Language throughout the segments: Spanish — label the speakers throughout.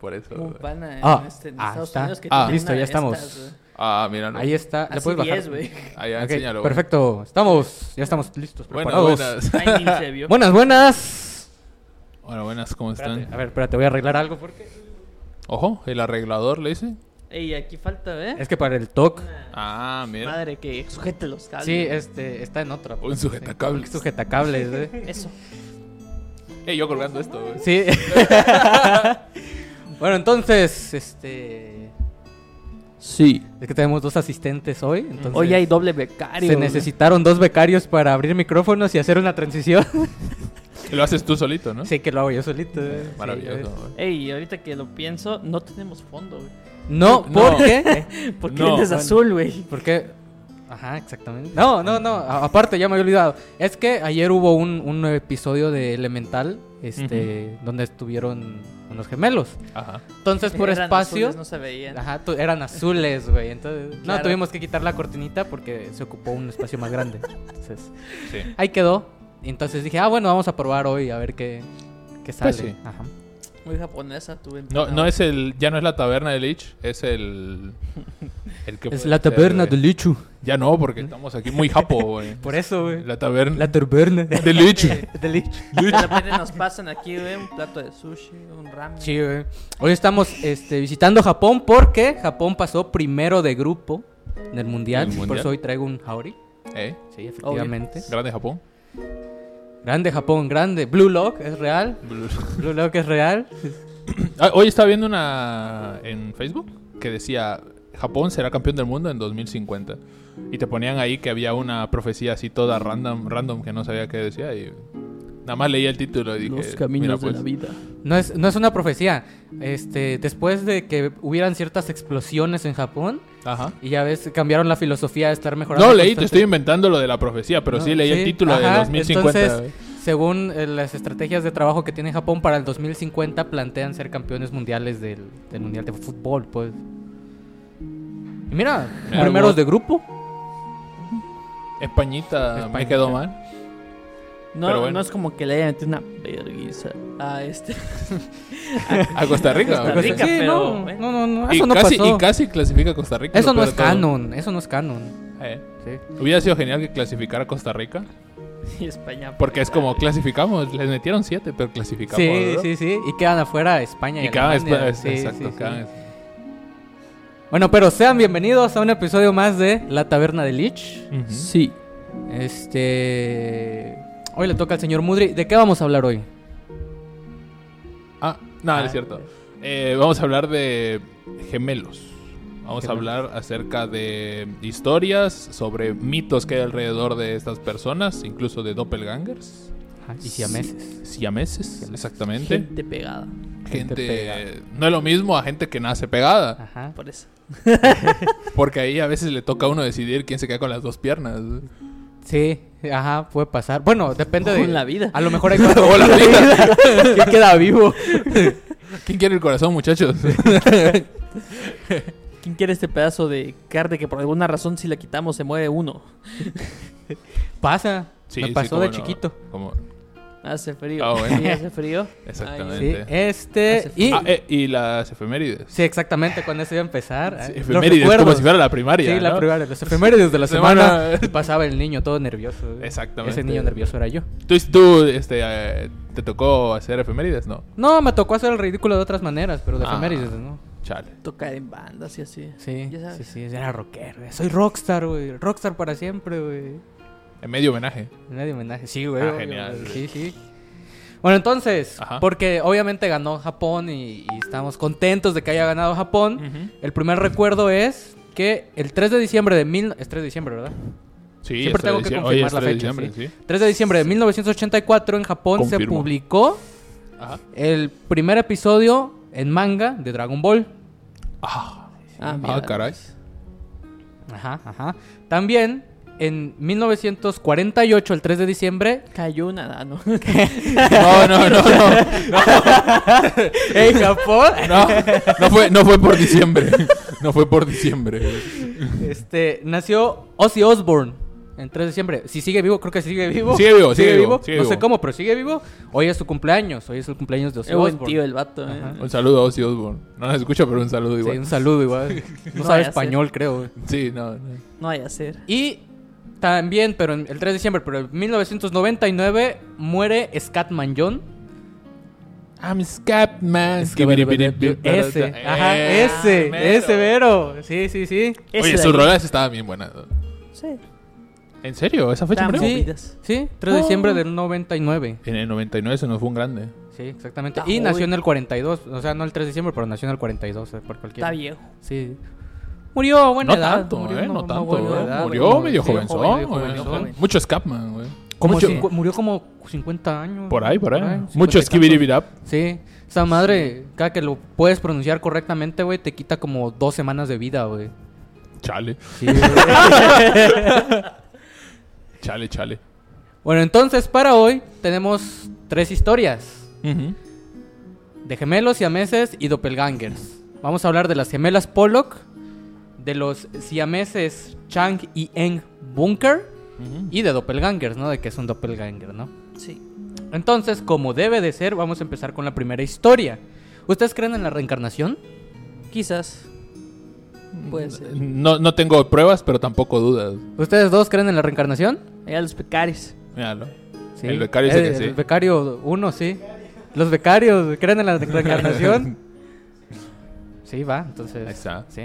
Speaker 1: Por eso.
Speaker 2: Como un
Speaker 1: güey.
Speaker 2: pana en,
Speaker 3: Ah,
Speaker 2: este- en
Speaker 3: ah,
Speaker 2: Estados
Speaker 3: está.
Speaker 2: Unidos que
Speaker 3: Ah,
Speaker 2: tiene
Speaker 3: listo,
Speaker 2: una
Speaker 3: ya
Speaker 2: de
Speaker 3: estamos.
Speaker 2: estas, güey.
Speaker 1: Ah, mira, no.
Speaker 3: Ahí está. ¿La
Speaker 2: Así
Speaker 3: puedes bajar?
Speaker 2: 10, güey.
Speaker 1: Allá,
Speaker 3: Ok,
Speaker 1: enséñalo. güey.
Speaker 3: perfecto. Estamos, ya estamos listos,
Speaker 1: Buenas,
Speaker 3: preparados.
Speaker 1: buenas.
Speaker 2: Ay, ni se vio.
Speaker 3: buenas. buenas.
Speaker 1: Hola, buenas, ¿cómo están?
Speaker 3: Espérate, a ver, espérate, voy a arreglar algo porque...
Speaker 1: Ojo, el arreglador le dice.
Speaker 2: Ey, aquí falta, ¿eh?
Speaker 3: Es que para el TOC...
Speaker 1: Ah, mira.
Speaker 2: Madre que sujete los cables.
Speaker 3: Sí, este, está en otra.
Speaker 1: Un sujetacables.
Speaker 3: Sí, sujetacables, eh.
Speaker 2: Eso.
Speaker 1: Ey, yo colgando esto, güey.
Speaker 3: Sí. bueno, entonces, este...
Speaker 1: Sí.
Speaker 3: Es que tenemos dos asistentes hoy, entonces...
Speaker 2: Hoy hay doble becario.
Speaker 3: Se
Speaker 2: güey.
Speaker 3: necesitaron dos becarios para abrir micrófonos y hacer una transición.
Speaker 1: Lo haces tú solito, ¿no?
Speaker 3: sí, que lo hago yo solito. eh. Sí,
Speaker 1: Maravilloso.
Speaker 3: eh.
Speaker 1: güey.
Speaker 2: Ey, ahorita que lo pienso, no tenemos fondo, güey.
Speaker 3: no,
Speaker 1: No.
Speaker 3: ¿por qué?
Speaker 2: ¿Por qué
Speaker 1: No,
Speaker 2: eres
Speaker 3: bueno.
Speaker 2: azul, güey?
Speaker 3: Porque. Ajá, exactamente. No, no, no. a- Aparte, ya me había olvidado. Es que ayer hubo un, un episodio de Elemental, este, donde estuvieron unos gemelos.
Speaker 1: Ajá.
Speaker 3: Entonces, por
Speaker 2: Eran
Speaker 3: espacio.
Speaker 2: azules, no se veían.
Speaker 3: Ajá, tu- eran azules, güey. Entonces,
Speaker 2: Claro.
Speaker 3: no, tuvimos que quitar la cortinita porque se ocupó un espacio más grande. Entonces,
Speaker 1: Sí.
Speaker 3: ahí quedó. Y Entonces dije, ah, bueno, vamos a probar hoy a ver qué, qué sale.
Speaker 1: Pues sí.
Speaker 3: Ajá.
Speaker 2: Muy japonesa tu ventana.
Speaker 1: No, no es el. Ya no es la taberna de Lich, es el. el que
Speaker 3: Es
Speaker 1: puede
Speaker 3: la
Speaker 1: ser,
Speaker 3: taberna
Speaker 1: güey.
Speaker 3: del Lichu.
Speaker 1: Ya no, porque estamos aquí muy japo, güey.
Speaker 3: Por eso, güey. La,
Speaker 1: La taberna.
Speaker 3: taberna
Speaker 1: de Lich.
Speaker 3: del Lichu.
Speaker 2: De repente nos pasan aquí, güey, un plato de sushi, un ramen.
Speaker 3: Sí, güey. Hoy estamos este, visitando Japón porque Japón pasó primero de grupo en el mundial.
Speaker 1: ¿En el
Speaker 3: Por
Speaker 1: mundial?
Speaker 3: eso hoy traigo un Haori.
Speaker 1: ¿Eh?
Speaker 3: Sí, efectivamente.
Speaker 1: Grande Japón.
Speaker 3: Grande Japón, grande. Blue Lock es real. Blue Lock es real.
Speaker 1: Ah, hoy estaba viendo una en Facebook que decía Japón será campeón del mundo en 2050. Y te ponían ahí que había una profecía así toda random, random que no sabía qué decía y nada más leía el título y dije, "Mira, pues".
Speaker 2: vida.
Speaker 3: No es, no es una profecía. Este, después de que hubieran ciertas explosiones en Japón,
Speaker 1: Ajá.
Speaker 3: y ya ves, cambiaron la filosofía de estar mejorando.
Speaker 1: No leí, te
Speaker 3: constante-
Speaker 1: estoy inventando lo de la profecía, pero
Speaker 3: No,
Speaker 1: sí leí
Speaker 3: sí,
Speaker 1: el título de
Speaker 3: ajá,
Speaker 1: 2050.
Speaker 3: entonces- Según eh, las estrategias de trabajo que tiene Japón para el 2050, plantean ser campeones mundiales del, del mundial de fútbol, pues. Y mira,
Speaker 1: Mira,
Speaker 3: primeros
Speaker 1: güey.
Speaker 3: de grupo.
Speaker 1: Españita, me
Speaker 3: Españita.
Speaker 1: quedó mal.
Speaker 2: No,
Speaker 1: Pero bueno.
Speaker 2: no es como que le hayan metido una verguiza a este.
Speaker 1: A Costa Rica.
Speaker 2: Costa
Speaker 1: güey.
Speaker 2: Rica,
Speaker 3: Pues, Sí,
Speaker 2: pero,
Speaker 3: no,
Speaker 2: bueno.
Speaker 3: no, no, no,
Speaker 1: Y,
Speaker 3: eso no
Speaker 1: casi,
Speaker 3: pasó.
Speaker 1: y casi clasifica a Costa Rica.
Speaker 3: Eso
Speaker 1: lo
Speaker 3: no
Speaker 1: peor
Speaker 3: es
Speaker 1: de todo.
Speaker 3: canon, eso no es canon.
Speaker 1: Eh,
Speaker 3: Sí.
Speaker 1: Hubiera sido genial que clasificara a Costa Rica.
Speaker 2: Y España.
Speaker 1: Porque es como clasificamos, les metieron 7, pero clasificamos.
Speaker 3: Sí,
Speaker 1: ¿no?
Speaker 3: sí, sí, y quedan afuera España y,
Speaker 1: Y cada vez
Speaker 3: Alemania.
Speaker 1: puede-
Speaker 3: Sí,
Speaker 1: exacto,
Speaker 3: sí, sí.
Speaker 1: cada vez.
Speaker 3: Bueno, pero sean bienvenidos a un episodio más de La Taberna de Lich.
Speaker 2: Sí.
Speaker 3: Este hoy le toca al señor Mudri. ¿De qué vamos a hablar hoy?
Speaker 1: Ah, no, no
Speaker 3: Ah.
Speaker 1: es cierto. Eh, vamos a hablar de gemelos. Vamos a
Speaker 3: Gemelos.
Speaker 1: hablar acerca de historias, sobre mitos que hay alrededor de estas personas, incluso de doppelgangers,
Speaker 3: Ajá, Y si a meses.
Speaker 1: siameses, exactamente.
Speaker 2: Gente pegada.
Speaker 1: Gente,
Speaker 3: gente pegada.
Speaker 1: eh, no es lo mismo a gente que nace pegada,
Speaker 3: Ajá.
Speaker 2: Por eso.
Speaker 3: Ah.
Speaker 1: porque ahí a veces le toca a uno decidir quién se queda con las dos piernas.
Speaker 3: Sí, ajá, puede pasar. Bueno, depende
Speaker 2: O
Speaker 3: de.
Speaker 2: en la vida.
Speaker 3: A lo mejor hay
Speaker 1: O la vida.
Speaker 3: que queda vivo.
Speaker 1: ¿Quién quiere el corazón, muchachos?
Speaker 2: ¿Quién quiere este pedazo de carne que por alguna razón si la quitamos se mueve uno?
Speaker 3: Pasa.
Speaker 1: Sí,
Speaker 3: Me
Speaker 1: sí,
Speaker 3: pasó
Speaker 1: cómo
Speaker 3: de
Speaker 1: no.
Speaker 3: chiquito.
Speaker 1: Cómo-
Speaker 2: Hace frío.
Speaker 1: Ah, bueno.
Speaker 2: Sí, hace frío.
Speaker 1: Exactamente.
Speaker 3: Sí, este.
Speaker 2: Hace
Speaker 3: Y,
Speaker 1: Ah, eh, y las efemérides.
Speaker 3: sí, exactamente, cuando eso iba a empezar.
Speaker 1: Sí,
Speaker 3: eh, los
Speaker 1: efemérides, como
Speaker 3: recuerdos.
Speaker 1: si fuera la primaria.
Speaker 3: Sí, la
Speaker 1: ¿no?
Speaker 3: primera, los efemérides de la
Speaker 1: Semana.
Speaker 3: semana. Pasaba el niño todo nervioso.
Speaker 1: Exactamente.
Speaker 3: Ese niño nervioso era yo.
Speaker 1: ¿Tú, tú, este, eh, te tocó hacer efemérides? No.
Speaker 3: No, me tocó hacer el ridículo de otras maneras, pero de
Speaker 1: Ah.
Speaker 3: efemérides, ¿no?
Speaker 1: Chale.
Speaker 2: Tocar en bandas y así.
Speaker 3: Sí,
Speaker 2: Ya sabes.
Speaker 3: sí, sí, era rockero. güey. Soy rockstar, güey. Rockstar para siempre, güey.
Speaker 1: En medio homenaje.
Speaker 3: Medio homenaje. Sí, güey.
Speaker 1: Ah,
Speaker 3: obvio,
Speaker 1: genial.
Speaker 3: güey. Sí, sí. Bueno, entonces,
Speaker 1: Ajá.
Speaker 3: porque obviamente ganó Japón y, y estamos contentos de que haya ganado Japón. El primer recuerdo es que el 3 de diciembre de mil... Es 3 de diciembre, ¿verdad?
Speaker 1: Sí,
Speaker 3: Siempre
Speaker 1: es
Speaker 3: tengo que
Speaker 1: tradición.
Speaker 3: confirmar
Speaker 1: Hoy es
Speaker 3: la
Speaker 1: 3 de
Speaker 3: fecha,
Speaker 1: diciembre, sí.
Speaker 3: 3 de diciembre de 1984 en Japón se
Speaker 1: Confirmo.
Speaker 3: publicó
Speaker 1: Ajá.
Speaker 3: el primer episodio en manga de Dragon Ball.
Speaker 1: Ah,
Speaker 2: Ah,
Speaker 1: ah,
Speaker 2: mira.
Speaker 1: caray.
Speaker 3: Ajá, ajá. También en 1948, el 3 de diciembre.
Speaker 2: Cayó una, ah, no.
Speaker 1: No, no, no, no.
Speaker 3: ¡En Japón!
Speaker 1: No, no, fue, no fue por diciembre. No fue por diciembre.
Speaker 3: Este, nació Ozzy Osbourne. en 3 de diciembre. Si sigue vivo, creo que sigue vivo.
Speaker 1: Sigue vivo, sigue vivo, sigue
Speaker 3: no sé
Speaker 1: vivo.
Speaker 3: cómo, pero sigue vivo. Hoy es su cumpleaños. Hoy es el cumpleaños de Ozzy
Speaker 2: Es buen
Speaker 3: Osbourne.
Speaker 2: tío el vato, eh.
Speaker 3: Ajá.
Speaker 1: Un saludo a Ozzy Osbourne. No nos escucha, pero un saludo
Speaker 3: Sí,
Speaker 1: igual.
Speaker 3: un saludo igual. No
Speaker 2: No
Speaker 3: sabe
Speaker 2: vaya a ser.
Speaker 3: español, creo.
Speaker 1: Sí, no, no.
Speaker 2: No vaya a ser.
Speaker 3: Y también, pero en- el 3 de diciembre, pero en 1999 muere Scatman John.
Speaker 1: I'm Scatman.
Speaker 3: Ese, ajá, ese, ese vero. Sí, sí, sí.
Speaker 1: Ah, Oye,
Speaker 2: Ese
Speaker 1: sus
Speaker 2: de ahí.
Speaker 1: rolas estaban bien buenas.
Speaker 2: Sí.
Speaker 1: ¿En serio? ¿Esa fecha
Speaker 2: Estaban
Speaker 1: murió?
Speaker 2: muy
Speaker 3: Sí,
Speaker 2: movidas.
Speaker 3: sí, 3 de diciembre del 99.
Speaker 1: En el 99 se nos fue un grande. Ah,
Speaker 3: Sí, exactamente.
Speaker 2: Está
Speaker 3: Y nació
Speaker 2: joven.
Speaker 3: en el 42. O sea, no el 3 de diciembre, pero nació en el 42. eh, Por cualquier.
Speaker 2: Está viejo.
Speaker 3: Sí. Murió a buena
Speaker 1: No
Speaker 3: edad.
Speaker 1: tanto,
Speaker 3: murió,
Speaker 1: ¿eh? No, tanto.
Speaker 3: buena
Speaker 1: ¿eh?
Speaker 3: edad,
Speaker 1: murió
Speaker 3: como-
Speaker 1: medio
Speaker 3: sí,
Speaker 1: jovenzón.
Speaker 3: joven, Mm, medio
Speaker 1: güey.
Speaker 3: jovenzón.
Speaker 2: joven.
Speaker 1: Mucho Scatman, güey.
Speaker 3: Como
Speaker 1: Mucho-
Speaker 3: cincu- murió como 50 años.
Speaker 1: Por ahí, por ahí.
Speaker 3: cincuenta
Speaker 1: Mucho
Speaker 3: y
Speaker 1: Skibidi
Speaker 3: tantos. Sí. Esa madre, cada que lo puedes pronunciar correctamente, güey, te quita como dos semanas de vida, güey.
Speaker 1: Chale,
Speaker 3: Sí, güey.
Speaker 1: chale, chale.
Speaker 3: bueno, entonces para hoy tenemos tres historias.
Speaker 1: Ujú.
Speaker 3: De gemelos, siameses y doppelgangers. Vamos a hablar de las gemelas Pollock, de los siameses Chang y Eng Bunker
Speaker 1: Ujú.
Speaker 3: y de doppelgangers, ¿no? De que es un doppelganger, ¿no?
Speaker 2: Sí.
Speaker 3: Entonces, como debe de ser, vamos a empezar con la primera historia. ¿Ustedes creen en la reencarnación?
Speaker 2: Quizás. Puede ser.
Speaker 1: No, no tengo pruebas, pero tampoco dudas.
Speaker 3: ¿Ustedes dos creen en la reencarnación?
Speaker 2: Allá los pecares.
Speaker 1: Míralo. El becario dice
Speaker 3: Eh,
Speaker 1: que sí.
Speaker 3: El becario uno, sí. Los becarios creen en la reencarnación. sí, va, entonces.
Speaker 1: Ahí está.
Speaker 3: Sí.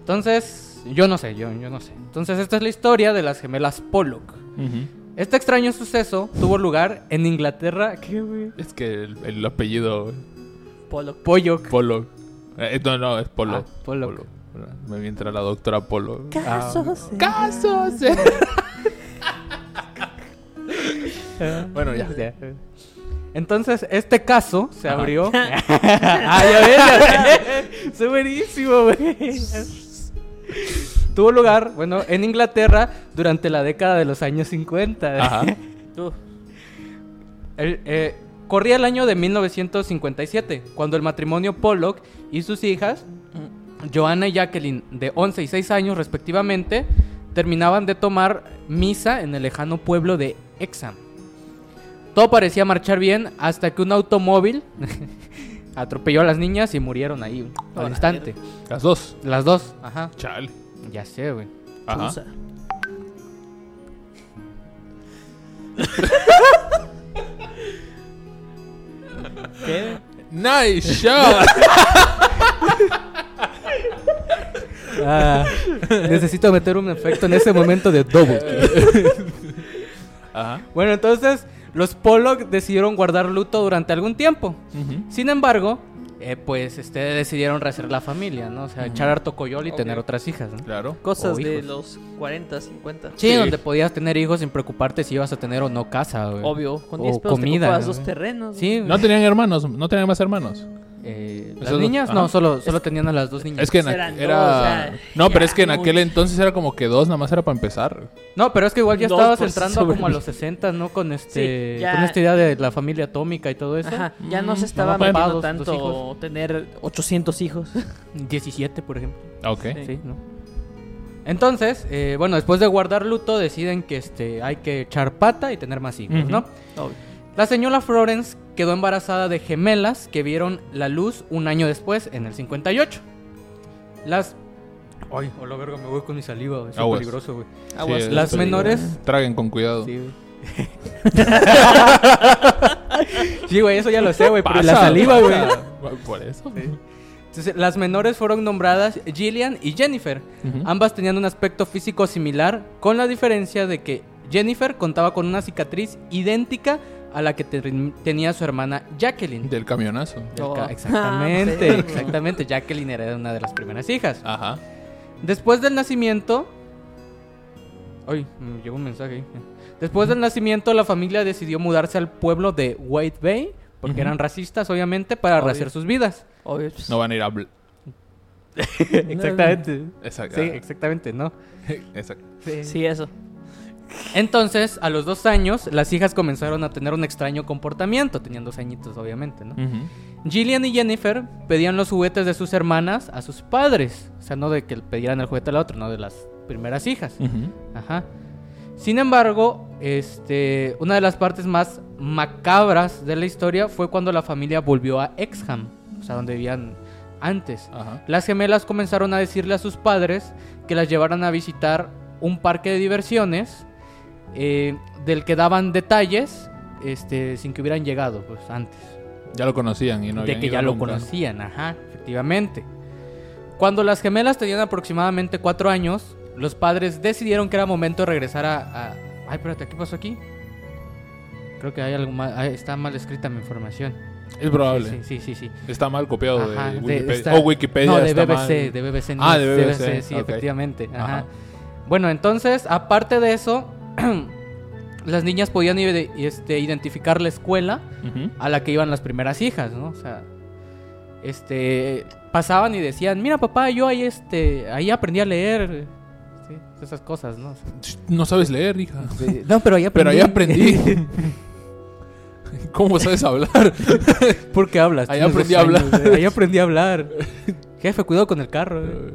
Speaker 3: Entonces, yo no sé, yo, yo no sé. Entonces, esta es la historia de las gemelas Pollock.
Speaker 1: Ujú.
Speaker 3: Este extraño suceso tuvo lugar en Inglaterra. ¿Qué, güey?
Speaker 1: Es que el, el apellido güey,
Speaker 2: Pollock.
Speaker 3: Pollock.
Speaker 1: Polo. Eh, no, no, es Polo.
Speaker 3: Ah, Pollock.
Speaker 1: Polo. Me entra la doctora Polo.
Speaker 3: Ah,
Speaker 2: Casos. eh.
Speaker 1: ¡Casos! bueno, ya.
Speaker 3: Entonces, este caso se abrió. ah, ya ves, ya ves. Soy buenísimo, güey. Tuvo lugar, bueno, en Inglaterra durante la década de los años 50.
Speaker 1: Ajá.
Speaker 2: Tú.
Speaker 3: El, eh, corría el año de 1957, cuando el matrimonio Pollock y sus hijas,
Speaker 2: Mm.
Speaker 3: Joanna y Jacqueline, de 11 y 6 años respectivamente, terminaban de tomar misa en el lejano pueblo de Exham. Todo parecía marchar bien hasta que un automóvil atropelló a las niñas y murieron ahí
Speaker 2: A la
Speaker 3: al instante.
Speaker 1: Las dos.
Speaker 3: Las dos, ajá.
Speaker 1: Chale.
Speaker 3: Ya sé, güey.
Speaker 1: Ajá.
Speaker 2: Chusa. ¿Qué?
Speaker 1: Nice shot.
Speaker 3: necesito meter un efecto en ese momento de double.
Speaker 1: Ajá.
Speaker 3: Bueno, entonces los Pollock decidieron guardar luto durante algún tiempo.
Speaker 1: Ujú.
Speaker 3: Sin embargo, eh, pues este, decidieron rehacer la familia, ¿no? O sea, echar harto coyol y
Speaker 2: Ok.
Speaker 3: tener otras hijas, ¿no?
Speaker 1: Claro.
Speaker 2: Cosas
Speaker 3: O
Speaker 2: de
Speaker 3: hijos.
Speaker 2: los 40, 50.
Speaker 3: Sí,
Speaker 1: Sí.
Speaker 3: donde podías tener hijos sin preocuparte si ibas a tener o no casa, güey.
Speaker 2: Obvio, con
Speaker 3: O
Speaker 2: 10 pesos
Speaker 3: comida,
Speaker 2: te comprabas
Speaker 3: ¿no?
Speaker 2: dos terrenos.
Speaker 3: Sí,
Speaker 1: No tenían hermanos, no tenían más hermanos.
Speaker 3: eh, las
Speaker 1: Esos dos-
Speaker 3: niñas
Speaker 1: ajá.
Speaker 3: no, solo, solo tenían a las dos niñas.
Speaker 1: Es que en aqu-
Speaker 2: Eran dos,
Speaker 1: era.
Speaker 2: o sea,
Speaker 1: no, pero
Speaker 2: ya,
Speaker 1: es que en aquel
Speaker 2: mucho.
Speaker 1: entonces era como que dos, nada más era para empezar.
Speaker 3: No, pero es que igual ya
Speaker 2: Dos
Speaker 3: estabas
Speaker 2: por
Speaker 3: entrando
Speaker 2: sobre-
Speaker 3: como a los 60, ¿no? Con este
Speaker 2: Sí, ya.
Speaker 3: con esta idea de la familia atómica y todo eso.
Speaker 2: Ajá, ya no
Speaker 1: Mm,
Speaker 2: se estaba
Speaker 1: no, bueno.
Speaker 2: metiendo
Speaker 3: Dos- dos
Speaker 2: tanto
Speaker 3: hijos.
Speaker 2: tener 800 hijos.
Speaker 3: 17, por ejemplo.
Speaker 1: Ah, Ok.
Speaker 2: Sí.
Speaker 3: Sí, ¿no? Entonces, eh, bueno, después de guardar luto deciden que este, hay que echar pata y tener más hijos,
Speaker 1: Ujú.
Speaker 3: ¿no?
Speaker 2: Obvio.
Speaker 3: La señora Florence quedó embarazada de gemelas que vieron la luz un año después, en el 58. Las... Ay, hola verga, me voy con mi saliva, güey, es
Speaker 1: Aguas.
Speaker 3: peligroso, güey.
Speaker 2: Aguas.
Speaker 1: Sí,
Speaker 3: Las
Speaker 1: esto digo,
Speaker 3: Ah, menores...
Speaker 1: Traguen con cuidado.
Speaker 3: Sí, güey. Sí, güey, eso ya lo sé, güey, pero la
Speaker 1: Pasa,
Speaker 3: saliva, güey.
Speaker 1: pasa. Por eso.
Speaker 3: Entonces, las menores fueron nombradas Gillian y Jennifer.
Speaker 1: Ujú.
Speaker 3: Ambas tenían un aspecto físico similar, con la diferencia de que Jennifer contaba con una cicatriz idéntica a la que ten- tenía su hermana Jacqueline.
Speaker 1: Del camionazo.
Speaker 3: Del ca-
Speaker 2: Oh.
Speaker 3: Exactamente,
Speaker 2: Ah, sí. Ah.
Speaker 3: exactamente. Jacqueline era una de las primeras hijas.
Speaker 1: Ajá.
Speaker 3: Después del nacimiento. Ay, me llegó un mensaje ahí. Después del nacimiento, la familia decidió mudarse al pueblo de White Bay, porque
Speaker 1: Ujú.
Speaker 3: eran racistas, obviamente, para
Speaker 2: Obvio.
Speaker 3: rehacer sus vidas.
Speaker 2: Obvio. pues,
Speaker 1: No van a ir a. bl-
Speaker 3: Exactamente.
Speaker 1: Exacto.
Speaker 3: Sí, exactamente, ¿no?
Speaker 1: Exacto.
Speaker 2: Sí, eso.
Speaker 3: Entonces, a los dos años, las hijas comenzaron a tener un extraño comportamiento. Tenían dos añitos, obviamente, ¿no?
Speaker 1: Ujú.
Speaker 3: Gillian y Jennifer pedían los juguetes de sus hermanas a sus padres. O sea, no de que le pidieran el juguete a la otra, no de las primeras hijas.
Speaker 1: Ujú.
Speaker 3: Ajá. Sin embargo, este, una de las partes más macabras de la historia fue cuando la familia volvió a Exham, o sea, donde vivían antes.
Speaker 1: Ajá.
Speaker 3: Las gemelas comenzaron a decirle a sus padres que las llevaran a visitar un parque de diversiones eh, del que daban detalles este, sin que hubieran llegado pues, antes.
Speaker 1: Ya lo conocían y no
Speaker 3: de
Speaker 1: habían
Speaker 3: que
Speaker 1: ido
Speaker 3: ya lo
Speaker 1: nunca.
Speaker 3: conocían, ajá, efectivamente. Cuando las gemelas tenían aproximadamente cuatro años, los padres decidieron que era momento de regresar a... a- Ay, espérate, ¿qué pasó aquí? Creo que hay algo mal... ay, está mal escrita mi información.
Speaker 1: Es probable.
Speaker 3: Sí, sí, sí, sí.
Speaker 1: Está mal copiado
Speaker 3: Ajá,
Speaker 1: de
Speaker 3: de-
Speaker 1: Wikipedia.
Speaker 3: está-
Speaker 1: o Wikipedia
Speaker 3: No, de
Speaker 1: está
Speaker 3: BBC,
Speaker 1: mal.
Speaker 3: de BBC
Speaker 1: Ah,
Speaker 3: News,
Speaker 1: de BBC,
Speaker 3: sí,
Speaker 1: ok.
Speaker 3: efectivamente. ajá.
Speaker 1: Ajá.
Speaker 3: Bueno, entonces, aparte de eso, las niñas podían ide- este, identificar la escuela
Speaker 1: Ujú.
Speaker 3: a la que iban las primeras hijas, ¿no? O sea, este, pasaban y decían, mira papá, yo ahí, este, ahí aprendí a leer, sí, esas cosas, ¿no? O sea,
Speaker 1: No sabes leer, hija.
Speaker 3: no, pero ahí
Speaker 1: Pero ahí aprendí. ¿Cómo sabes hablar?
Speaker 3: ¿Por qué hablas?
Speaker 1: Ahí
Speaker 3: Tienes
Speaker 1: aprendí
Speaker 3: dos
Speaker 1: a hablar.
Speaker 3: años, eh, Ahí aprendí a hablar. Jefe, cuidado con el carro. eh.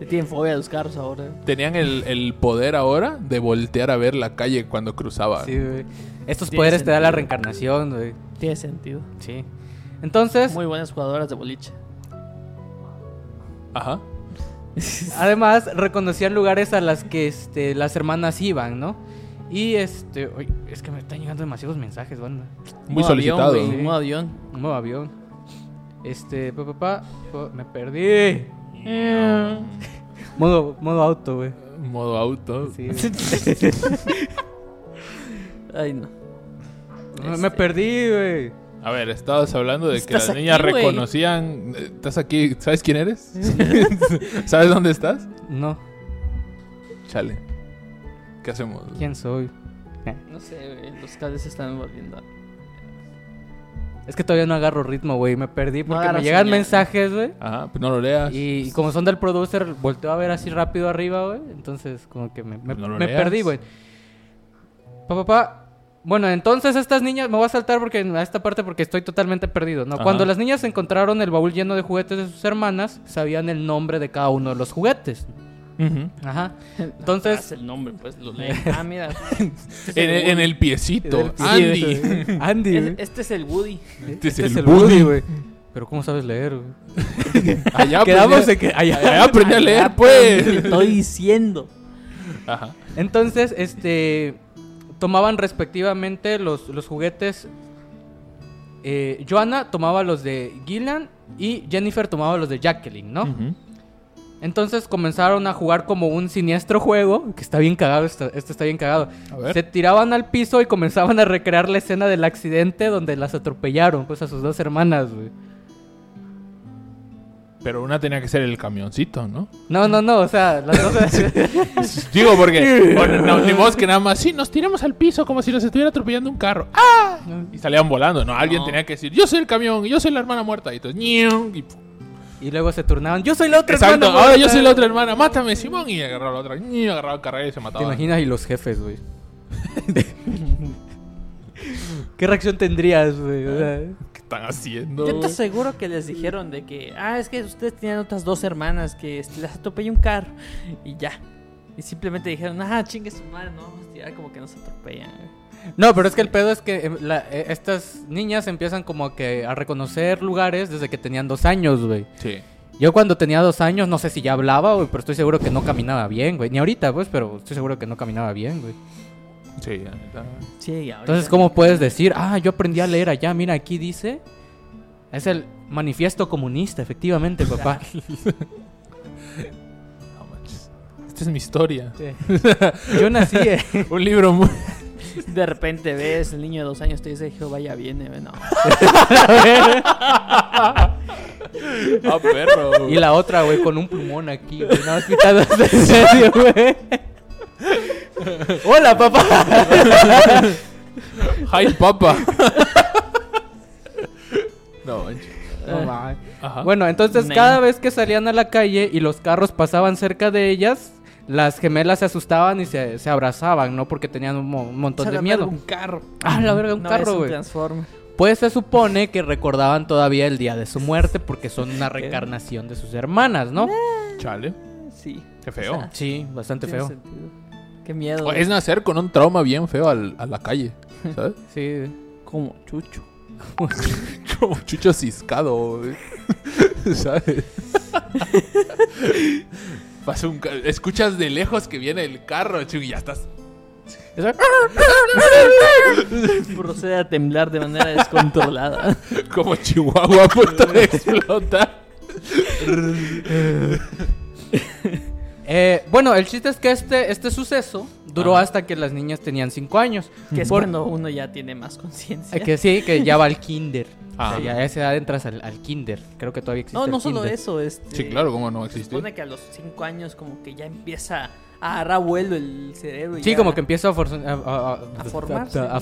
Speaker 2: Le tienen fobia a los carros ahora.
Speaker 1: Tenían el, el poder ahora de voltear a ver la calle cuando cruzaban.
Speaker 3: Sí, güey. Estos
Speaker 2: Tiene
Speaker 3: poderes te da la
Speaker 2: sentido.
Speaker 3: reencarnación, güey.
Speaker 2: Tiene sentido.
Speaker 3: Sí. Entonces,
Speaker 2: Muy buenas jugadoras de boliche.
Speaker 1: Ajá.
Speaker 3: Además, reconocían lugares a las que este, las hermanas iban, ¿no? Y este. uy, es que me están llegando demasiados mensajes, banda.
Speaker 1: Muy
Speaker 2: Modo
Speaker 1: solicitado.
Speaker 2: Avión, güey, modo avión.
Speaker 3: Un nuevo avión. Este. Pa, pa, pa, pa, me perdí. Modo, modo auto, güey.
Speaker 1: Ah, Modo auto.
Speaker 3: Sí, güey.
Speaker 2: Ay, no.
Speaker 3: Ah,
Speaker 2: Este,
Speaker 3: me, me perdí, güey.
Speaker 1: A ver, estabas hablando de que
Speaker 2: Estás
Speaker 1: las niñas
Speaker 2: aquí, güey.
Speaker 1: reconocían. eh, ¿Estás aquí? ¿Sabes quién eres? ¿Sabes dónde estás?
Speaker 3: No,
Speaker 1: Chale. ¿Qué hacemos?
Speaker 3: ¿quién soy?
Speaker 2: No sé, güey. Los cables se están volviendo.
Speaker 3: Es que todavía no agarro ritmo, güey. Me perdí porque me
Speaker 2: agarras
Speaker 3: llegan
Speaker 2: señal.
Speaker 3: mensajes, güey.
Speaker 1: Ajá, pues no lo leas.
Speaker 3: Y, y como son del producer, volteo a ver así rápido arriba, güey. Entonces, como que me, me-
Speaker 1: No lo
Speaker 3: me
Speaker 1: leas.
Speaker 3: perdí, güey. Pa, pa, pa. Bueno, entonces estas niñas, me voy a saltar porque a esta parte porque estoy totalmente perdido, ¿no?
Speaker 1: Ajá.
Speaker 3: Cuando las niñas encontraron el baúl lleno de juguetes de sus hermanas, sabían el nombre de cada uno de los juguetes.
Speaker 1: Ujú.
Speaker 3: Ajá.
Speaker 2: Haz
Speaker 3: Entonces,
Speaker 2: el nombre, pues lo lee. Ah, mira. Este
Speaker 1: en, el, en el
Speaker 3: En
Speaker 1: piecito.
Speaker 3: el
Speaker 1: Andy.
Speaker 3: Andy,
Speaker 2: Es-
Speaker 3: güey.
Speaker 2: este es el Woody.
Speaker 1: Este
Speaker 3: Este es el Woody, güey. Pero ¿cómo sabes leer, güey?
Speaker 1: Allá
Speaker 3: Quedamos
Speaker 1: aprendí,
Speaker 3: en que allá-
Speaker 1: allá aprendí a leer,
Speaker 2: Ah, te
Speaker 1: pues.
Speaker 2: estoy diciendo.
Speaker 1: Ajá.
Speaker 3: Entonces, este. Tomaban respectivamente los, los juguetes. eh, Joanna tomaba los de Gillian y Jennifer tomaba los de Jacqueline, ¿no?
Speaker 1: Ujú.
Speaker 3: Entonces comenzaron a jugar como un siniestro juego, que está bien cagado, esto, esto está bien cagado.
Speaker 1: A ver.
Speaker 3: Se tiraban al piso y comenzaban a recrear la escena del accidente donde las atropellaron, pues a sus dos hermanas, güey.
Speaker 1: Pero una tenía que ser el camioncito, ¿no?
Speaker 3: No, no, no, o sea, las dos...
Speaker 1: Digo, porque o no, ni modo que nada más, sí, nos tiramos al piso como si nos estuviera atropellando un carro. ¡Ah! Y salían volando, ¿no? Alguien
Speaker 2: No.
Speaker 1: tenía que decir, yo soy el camión, yo soy la hermana muerta. Y entonces, ñiu, y pum.
Speaker 3: y luego se turnaban, yo soy la otra
Speaker 1: Exacto,
Speaker 3: hermana.
Speaker 1: ahora yo
Speaker 3: muerta".
Speaker 1: soy la otra hermana, mátame, Simón. Y agarraba a la otra, ñiu, agarraba el carrera y se
Speaker 3: ¿Te
Speaker 1: mataba.
Speaker 3: imaginas y los jefes, güey? ¿Qué reacción tendrías, güey? O sea,
Speaker 1: ¿Qué están haciendo?
Speaker 2: Yo te
Speaker 1: güey?
Speaker 2: aseguro que les dijeron de que, ah, es que ustedes tenían otras dos hermanas que este, las atropelló un carro y ya. Y simplemente dijeron, ah, chingue su madre, no vamos a tirar como que nos atropellan. güey".
Speaker 3: No, pero es que el pedo es que eh, la- eh, estas niñas empiezan como que a reconocer lugares desde que tenían dos años, güey.
Speaker 1: Sí.
Speaker 3: Yo cuando tenía dos años, no sé si ya hablaba, güey, pero estoy seguro que no caminaba bien, güey. Ni ahorita, pues, pero estoy seguro que no caminaba bien, güey.
Speaker 1: Sí, la neta.
Speaker 2: Sí, ahorita-
Speaker 3: Entonces, ¿cómo puedes decir, ah, yo aprendí a leer allá, mira, aquí dice... Es el manifiesto comunista, efectivamente, papá.
Speaker 1: No manches. Esta es mi historia.
Speaker 3: Yo nací... eh,
Speaker 1: Un libro muy.
Speaker 2: De repente ves el niño de dos años te dice, Jehová ya viene, güey, no.
Speaker 1: Ah, perro.
Speaker 3: Y la otra, güey, con un plumón aquí, güey. Nada más quitando en serio, güey. Hola, papá.
Speaker 1: Hi, papa. no manches. Ajá.
Speaker 3: Bueno, entonces
Speaker 2: Nah.
Speaker 3: cada vez que salían a la calle y los carros pasaban cerca de ellas, las gemelas se asustaban y se, se abrazaban, ¿no? Porque tenían un, mo- un montón
Speaker 2: Se
Speaker 3: de
Speaker 2: la verga,
Speaker 3: miedo.
Speaker 2: Un carro.
Speaker 3: Ah, la verga, un
Speaker 2: No, es
Speaker 3: carro,
Speaker 2: un
Speaker 3: güey.
Speaker 2: Transformer.
Speaker 3: Pues se supone que recordaban todavía el día de su muerte porque son una reencarnación de sus hermanas, ¿no?
Speaker 1: Chale.
Speaker 2: Sí.
Speaker 1: Qué feo.
Speaker 3: Pues
Speaker 2: O sea,
Speaker 3: Sí, bastante
Speaker 2: tiene
Speaker 3: feo.
Speaker 2: sentido. Qué
Speaker 3: Oh,
Speaker 2: miedo.
Speaker 1: O Es nacer con un trauma bien feo al- a la calle, ¿sabes?
Speaker 3: Sí.
Speaker 2: Como chucho.
Speaker 1: Como chucho ciscado, güey. ¿sabes? Pasa un ca- Escuchas de lejos que viene el carro, Chuy, y ya estás.
Speaker 2: Procede a temblar de manera descontrolada.
Speaker 1: Como Chihuahua a punto de explotar.
Speaker 3: Eh, bueno, el chiste es que este, este suceso duró hasta que las niñas tenían 5 años.
Speaker 2: que es
Speaker 3: Por-
Speaker 2: cuando uno ya tiene más conciencia.
Speaker 3: Eh, Que sí, que ya va al kinder.
Speaker 1: Ah.
Speaker 3: O sea, ya a esa edad entras al, al kinder. Creo que todavía existe
Speaker 2: No,
Speaker 3: el
Speaker 2: no solo
Speaker 3: kinder.
Speaker 2: eso. Este,
Speaker 1: Sí, claro, cómo no
Speaker 2: Se
Speaker 1: existe.
Speaker 2: supone que a los 5 años como que ya empieza a agarrar vuelo el cerebro. y
Speaker 3: Sí,
Speaker 2: ya-
Speaker 3: como
Speaker 1: Ah,
Speaker 3: que empieza a, forza- a- a-
Speaker 2: A formarse.
Speaker 3: a- a-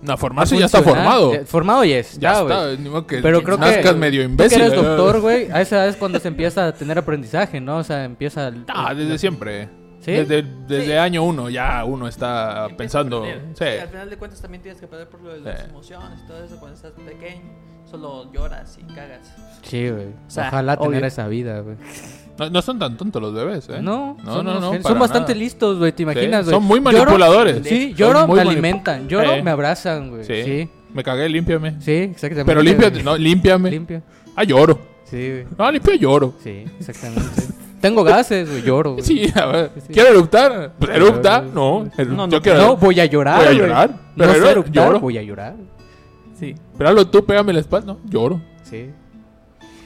Speaker 1: No, formarse ya está
Speaker 3: funcionar.
Speaker 1: formado.
Speaker 3: Ya- Formado ya está,
Speaker 1: Ya
Speaker 3: güey.
Speaker 1: está, ni modo que
Speaker 3: Pero creo que-
Speaker 1: nazcas medio
Speaker 3: Tú que
Speaker 1: imbécil.
Speaker 3: eres
Speaker 1: ¿no?
Speaker 3: doctor, güey, a esa edad es cuando se empieza a tener aprendizaje, ¿no? O sea, empieza... el-
Speaker 1: Ah, desde siempre.
Speaker 3: ¿Sí?
Speaker 1: Desde, desde
Speaker 2: Sí.
Speaker 1: año uno ya uno está
Speaker 2: empieza a
Speaker 1: pensando.
Speaker 2: aprender.
Speaker 1: Sí.
Speaker 2: Al final de cuentas también tienes que perder por lo de las
Speaker 1: Sí.
Speaker 2: emociones y todo eso cuando estás pequeño. Solo lloras y cagas.
Speaker 3: Sí, güey.
Speaker 2: sea,
Speaker 3: Ojalá tener
Speaker 2: obvio.
Speaker 3: esa vida, güey.
Speaker 1: No, no son tan tontos los bebés, ¿eh?
Speaker 3: No,
Speaker 1: no,
Speaker 3: son
Speaker 1: no.
Speaker 3: unos
Speaker 1: no,
Speaker 3: genios.
Speaker 1: para
Speaker 3: Son bastante
Speaker 1: nada.
Speaker 3: listos, güey, te imaginas,
Speaker 1: Sí,
Speaker 3: güey.
Speaker 1: son muy
Speaker 3: Lloro-
Speaker 1: manipuladores.
Speaker 3: sí,
Speaker 1: Son
Speaker 3: lloro,
Speaker 1: muy
Speaker 3: me
Speaker 1: manip-
Speaker 3: alimentan. Lloro,
Speaker 1: Eh.
Speaker 3: me abrazan, güey.
Speaker 1: Sí.
Speaker 3: Sí. sí.
Speaker 1: Me cagué, límpiame.
Speaker 3: exactamente.
Speaker 1: Pero límpiate, no, límpiame.
Speaker 3: Limpio.
Speaker 1: ah, lloro.
Speaker 3: Sí, güey.
Speaker 1: Ah, limpio, lloro.
Speaker 3: Sí, exactamente. Tengo gases, güey, lloro, güey.
Speaker 1: Sí, a ver.
Speaker 3: Sí.
Speaker 1: ¿Quiero eruptar? Pues
Speaker 3: Pero-
Speaker 1: erupta. No, eru-
Speaker 2: No, no,
Speaker 1: yo quiero.
Speaker 3: No, voy a llorar.
Speaker 1: Voy a
Speaker 3: güey.
Speaker 1: llorar,
Speaker 3: No
Speaker 1: pero
Speaker 3: sé
Speaker 1: lloro.
Speaker 3: eructar,
Speaker 1: Lloro.
Speaker 3: voy a llorar.
Speaker 2: Sí.
Speaker 1: Pero hazlo tú, pégame la espalda. No, lloro.
Speaker 3: Sí.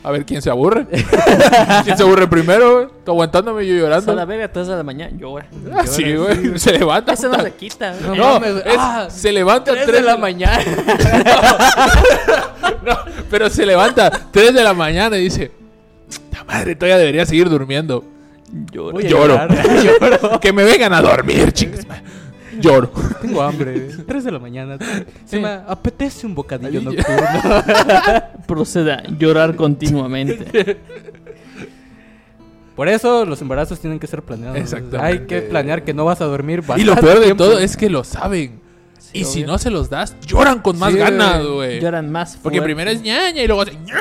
Speaker 1: A ver quién se aburre. ¿Quién se aburre primero? güey? Tú aguantándome y yo
Speaker 2: Hasta
Speaker 1: llorando.
Speaker 2: la verga, 3 de la mañana llora.
Speaker 1: Ah, sí, güey. Se levanta.
Speaker 2: Eso no se quita. güey.
Speaker 1: No,
Speaker 3: mames, güey.
Speaker 1: es-
Speaker 3: Ah,
Speaker 1: se levanta
Speaker 3: tres
Speaker 1: tres-
Speaker 3: de la mañana.
Speaker 1: No, pero se levanta 3 de la mañana y dice: La madre, todavía debería seguir durmiendo. Lloro.
Speaker 3: Voy a
Speaker 1: Lloro.
Speaker 3: llorar.
Speaker 1: Que me vengan a dormir, chicos. Lloro.
Speaker 3: Tengo hambre. 3 de la mañana. Se me apetece un bocadillo
Speaker 1: Ahí-
Speaker 3: nocturno.
Speaker 2: Proceda a llorar continuamente.
Speaker 3: Por eso los embarazos tienen que ser planeados.
Speaker 1: Exactamente.
Speaker 3: Hay que planear que no vas a dormir
Speaker 1: y lo
Speaker 3: bastante
Speaker 1: peor de
Speaker 3: tiempo.
Speaker 1: todo es que lo saben. y si
Speaker 2: obvio.
Speaker 1: no se los das, lloran con más
Speaker 3: Sí,
Speaker 1: ganas,
Speaker 3: güey.
Speaker 1: güey.
Speaker 2: Lloran más
Speaker 1: Porque
Speaker 2: fuerte.
Speaker 1: primero es ñaña y luego hace ña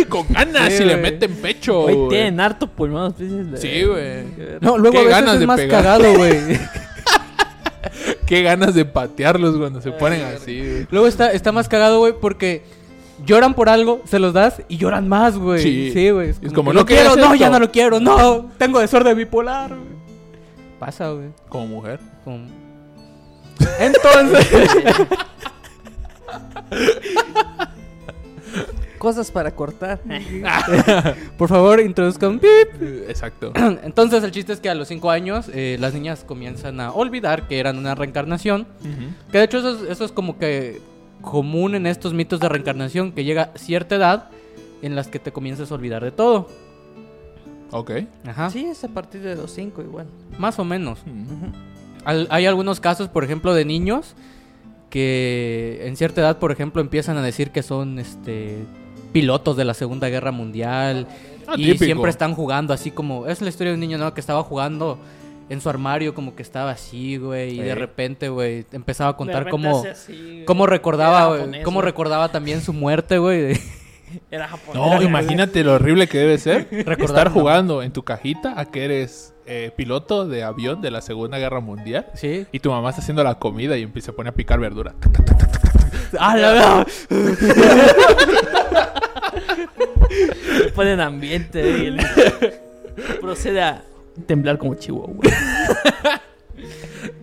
Speaker 1: y con ganas
Speaker 3: Sí,
Speaker 1: y le
Speaker 3: güey.
Speaker 1: meten pecho.
Speaker 2: Hoy
Speaker 1: güey.
Speaker 2: tienen harto pulmón. pues,
Speaker 1: Sí, güey.
Speaker 3: No, luego
Speaker 1: Qué
Speaker 3: a veces
Speaker 1: ganas
Speaker 3: es
Speaker 1: de
Speaker 3: más
Speaker 1: pegar.
Speaker 3: cagado, güey.
Speaker 1: Qué ganas de patearlos cuando se ponen así, güey.
Speaker 3: Luego está, está más cagado, güey, porque lloran por algo, se los das y lloran más, güey.
Speaker 1: Sí.
Speaker 3: Sí, güey.
Speaker 1: Es como,
Speaker 3: que,
Speaker 1: no
Speaker 3: lo quiero,
Speaker 1: querías
Speaker 3: no, ya
Speaker 1: esto".
Speaker 3: no lo quiero, no, tengo desorden bipolar, güey. Pasa, güey.
Speaker 1: Como mujer.
Speaker 3: Como- Entonces,
Speaker 2: Cosas para cortar. Ah.
Speaker 3: por favor, introduzcan pip.
Speaker 1: Eh, Exacto.
Speaker 3: Entonces, el chiste es que a los 5 años eh, las niñas comienzan a olvidar que eran una reencarnación.
Speaker 1: Ujú.
Speaker 3: Que de hecho, eso es, eso es como que común en estos mitos de reencarnación, que llega cierta edad en las que te comienzas a olvidar de todo.
Speaker 1: Ok.
Speaker 3: Ajá.
Speaker 2: Sí, es a partir de los 5 igual.
Speaker 3: Más o menos.
Speaker 1: Mm.
Speaker 2: Ujú.
Speaker 3: Al- hay algunos casos, por ejemplo, de niños que en cierta edad, por ejemplo, empiezan a decir que son este pilotos de la Segunda Guerra Mundial
Speaker 1: Ah,
Speaker 3: y
Speaker 1: típico.
Speaker 3: siempre están jugando así como es la historia de un niño no que estaba jugando en su armario como que estaba así, güey, y
Speaker 1: Sí.
Speaker 3: de repente, güey, empezaba a
Speaker 2: De
Speaker 3: contar
Speaker 2: repente
Speaker 3: cómo
Speaker 2: hace así, güey.
Speaker 3: cómo
Speaker 2: Era
Speaker 3: recordaba, güey,
Speaker 2: japonés,
Speaker 3: cómo
Speaker 2: güey.
Speaker 3: recordaba también su muerte, güey.
Speaker 2: Era japonés.
Speaker 1: No, imagínate lo horrible que debe ser estar
Speaker 3: Recordando.
Speaker 1: jugando en tu cajita a que eres eh, piloto de avión de la Segunda Guerra Mundial
Speaker 3: Sí.
Speaker 1: y tu mamá está haciendo la comida y empieza a poner a picar verdura.
Speaker 3: Ah, la verdad.
Speaker 2: Ponen ambiente. güey, y el- Procede a temblar como chihuahua.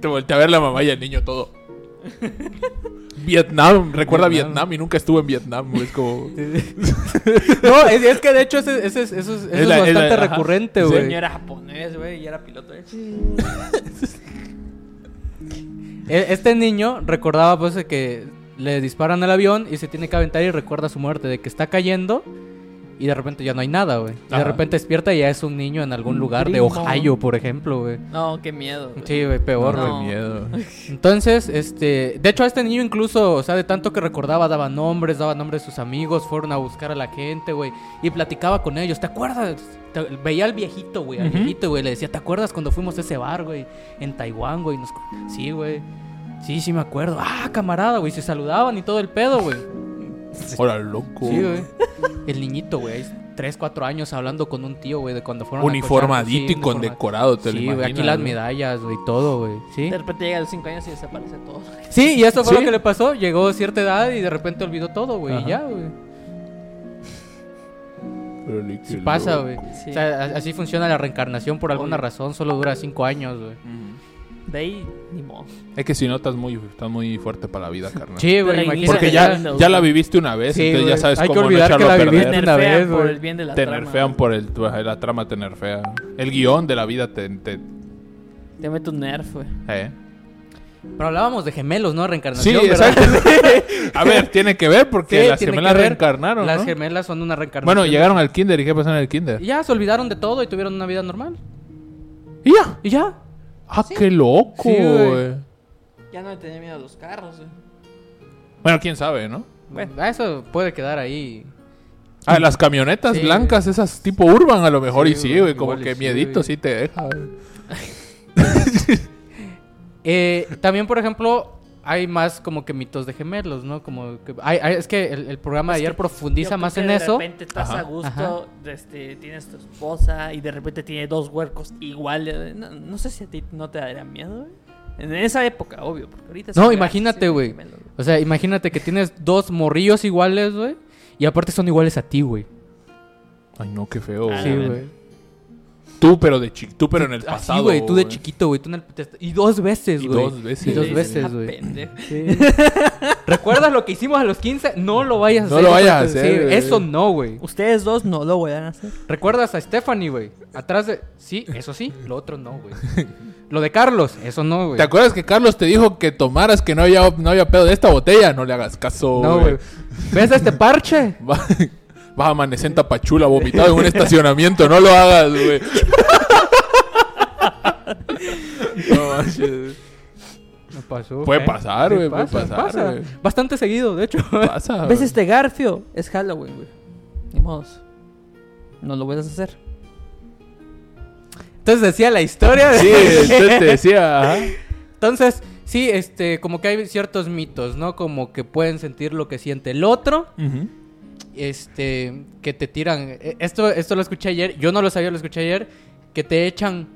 Speaker 1: Te voltea a ver la mamá y el niño todo. Vietnam, recuerda Vietnam. y nunca estuvo en Vietnam. güey, Es como.
Speaker 3: No, es, es que de hecho ese, ese- ese- eso es, eso
Speaker 1: Es
Speaker 3: es
Speaker 1: la- es la-
Speaker 3: bastante
Speaker 1: ajá.
Speaker 3: recurrente,
Speaker 1: Sí.
Speaker 3: güey.
Speaker 2: Yo era japonés, güey, y era piloto. ¿eh?
Speaker 3: E- Este niño recordaba pues de que le disparan al avión y se tiene que aventar y recuerda su muerte, de que está cayendo y de repente ya no hay nada, güey. Y
Speaker 1: Ajá.
Speaker 3: De repente despierta y ya es un niño en algún lugar de
Speaker 2: gringo.
Speaker 3: Ohio, por ejemplo, güey.
Speaker 2: No, qué miedo. güey.
Speaker 3: Sí, güey, peor,
Speaker 1: No,
Speaker 2: No.
Speaker 3: güey.
Speaker 1: qué miedo.
Speaker 3: Entonces, este, de hecho a este niño incluso, o sea, de tanto que recordaba daba nombres, daba nombres de sus amigos, fueron a buscar a la gente, güey, y platicaba con ellos, ¿te acuerdas? Te- veía al viejito, güey, al
Speaker 1: Ujú.
Speaker 3: viejito, güey, le decía, ¿te acuerdas cuando fuimos a ese bar, güey, en Taiwán, güey? Nos- Sí, güey. Sí, sí me acuerdo. Ah, camarada, güey, se saludaban y todo el pedo, güey.
Speaker 1: Ahora, loco.
Speaker 3: Sí, güey. El niñito, güey. ahí 3, 4 años hablando con un tío, güey, de cuando fueron a cochar,
Speaker 1: Uniformadito
Speaker 3: sí,
Speaker 1: y
Speaker 3: uniformado.
Speaker 1: condecorado, te lo
Speaker 3: Sí, güey, aquí
Speaker 1: imaginas,
Speaker 3: las
Speaker 1: güey.
Speaker 3: medallas, güey, todo, güey. Sí.
Speaker 2: De repente llega a los 5 años y desaparece todo.
Speaker 3: Sí, y eso fue
Speaker 1: Sí.
Speaker 3: lo que le pasó. Llegó a cierta edad y de repente olvidó todo, güey.
Speaker 1: Ajá.
Speaker 3: Y ya, güey.
Speaker 1: Pero ni
Speaker 3: Sí
Speaker 1: que
Speaker 3: pasa,
Speaker 1: loco.
Speaker 3: güey.
Speaker 2: Sí.
Speaker 3: O sea, a- así funciona la reencarnación por alguna
Speaker 2: Obvio.
Speaker 3: razón. Solo dura 5 años, güey.
Speaker 2: De ahí, ni modo.
Speaker 1: Es que si no, estás muy, estás muy fuerte para la vida, carnal.
Speaker 3: Sí,
Speaker 2: Pero
Speaker 3: güey, imagínate.
Speaker 2: inicia-
Speaker 1: Porque ya, ya la viviste una vez,
Speaker 3: Sí,
Speaker 1: entonces ya
Speaker 3: güey.
Speaker 1: sabes
Speaker 3: Hay que
Speaker 1: cómo no
Speaker 3: olvidar que
Speaker 1: echarlo a
Speaker 3: la
Speaker 1: perder.
Speaker 3: viviste.
Speaker 2: Te
Speaker 3: una
Speaker 2: nerfean
Speaker 3: vez,
Speaker 2: por
Speaker 3: güey.
Speaker 2: el bien de la
Speaker 1: Te
Speaker 2: trama.
Speaker 1: nerfean por el, tu- la trama, te nerfea. El guión de la vida te... te-
Speaker 2: Te mete un nerf, güey.
Speaker 1: eh.
Speaker 3: Pero hablábamos de gemelos, ¿no?
Speaker 1: Sí,
Speaker 3: Reencarnación. ¿verdad?
Speaker 1: exacto. a ver, tiene que ver porque
Speaker 3: Sí,
Speaker 1: las
Speaker 3: tiene que
Speaker 1: gemelas
Speaker 3: ver.
Speaker 1: reencarnaron,
Speaker 3: Las
Speaker 1: ¿no?
Speaker 3: gemelas son una reencarnación.
Speaker 1: Bueno, llegaron al kinder. ¿Y qué pasó en el kinder?
Speaker 3: Y ya se olvidaron de todo y tuvieron una vida normal.
Speaker 1: Y ya.
Speaker 3: Y ya.
Speaker 1: ¡Ah, qué loco,
Speaker 3: Sí, güey.
Speaker 1: güey.
Speaker 2: Ya no le tenía miedo a los carros, güey.
Speaker 1: Bueno, quién sabe, ¿no?
Speaker 3: Bueno, eso puede quedar ahí.
Speaker 1: Ah, las camionetas
Speaker 3: Sí,
Speaker 1: blancas, esas tipo urban a lo mejor,
Speaker 3: Sí,
Speaker 1: y sí,
Speaker 3: güey,
Speaker 1: güey, como
Speaker 3: igual y
Speaker 1: que
Speaker 3: sí,
Speaker 1: miedito
Speaker 3: güey.
Speaker 1: sí te deja. güey.
Speaker 3: Eh, también, por ejemplo, hay más como que mitos de gemelos, ¿no? Como que- hay- hay- es que el, el programa de
Speaker 2: Es
Speaker 3: ayer
Speaker 2: que
Speaker 3: profundiza
Speaker 2: Yo
Speaker 3: más
Speaker 2: creo
Speaker 3: en
Speaker 2: que
Speaker 3: eso.
Speaker 2: De repente estás
Speaker 1: Ajá.
Speaker 2: a gusto, este, tienes tu esposa y de repente tiene dos huercos iguales. No, no sé si a ti no te daría miedo, güey. En esa época, obvio, porque ahorita...
Speaker 3: No,
Speaker 2: son
Speaker 3: imagínate,
Speaker 2: grandes,
Speaker 3: güey.
Speaker 2: sí, gemelos,
Speaker 3: O sea, imagínate que tienes dos morrillos iguales, güey. Y aparte son iguales a ti, güey.
Speaker 1: Ay, no, qué feo.
Speaker 2: Ah,
Speaker 3: Sí,
Speaker 1: güey.
Speaker 2: la
Speaker 3: güey.
Speaker 1: Tú, pero de chi- tú, pero en el
Speaker 3: Así,
Speaker 1: Pues pasado.
Speaker 3: ah, güey. Tú de chiquito, güey. tú en el- te- Y dos veces,
Speaker 1: Y
Speaker 3: güey.
Speaker 1: dos veces.
Speaker 3: Y
Speaker 1: Sí,
Speaker 3: dos
Speaker 1: sí,
Speaker 3: veces,
Speaker 2: ah,
Speaker 3: güey.
Speaker 2: pendejo.
Speaker 3: ¿Recuerdas lo que hicimos a los 15? No lo vayas a
Speaker 1: No
Speaker 3: hacer.
Speaker 1: lo
Speaker 3: yo
Speaker 1: vayas
Speaker 3: creo
Speaker 1: a
Speaker 3: que
Speaker 1: hacer,
Speaker 3: sí.
Speaker 1: güey.
Speaker 3: Eso no, güey.
Speaker 2: Ustedes dos no lo voy a hacer.
Speaker 3: ¿Recuerdas a Stephanie, güey? Atrás de... Sí, eso sí. Lo otro no, güey. Lo de Carlos, eso no, güey.
Speaker 1: ¿Te acuerdas que Carlos te dijo que tomaras que no había, no había pedo de esta botella? No le hagas caso.
Speaker 3: No, güey. ¿Ves este parche?
Speaker 1: Va- Vas a amanecer en Tapachula vomitado en un estacionamiento. No lo hagas, güey. No manches.
Speaker 3: No pasó.
Speaker 1: Puede pasar, güey, puede pasar,
Speaker 3: Pasa.
Speaker 1: güey.
Speaker 3: Bastante seguido, de hecho.
Speaker 1: Pasa,
Speaker 2: ¿Ves
Speaker 1: güey.
Speaker 2: este Garfio? Es Halloween, güey. Ni modos. No lo vuelvas a hacer.
Speaker 3: Entonces decía la historia. De...
Speaker 1: Sí, entonces te decía. ajá.
Speaker 3: Entonces, sí, este, como que hay ciertos mitos, ¿no? Como que pueden sentir lo que siente el otro.
Speaker 1: Ujú.
Speaker 3: Este, que te tiran. eh, Esto, esto lo escuché ayer. Yo no lo sabía, lo escuché ayer. Que te echan.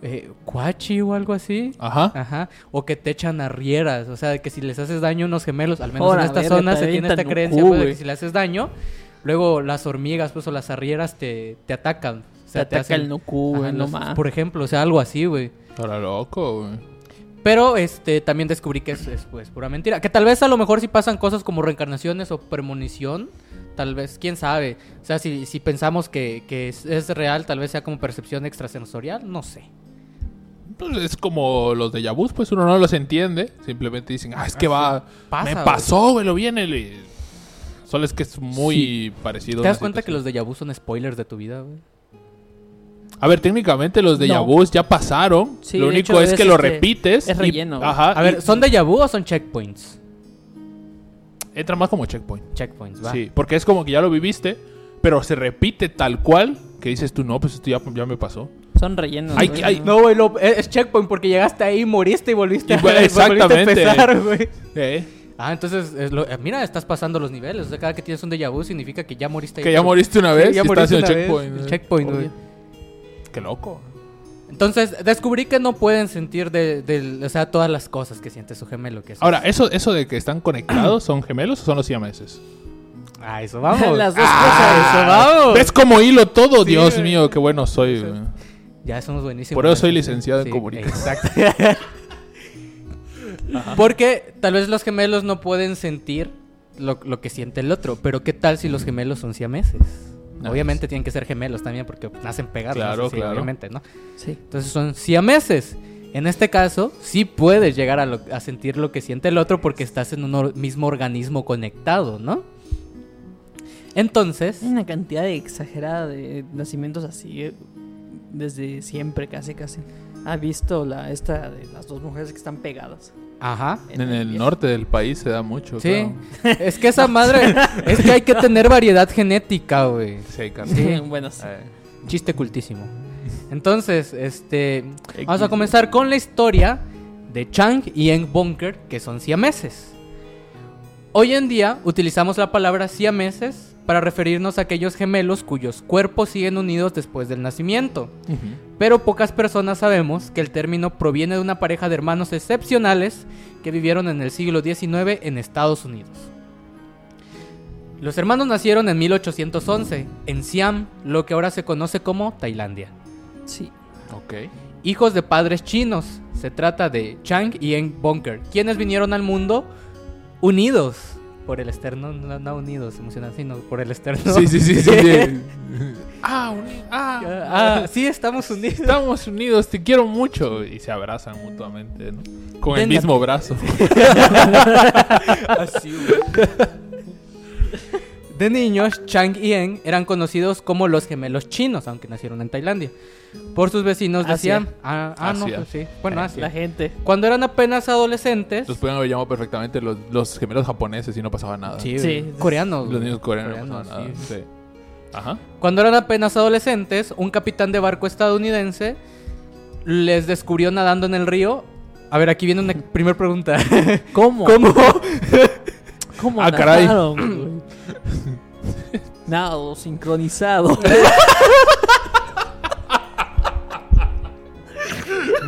Speaker 3: eh, cuachi o algo así.
Speaker 1: Ajá.
Speaker 3: Ajá. O que te echan arrieras. O sea, que si les haces daño a unos gemelos, al menos
Speaker 2: Ahora,
Speaker 3: en esta
Speaker 2: verga,
Speaker 3: zona
Speaker 2: te
Speaker 3: se tiene
Speaker 2: avientan
Speaker 3: esta
Speaker 2: un
Speaker 3: creencia,
Speaker 1: cu,
Speaker 3: pues, de
Speaker 1: güey.
Speaker 3: que si le haces daño, luego las hormigas, pues, o las arrieras te, te atacan. O sea,
Speaker 2: te, ataca
Speaker 3: hacen-
Speaker 2: el nuku,
Speaker 3: Ajá,
Speaker 2: güey, no
Speaker 3: los-
Speaker 2: más.
Speaker 3: Por ejemplo, o sea, algo así, güey.
Speaker 1: Ahora loco, güey.
Speaker 3: Pero este también descubrí que es, es, pues, pura mentira. Que tal vez a lo mejor si pasan cosas como reencarnaciones o premonición, tal vez, quién sabe. O sea, si, si pensamos que, que es, es real, tal vez sea como percepción extrasensorial, no sé.
Speaker 1: Pues es como los de Yabus, pues uno no los entiende. Simplemente dicen, ah, es que va.
Speaker 3: Pasa,
Speaker 1: me
Speaker 3: güey.
Speaker 1: pasó, güey, lo viene. le- Solo es que es muy parecido.
Speaker 3: ¿Te
Speaker 1: a
Speaker 3: das
Speaker 1: una
Speaker 3: cuenta que
Speaker 1: situación.
Speaker 3: los de vu son spoilers de tu vida, güey?
Speaker 1: A ver, técnicamente los de
Speaker 2: No.
Speaker 1: Yabus ya pasaron.
Speaker 2: Sí,
Speaker 1: lo
Speaker 2: de
Speaker 1: único
Speaker 2: hecho,
Speaker 1: es,
Speaker 2: es
Speaker 1: que lo
Speaker 2: este-
Speaker 1: repites.
Speaker 2: es relleno,
Speaker 1: Ah, y-
Speaker 2: güey.
Speaker 1: ajá.
Speaker 3: A ver,
Speaker 1: son...
Speaker 3: ¿son de vu o son checkpoints?
Speaker 1: entra más como checkpoint.
Speaker 3: Checkpoints, va.
Speaker 1: Sí, porque es como que ya lo viviste, pero se repite tal cual que dices tú, no, pues esto ya, ya me pasó.
Speaker 2: Son rellenos.
Speaker 1: Ay,
Speaker 2: güey,
Speaker 1: ay,
Speaker 2: ¿no?
Speaker 3: No, güey, lo- es es checkpoint porque llegaste ahí, moriste y volviste, a-
Speaker 1: Y, güey,
Speaker 3: volviste
Speaker 1: exactamente.
Speaker 3: a empezar, güey.
Speaker 1: Eh,
Speaker 3: Ah, entonces, es lo- eh, mira, estás pasando los niveles. O sea, cada que tienes un déjà vu significa que ya moriste. ahí.
Speaker 1: que ya moriste una
Speaker 3: Sí,
Speaker 1: vez
Speaker 3: ya
Speaker 1: y
Speaker 3: moriste
Speaker 1: estás en el
Speaker 3: una vez,
Speaker 1: checkpoint.
Speaker 3: el
Speaker 1: eh.
Speaker 3: checkpoint, güey.
Speaker 1: Obvio. Qué loco.
Speaker 3: Entonces, descubrí que no pueden sentir de, del- o sea, todas las cosas que siente su gemelo. Que eso
Speaker 1: Ahora, eso, eso de que están conectados, ¿son gemelos o son los siameses?
Speaker 3: es- Ah, eso vamos.
Speaker 2: Las dos
Speaker 3: Ah, eso vamos.
Speaker 1: ¿Ves cómo hilo todo?
Speaker 3: Sí,
Speaker 1: Dios
Speaker 3: güey.
Speaker 1: mío, qué bueno soy. güey.
Speaker 3: Ya somos buenísimos.
Speaker 1: Por eso
Speaker 3: en
Speaker 1: soy
Speaker 3: eso.
Speaker 1: licenciado en comunicación.
Speaker 3: Exacto. Porque tal vez los gemelos no pueden sentir lo, lo que siente el otro. Pero ¿qué tal si los gemelos son siameses?
Speaker 1: Nice.
Speaker 3: Obviamente tienen que ser gemelos también porque nacen pegados.
Speaker 1: Claro,
Speaker 3: sí,
Speaker 1: claro.
Speaker 3: Obviamente, ¿no?
Speaker 2: Sí.
Speaker 3: Entonces son siameses. En este caso, sí puedes llegar a, lo- a sentir lo que siente el otro porque estás en un or- mismo organismo conectado, ¿no? Entonces,
Speaker 2: Hay una cantidad de exagerada de nacimientos así eh, desde siempre, casi, casi. ¿Ha visto la esta de las dos mujeres que están pegadas?
Speaker 3: ajá.
Speaker 1: En el norte del país se da mucho.
Speaker 3: Sí,
Speaker 1: claro.
Speaker 3: es que esa madre, es que hay que tener variedad genética, güey.
Speaker 1: Sí, carnal.
Speaker 3: Sí.
Speaker 2: bueno, sí.
Speaker 1: Eh,
Speaker 3: Chiste cultísimo. Entonces, este, vamos a
Speaker 2: X.
Speaker 3: comenzar con la historia de Chang y Eng Bunker, que son siameses. Hoy en día utilizamos la palabra siameses para referirnos a aquellos gemelos cuyos cuerpos siguen unidos después del nacimiento. Pero pocas personas sabemos que el término proviene de una pareja de hermanos excepcionales que vivieron en el siglo XIX en Estados Unidos. Los hermanos nacieron en 1811 en Siam, lo que ahora se conoce como Tailandia.
Speaker 2: Sí.
Speaker 1: Ok.
Speaker 3: Hijos de padres chinos, se trata de Chang y Eng Bunker, quienes vinieron al mundo unidos por el externo, no, no unidos, emocionantes, sino por el externo.
Speaker 1: Sí, sí, sí, sí. sí. ah, uni- ah,
Speaker 3: Ah, sí, estamos unidos.
Speaker 1: Estamos unidos, te quiero mucho. Y se abrazan mutuamente, ¿no? Con el
Speaker 3: Venga.
Speaker 1: mismo brazo.
Speaker 3: De niños, Chang y Eng eran conocidos como los gemelos chinos, aunque nacieron en Tailandia. Por sus vecinos de
Speaker 2: Asia.
Speaker 3: Siam. Ah, ah, no,
Speaker 1: Asia. Eh,
Speaker 3: pues sí. Bueno,
Speaker 2: La
Speaker 3: Asia.
Speaker 2: gente.
Speaker 3: Cuando eran apenas adolescentes.
Speaker 1: Los podían haber llamado perfectamente los, los gemelos japoneses y no pasaba nada.
Speaker 3: Sí,
Speaker 2: Sí.
Speaker 3: coreanos.
Speaker 1: Los niños coreanos, no pasaba
Speaker 3: coreanos,
Speaker 1: nada.
Speaker 3: sí.
Speaker 1: Sí. Ajá.
Speaker 3: Cuando eran apenas adolescentes, un capitán de barco estadounidense les descubrió nadando en el río. A ver, aquí viene una primera pregunta.
Speaker 2: ¿Cómo?
Speaker 3: ¿Cómo?
Speaker 2: ¿Cómo
Speaker 1: Ah, caray.
Speaker 2: nadaron, güey? Nado sincronizado.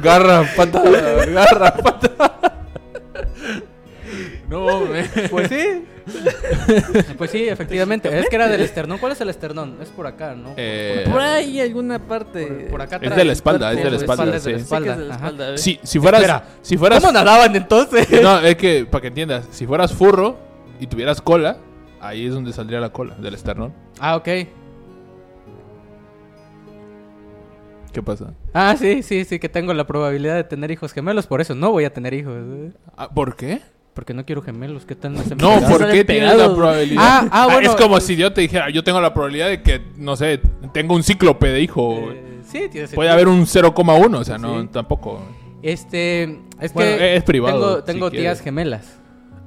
Speaker 1: Garra, patada, garra, patada. No, me...
Speaker 3: Pues sí. pues sí, efectivamente. Es que era del esternón. ¿Cuál es el esternón? Es por acá, ¿no?
Speaker 1: Eh,
Speaker 2: Por ahí alguna parte.
Speaker 3: Por, por acá
Speaker 1: Es de
Speaker 3: atrás.
Speaker 1: la espalda, es de la espalda,
Speaker 3: es de la
Speaker 1: sí.
Speaker 2: Sé que
Speaker 3: espalda,
Speaker 2: es de la
Speaker 3: ajá.
Speaker 2: espalda, ¿eh?
Speaker 1: si, si fueras...
Speaker 3: Espera.
Speaker 1: Si fueras...
Speaker 3: ¿Cómo nadaban entonces?
Speaker 1: No, es que, para que entiendas, si fueras furro y tuvieras cola, ahí es donde saldría la cola, del esternón.
Speaker 3: Ah, ok.
Speaker 1: ¿Qué pasa?
Speaker 3: Ah, sí, sí, sí, que tengo la probabilidad de tener hijos gemelos. Por eso no voy a tener hijos. ¿eh?
Speaker 1: Ah, ¿Por qué?
Speaker 3: Porque no quiero gemelos. ¿Qué tal? me Eh, hacen
Speaker 1: No,
Speaker 3: pegar?
Speaker 1: ¿por
Speaker 2: salen
Speaker 1: qué tienes la
Speaker 2: pegados.
Speaker 1: probabilidad?
Speaker 3: Ah, ah, bueno.
Speaker 1: es como si yo te dijera, yo tengo la probabilidad de que, no sé, tengo un cíclope de hijo.
Speaker 3: Eh, sí, tiene
Speaker 1: Puede
Speaker 3: sentido.
Speaker 1: haber un 0,1, o sea, no,
Speaker 3: Sí.
Speaker 1: tampoco.
Speaker 3: Este, es que
Speaker 1: Bueno, es privado,
Speaker 3: Tengo, tengo
Speaker 1: si
Speaker 3: tías
Speaker 1: quieres.
Speaker 3: gemelas.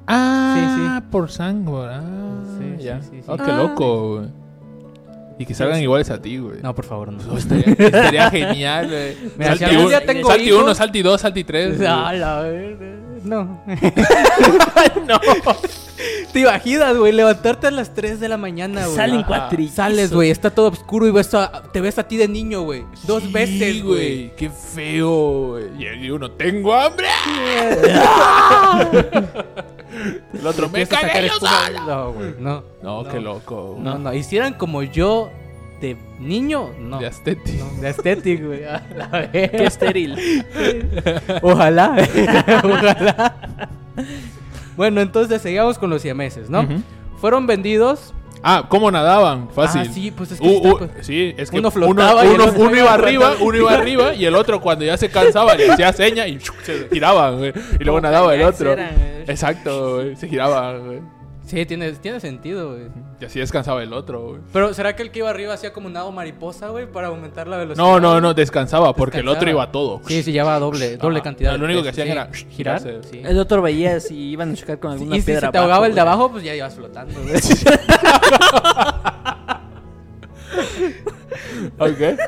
Speaker 1: Ah, por sangre.
Speaker 3: Sí, sí,
Speaker 1: ya.
Speaker 3: sí, sí.
Speaker 1: Ah, qué
Speaker 2: Ah.
Speaker 1: loco, güey. Y que salgan iguales a ti, güey.
Speaker 3: No, por favor, no.
Speaker 1: No, estaría, estaría genial, güey.
Speaker 3: Mira, si
Speaker 1: Salti
Speaker 3: algún
Speaker 1: uno,
Speaker 3: día tengo
Speaker 1: salti
Speaker 3: hijos-
Speaker 1: uno, salti dos, salti tres.
Speaker 3: Ah,
Speaker 1: güey.
Speaker 3: la verga. No. no. Te imaginas, güey, levantarte a las 3 de la mañana, güey.
Speaker 2: Salen
Speaker 1: Ajá.
Speaker 2: cuatrillas.
Speaker 3: Sales, güey, está todo oscuro y ves a- te ves a ti de niño, güey. Dos
Speaker 1: Sí,
Speaker 3: veces, güey.
Speaker 1: Qué feo, güey. Y- Y uno, tengo hambre. El otro, me
Speaker 3: Empieza a
Speaker 1: cagué
Speaker 3: sacar
Speaker 1: yo
Speaker 3: espuma.
Speaker 1: solo.
Speaker 3: No, güey, no.
Speaker 1: No,
Speaker 3: No.
Speaker 1: qué loco. güey.
Speaker 3: No, no. Hicieran como yo de niño, no.
Speaker 1: De Astete.
Speaker 3: No, de estético, güey. A la verga.
Speaker 2: Qué estéril.
Speaker 3: Ojalá, ojalá. Bueno, entonces seguíamos con los siameses, ¿no?
Speaker 1: Ujú.
Speaker 3: Fueron vendidos.
Speaker 1: Ah, ¿cómo nadaban? Fácil.
Speaker 3: Ah, sí, pues es que
Speaker 1: Uh, uh,
Speaker 3: está-
Speaker 1: sí, es que
Speaker 3: uno flotaba y
Speaker 1: uno,
Speaker 3: el otro-
Speaker 1: uno iba arriba, uno iba arriba y el otro cuando ya se cansaba le hacía seña y se tiraba, güey. Y luego
Speaker 2: Como
Speaker 1: nadaba el
Speaker 2: Kayaks
Speaker 1: otro.
Speaker 2: eran, güey.
Speaker 1: Exacto, güey, se giraba, güey.
Speaker 3: Sí, tiene, tiene sentido, güey.
Speaker 1: Y así descansaba el otro, güey.
Speaker 3: Pero ¿será que el que iba arriba hacía como un nado mariposa, güey, para aumentar la velocidad?
Speaker 1: No, no, no, descansaba porque el
Speaker 3: Pues Descansaba.
Speaker 1: otro iba a todo.
Speaker 3: Sí, sí, ya va a doble, doble
Speaker 1: Ah,
Speaker 3: cantidad.
Speaker 1: lo único
Speaker 3: de
Speaker 1: que
Speaker 3: peso,
Speaker 1: hacían
Speaker 3: sí.
Speaker 1: era
Speaker 3: girar.
Speaker 1: girarse.
Speaker 3: sí.
Speaker 2: El otro veía si iban a chocar con alguna
Speaker 3: Y si
Speaker 2: piedra.
Speaker 3: se te ahogaba el de
Speaker 2: güey.
Speaker 3: abajo, pues ya ibas flotando, güey.
Speaker 1: Ok.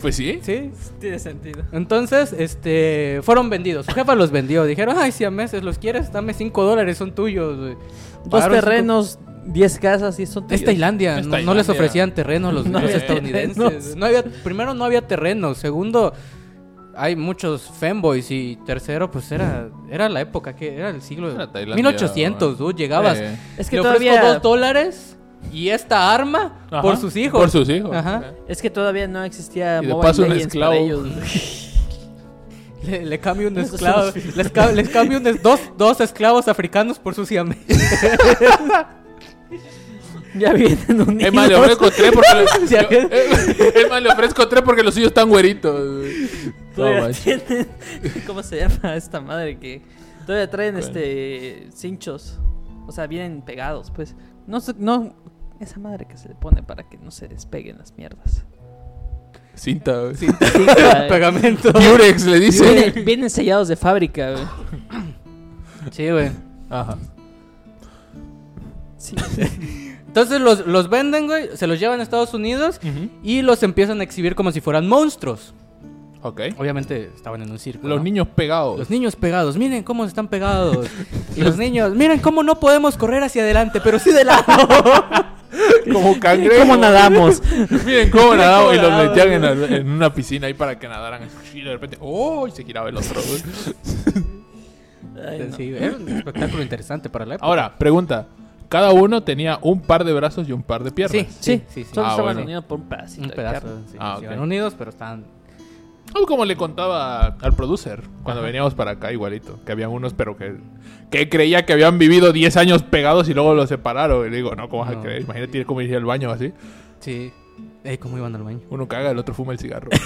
Speaker 1: Pues sí.
Speaker 3: sí.
Speaker 2: Tiene sentido.
Speaker 3: Entonces, este, fueron vendidos. Su jefa los vendió. Dijeron, ay, si a meses los quieres, dame 5 dólares, son tuyos, güey.
Speaker 2: Dos
Speaker 3: Pagaron cinco-
Speaker 2: terrenos, diez casas y son tuyos.
Speaker 3: Es Tailandia,
Speaker 1: Es
Speaker 3: no, no
Speaker 1: Tailandia. eh,
Speaker 3: les ofrecían terreno a los,
Speaker 2: No
Speaker 3: los
Speaker 2: había
Speaker 3: estadounidenses.
Speaker 2: terrenos.
Speaker 3: No había, primero no había terreno, segundo hay muchos fanboys y tercero pues era era la época que era el siglo
Speaker 1: Era Tailandia,
Speaker 3: 1800, dude, llegabas.
Speaker 1: Eh,
Speaker 2: Es que
Speaker 3: le ofrezco
Speaker 2: todavía.
Speaker 3: dos dólares y esta arma
Speaker 1: ajá,
Speaker 3: por sus hijos.
Speaker 1: Por sus hijos.
Speaker 3: Ajá.
Speaker 2: Es que todavía no existía
Speaker 1: Y de
Speaker 2: Mobile
Speaker 1: paso un
Speaker 2: Legends
Speaker 1: esclavo.
Speaker 2: para ellos.
Speaker 3: Le, le cambio un
Speaker 2: Esos
Speaker 3: esclavo,
Speaker 2: son los-
Speaker 3: les, ca- les cambio un es- dos, dos esclavos africanos por sus siameses.
Speaker 2: ya vienen unidos.
Speaker 1: Es más, le ofrezco tres porque los,
Speaker 3: Sí,
Speaker 1: yo- eh,
Speaker 3: aquel-
Speaker 1: es más, le ofrezco tres porque los suyos están güeritos.
Speaker 2: Todavía
Speaker 1: No, macho.
Speaker 2: tienen- ¿Cómo se llama esta madre que todavía traen
Speaker 1: ¿Cuál?
Speaker 2: este cinchos? O sea, vienen pegados, pues. No sé, no esa madre que se le pone para que no se despeguen las mierdas.
Speaker 1: Cinta, güey.
Speaker 3: Pegamento.
Speaker 1: Durex le dice.
Speaker 2: Vienen, vienen sellados de fábrica, güey.
Speaker 3: Sí, güey.
Speaker 1: Ajá.
Speaker 2: Sí.
Speaker 3: Entonces los, los venden, güey, se los llevan a Estados Unidos y los empiezan a exhibir como si fueran monstruos.
Speaker 1: Ok.
Speaker 3: Obviamente estaban en un circo.
Speaker 1: Los
Speaker 3: ¿no?
Speaker 1: niños pegados.
Speaker 3: Los niños pegados, miren cómo están pegados. Y los niños, miren cómo no podemos correr hacia adelante, pero sí de lado.
Speaker 1: como cangrejos.
Speaker 2: ¿Cómo nadamos?
Speaker 1: Miren cómo nadamos. Y los
Speaker 3: nadamos.
Speaker 1: metían en, la- en una piscina ahí para que nadaran. Y de repente, ¡oh! Y se giraba el otro.
Speaker 2: Ay, no.
Speaker 3: Sí, era un espectáculo interesante para la época.
Speaker 1: Ahora, pregunta. Cada uno tenía un par de brazos y un par de piernas.
Speaker 3: Sí,
Speaker 2: Sí,
Speaker 3: sí, sí.
Speaker 2: Solo
Speaker 1: Ah,
Speaker 2: estaban
Speaker 1: bueno.
Speaker 2: unidos por un pedacito.
Speaker 3: un
Speaker 2: de
Speaker 3: pedazo.
Speaker 2: carne.
Speaker 3: sí,
Speaker 1: Ah, ok.
Speaker 3: estaban unidos, pero estaban.
Speaker 1: O como le contaba al producer cuando veníamos para acá, igualito. Que había unos, pero que, que creía que habían vivido 10 años pegados y luego los separaron. Y le digo, no, ¿cómo vas a
Speaker 3: No.
Speaker 1: creer? Imagínate ir como ir al baño así.
Speaker 3: Sí. Ey, ¿Cómo iban al baño?
Speaker 1: Uno caga, el otro fuma el cigarro.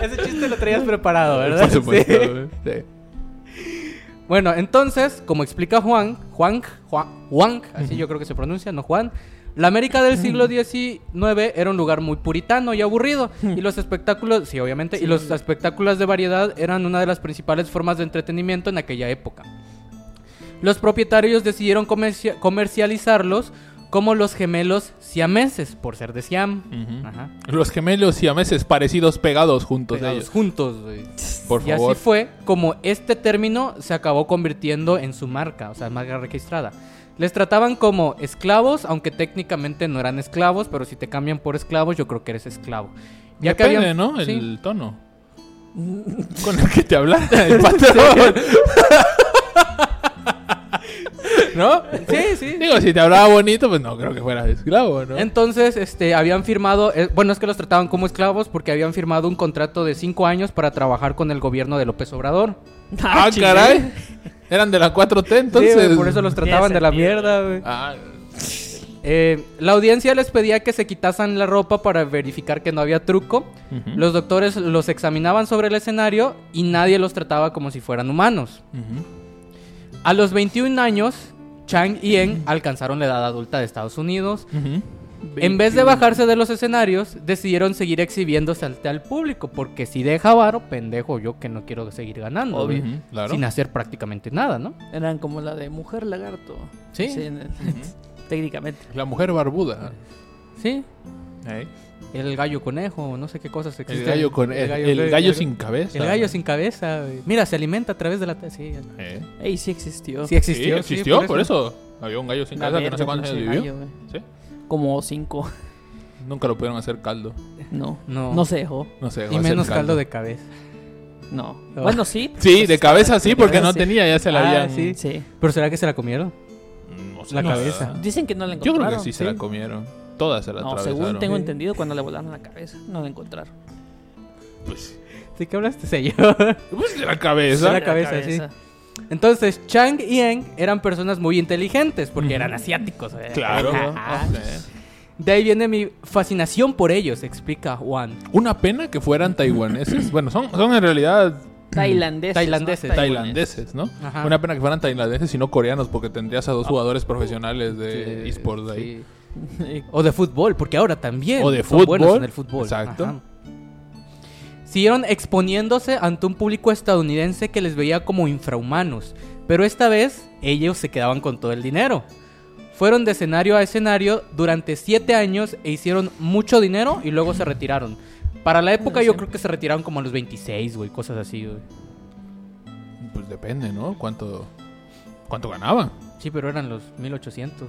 Speaker 3: Ese chiste lo traías preparado,
Speaker 1: Por supuesto. Sí.
Speaker 3: Bueno, entonces, como explica Juan, Juan, Juan, Juan, así yo creo que se pronuncia, no Juan, la América del siglo XIX era un lugar muy puritano y aburrido, y los espectáculos, sí, obviamente, y los espectáculos de variedad eran una de las principales formas de entretenimiento en aquella época. Los propietarios decidieron comercia- comercializarlos como los gemelos siameses, por ser de Siam.
Speaker 1: Ujú.
Speaker 3: Ajá.
Speaker 1: Los gemelos y a meses parecidos pegados juntos de
Speaker 3: Pegados
Speaker 1: ellos.
Speaker 3: juntos, güey.
Speaker 1: Por
Speaker 3: y
Speaker 1: favor.
Speaker 3: así fue como este término se acabó convirtiendo en su marca, o sea, marca registrada. Les trataban como esclavos, aunque técnicamente no eran esclavos, pero si te cambian por esclavos, yo creo que eres esclavo.
Speaker 1: Depende,
Speaker 3: habían-
Speaker 1: ¿no?
Speaker 3: Sí.
Speaker 1: El tono. Con el que te hablara el patrón. ¿No?
Speaker 3: Sí, sí.
Speaker 1: Digo, si te hablaba bonito, pues no creo que fueras esclavo, ¿no?
Speaker 3: Entonces, este, habían firmado, eh, bueno, es que los trataban como esclavos porque habían firmado un contrato de cinco años para trabajar con el gobierno de López Obrador.
Speaker 1: ah,
Speaker 2: chinga.
Speaker 1: caray. Eran de la 4T, entonces.
Speaker 3: Sí, güey, por eso los
Speaker 2: Tiene
Speaker 3: trataban de la
Speaker 2: sentido.
Speaker 3: mierda, güey.
Speaker 1: Ah,
Speaker 3: Eh, la audiencia les pedía que se quitasen la ropa para verificar que no había truco.
Speaker 1: Ujú.
Speaker 3: Los doctores los examinaban sobre el escenario y nadie los trataba como si fueran humanos.
Speaker 1: ujú.
Speaker 3: A los 21 años, Chang y En alcanzaron la edad adulta de Estados Unidos.
Speaker 1: Ujú.
Speaker 3: En vez de bajarse de los escenarios, decidieron seguir exhibiéndose ante al público, porque si deja varo, pendejo, yo que no quiero seguir ganando,
Speaker 2: Obvio.
Speaker 3: güey,
Speaker 1: Ujú, claro.
Speaker 3: sin hacer prácticamente nada, ¿no?
Speaker 2: Eran como la de mujer lagarto.
Speaker 3: Sí.
Speaker 2: en el- Técnicamente.
Speaker 1: La mujer barbuda.
Speaker 3: Sí,
Speaker 1: Ahí.
Speaker 3: el gallo conejo, no sé qué cosas
Speaker 1: El
Speaker 3: existen.
Speaker 1: gallo con. El,
Speaker 3: gallo-
Speaker 1: el
Speaker 3: el
Speaker 1: gallo
Speaker 3: gallo-
Speaker 1: sin cabeza.
Speaker 3: El gallo sin cabeza, güey. Mira, se alimenta a través de la... ta- Sí,
Speaker 1: Eh.
Speaker 2: Ey, sí existió.
Speaker 3: sí
Speaker 1: Sí,
Speaker 3: existió. sí,
Speaker 1: existió, por, eso. Había un gallo sin
Speaker 2: Una
Speaker 1: cabeza que no sé
Speaker 2: verga,
Speaker 1: cuántos años
Speaker 2: pinche
Speaker 1: vivió.
Speaker 2: gallo, güey.
Speaker 1: Sí.
Speaker 2: Como cinco.
Speaker 1: Nunca lo pudieron hacer caldo.
Speaker 2: No.
Speaker 3: No.
Speaker 2: No, se dejó.
Speaker 1: No sé.
Speaker 3: Y
Speaker 1: hacer
Speaker 3: menos caldo de cabeza.
Speaker 2: No.
Speaker 3: No.
Speaker 2: Bueno, sí.
Speaker 1: Sí, de cabeza sí,
Speaker 3: de
Speaker 1: porque
Speaker 3: cabeza
Speaker 1: no
Speaker 3: sí.
Speaker 1: tenía, ya se la
Speaker 3: Ah,
Speaker 1: habían.
Speaker 3: sí.
Speaker 2: Sí.
Speaker 3: ¿Pero será que se la comieron?
Speaker 1: No sé,
Speaker 3: La
Speaker 1: no sé.
Speaker 3: cabeza.
Speaker 2: Dicen que no la
Speaker 1: Yo
Speaker 2: encontraron.
Speaker 1: creo que sí, se la comieron. Todas se la
Speaker 2: No,
Speaker 1: atravesaron.
Speaker 2: según tengo
Speaker 3: Sí.
Speaker 2: entendido, cuando le volaron la cabeza, no la encontraron.
Speaker 1: Pues,
Speaker 3: ¿De qué hablaste, señor?
Speaker 1: pues, de la cabeza.
Speaker 3: De la cabeza, Entonces, Chang y Eng eran personas muy inteligentes porque eran asiáticos. güey.
Speaker 1: Claro.
Speaker 3: Ajá.
Speaker 1: Sí.
Speaker 3: De ahí viene mi fascinación por ellos, explica Juan.
Speaker 1: Una pena que fueran taiwaneses. bueno, son, son en realidad
Speaker 2: Tailandeses.
Speaker 3: Tailandeses.
Speaker 2: ¿no?
Speaker 1: tailandeses, ¿no?
Speaker 3: Ajá. Ah.
Speaker 1: Una pena que fueran tailandeses y no coreanos, porque tendrías a dos jugadores profesionales de
Speaker 3: Sí,
Speaker 1: esports ahí.
Speaker 3: sí. O de fútbol, porque ahora también
Speaker 1: O de
Speaker 3: son buenos
Speaker 1: fútbol,
Speaker 3: en el fútbol.
Speaker 1: exacto.
Speaker 3: Siguieron exponiéndose ante un público estadounidense que les veía como infrahumanos, pero esta vez ellos se quedaban con todo el dinero. Fueron de escenario a escenario durante siete años e hicieron mucho dinero y luego se retiraron. Para la época yo creo que se retiraron como a los 26, güey, cosas así, güey.
Speaker 1: Pues depende, ¿no? ¿Cuánto, cuánto ganaban?
Speaker 3: Sí, pero eran los 1800.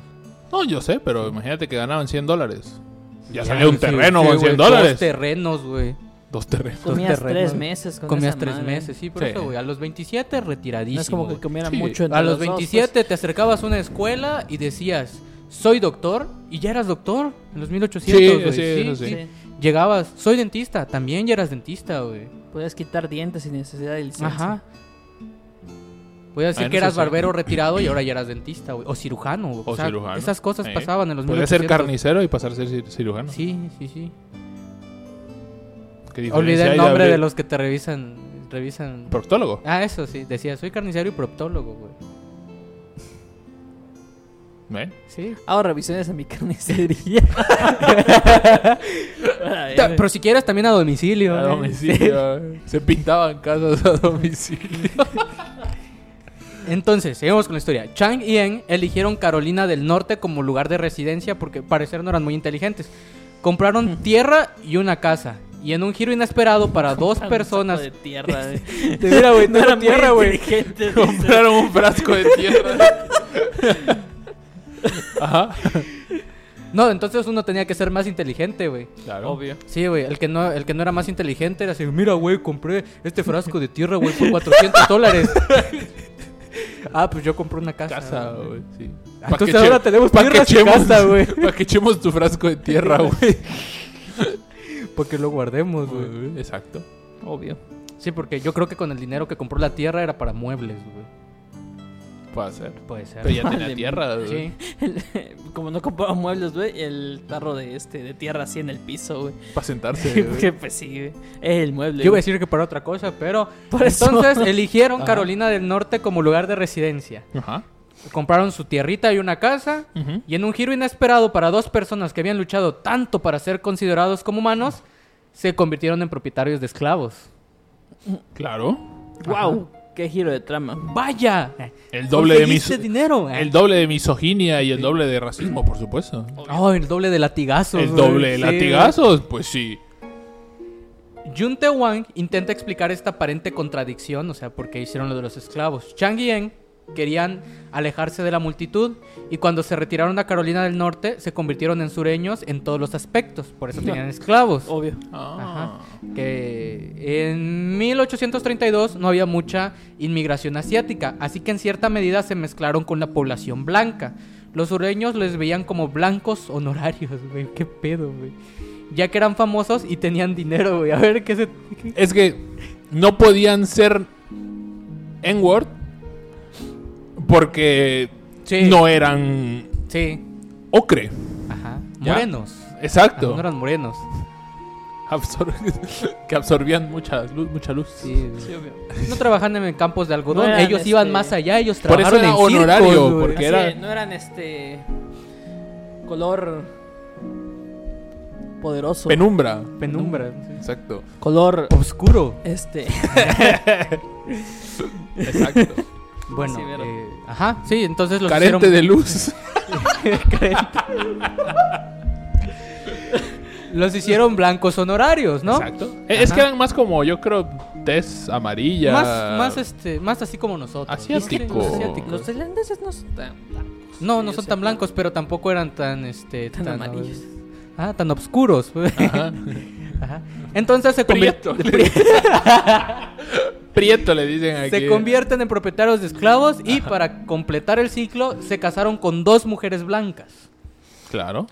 Speaker 1: No, yo sé, pero imagínate que ganaban 100 dólares. Ya
Speaker 3: Ya,
Speaker 1: salía un
Speaker 3: sí,
Speaker 1: terreno
Speaker 3: sí,
Speaker 1: con
Speaker 3: güey,
Speaker 1: 100
Speaker 3: dos
Speaker 1: dólares.
Speaker 3: terrenos, güey.
Speaker 1: Dos terrenos.
Speaker 2: Comías
Speaker 3: terrenos.
Speaker 2: tres meses. Con
Speaker 3: Comías
Speaker 2: esa
Speaker 3: tres
Speaker 2: madre.
Speaker 3: meses, sí, por
Speaker 1: Sí.
Speaker 3: eso, güey. A los 27, retiradísimo.
Speaker 2: No es como que
Speaker 3: güey.
Speaker 2: comieran
Speaker 1: Sí.
Speaker 2: mucho. entre
Speaker 3: A los
Speaker 2: dos, pues.
Speaker 3: 27 te acercabas a una escuela y decías, soy doctor, y ya eras doctor en los 1800,
Speaker 1: Sí,
Speaker 3: güey.
Speaker 1: sí, eso sí.
Speaker 2: Sí.
Speaker 3: Llegabas, soy dentista, también ya eras dentista, güey.
Speaker 2: Podías quitar dientes sin necesidad de licencia.
Speaker 3: Ajá. Voy a decir
Speaker 1: Ah, en
Speaker 3: que
Speaker 1: eso
Speaker 3: eras
Speaker 1: sí.
Speaker 3: barbero retirado y ahora ya eras dentista, güey. O cirujano, güey.
Speaker 1: O cirujano.
Speaker 3: Esas cosas
Speaker 1: Sí.
Speaker 3: pasaban en los
Speaker 1: Podría ser
Speaker 3: 1800.
Speaker 1: carnicero y pasar a ser cir- cirujano.
Speaker 3: Sí, sí, sí.
Speaker 1: ¿Qué diferencia
Speaker 3: Olvidé
Speaker 1: hay
Speaker 3: el nombre
Speaker 1: abrir-
Speaker 3: de los que te revisan. revisan...
Speaker 1: Proctólogo.
Speaker 3: Ah, eso sí. Decía, soy carnicero y proctólogo, güey.
Speaker 1: ¿Eh?
Speaker 3: Sí.
Speaker 2: Hago revisiones en mi carnicería. Eh,
Speaker 3: Ta- Pero si quieres también a domicilio. eh.
Speaker 1: A eh.
Speaker 3: güey.
Speaker 1: domicilio. Se pintaban casas a domicilio.
Speaker 3: Entonces, seguimos con la historia. Chang y Eng eligieron Carolina del Norte como lugar de residencia porque al parecer no eran muy inteligentes. Compraron tierra y una casa. Y en un giro inesperado para dos
Speaker 2: Tan
Speaker 3: personas...
Speaker 2: saco de tierra, güey.
Speaker 3: Te mira, güey, tengo
Speaker 2: eran muy
Speaker 3: tierra, güey.
Speaker 2: inteligentes, dice.
Speaker 1: Compraron un frasco de tierra. Ajá.
Speaker 3: No, entonces uno tenía que ser más inteligente, güey.
Speaker 1: Claro.
Speaker 2: Obvio.
Speaker 3: Sí, güey, el que, no, el que no era más inteligente era así, mira, güey, compré este frasco de tierra, güey, por 400 dólares. ah, pues yo compré una casa.
Speaker 1: Casa,
Speaker 3: güey.
Speaker 1: güey. Sí.
Speaker 3: Ah, entonces ahora tenemos tierras y casa, güey.
Speaker 1: Para que echemos tu frasco de tierra, güey.
Speaker 3: Porque lo guardemos, güey.
Speaker 1: Güey, Exacto.
Speaker 2: Obvio.
Speaker 3: Sí, porque yo creo que con el dinero que compró la tierra era para muebles, güey.
Speaker 1: Puede ser.
Speaker 3: Puede ser.
Speaker 1: Pero ya
Speaker 2: Vale,
Speaker 1: tenía tierra, güey.
Speaker 3: Sí.
Speaker 2: Como no compraba muebles, güey, el tarro de este de tierra así en el piso, güey.
Speaker 1: Para sentarse. güey.
Speaker 2: Porque pues sí, güey. Es el mueble.
Speaker 3: Yo iba a
Speaker 2: güey.
Speaker 3: decir que para otra cosa, pero...
Speaker 2: Por eso.
Speaker 3: Entonces eligieron
Speaker 1: Ajá.
Speaker 3: Carolina del Norte como lugar de residencia.
Speaker 1: Ajá.
Speaker 3: Compraron su tierrita y una casa.
Speaker 1: Ujú.
Speaker 3: Y en un giro inesperado para dos personas que habían luchado tanto para ser considerados como humanos, se convirtieron en propietarios de esclavos.
Speaker 1: Claro.
Speaker 2: ¡Wow! ¡Qué giro de trama!
Speaker 3: ¡Vaya!
Speaker 1: El doble de mis...
Speaker 3: Conseguiste dinero! eh.
Speaker 1: El doble de misoginia y el doble de racismo, por supuesto.
Speaker 3: Oh, el doble de latigazos.
Speaker 1: El
Speaker 3: güey.
Speaker 1: doble de
Speaker 3: Sí,
Speaker 1: latigazos, pues sí.
Speaker 3: güey. Yun Te Wang intenta explicar esta aparente contradicción, o sea, por qué hicieron lo de los esclavos. Chang y Eng querían alejarse de la multitud y cuando se retiraron a Carolina del Norte se convirtieron en sureños en todos los aspectos, por eso tenían esclavos.
Speaker 2: Obvio.
Speaker 1: Ah.
Speaker 3: Ajá. Que en 1832 no había mucha inmigración asiática, así que en cierta medida se mezclaron con la población blanca. Los sureños les veían como blancos honorarios, güey. Qué pedo, güey. Ya que eran famosos y tenían dinero, güey. A ver qué se.
Speaker 1: Es que no podían ser N-word porque
Speaker 3: Sí.
Speaker 1: no eran
Speaker 3: Sí.
Speaker 1: ocre.
Speaker 3: Ajá.
Speaker 1: ¿Ya?
Speaker 3: Morenos. Ah,
Speaker 1: Exacto.
Speaker 3: no eran morenos.
Speaker 1: Absor- que absorbían mucha luz. Mucha luz.
Speaker 3: Sí,
Speaker 2: Sí, obvio.
Speaker 3: No trabajaban en campos de algodón.
Speaker 2: No eran,
Speaker 3: Ellos iban
Speaker 2: este,
Speaker 3: más allá. Ellos
Speaker 1: Por eso
Speaker 3: trabajaron
Speaker 1: era
Speaker 3: en circos,
Speaker 1: honorario,
Speaker 3: güey.
Speaker 1: porque-
Speaker 2: Así,
Speaker 1: era-
Speaker 2: No eran este. Color. Poderoso.
Speaker 1: Penumbra.
Speaker 3: Penumbra. sí.
Speaker 1: Exacto.
Speaker 2: color.
Speaker 3: Oscuro.
Speaker 2: Este.
Speaker 1: Exacto.
Speaker 3: Bueno,
Speaker 2: Sí, pero-
Speaker 3: eh, ajá, sí, entonces los
Speaker 1: Carente
Speaker 3: hicieron,
Speaker 1: de luz.
Speaker 3: los hicieron blancos honorarios, ¿no?
Speaker 1: Exacto. Eh, Es
Speaker 3: Ajá.
Speaker 1: que eran más como, yo creo, tez amarilla.
Speaker 3: Más, más, este, más así como nosotros.
Speaker 1: Asiático.
Speaker 2: Oh.
Speaker 3: Sí, los asiáticos.
Speaker 2: Los tailandeses no son tan blancos.
Speaker 3: No,
Speaker 2: Sí,
Speaker 3: no
Speaker 2: o
Speaker 3: son
Speaker 2: sea,
Speaker 3: tan blancos, pero tampoco eran tan, este,
Speaker 2: Tan amarillos.
Speaker 3: Ah, tan oscuros.
Speaker 1: Ajá.
Speaker 3: Ajá. Entonces se, convier-
Speaker 1: Prieto. le dicen. Prieto le dicen aquí.
Speaker 3: se convierten en propietarios de esclavos y para completar el ciclo se casaron con dos mujeres blancas.
Speaker 1: Claro.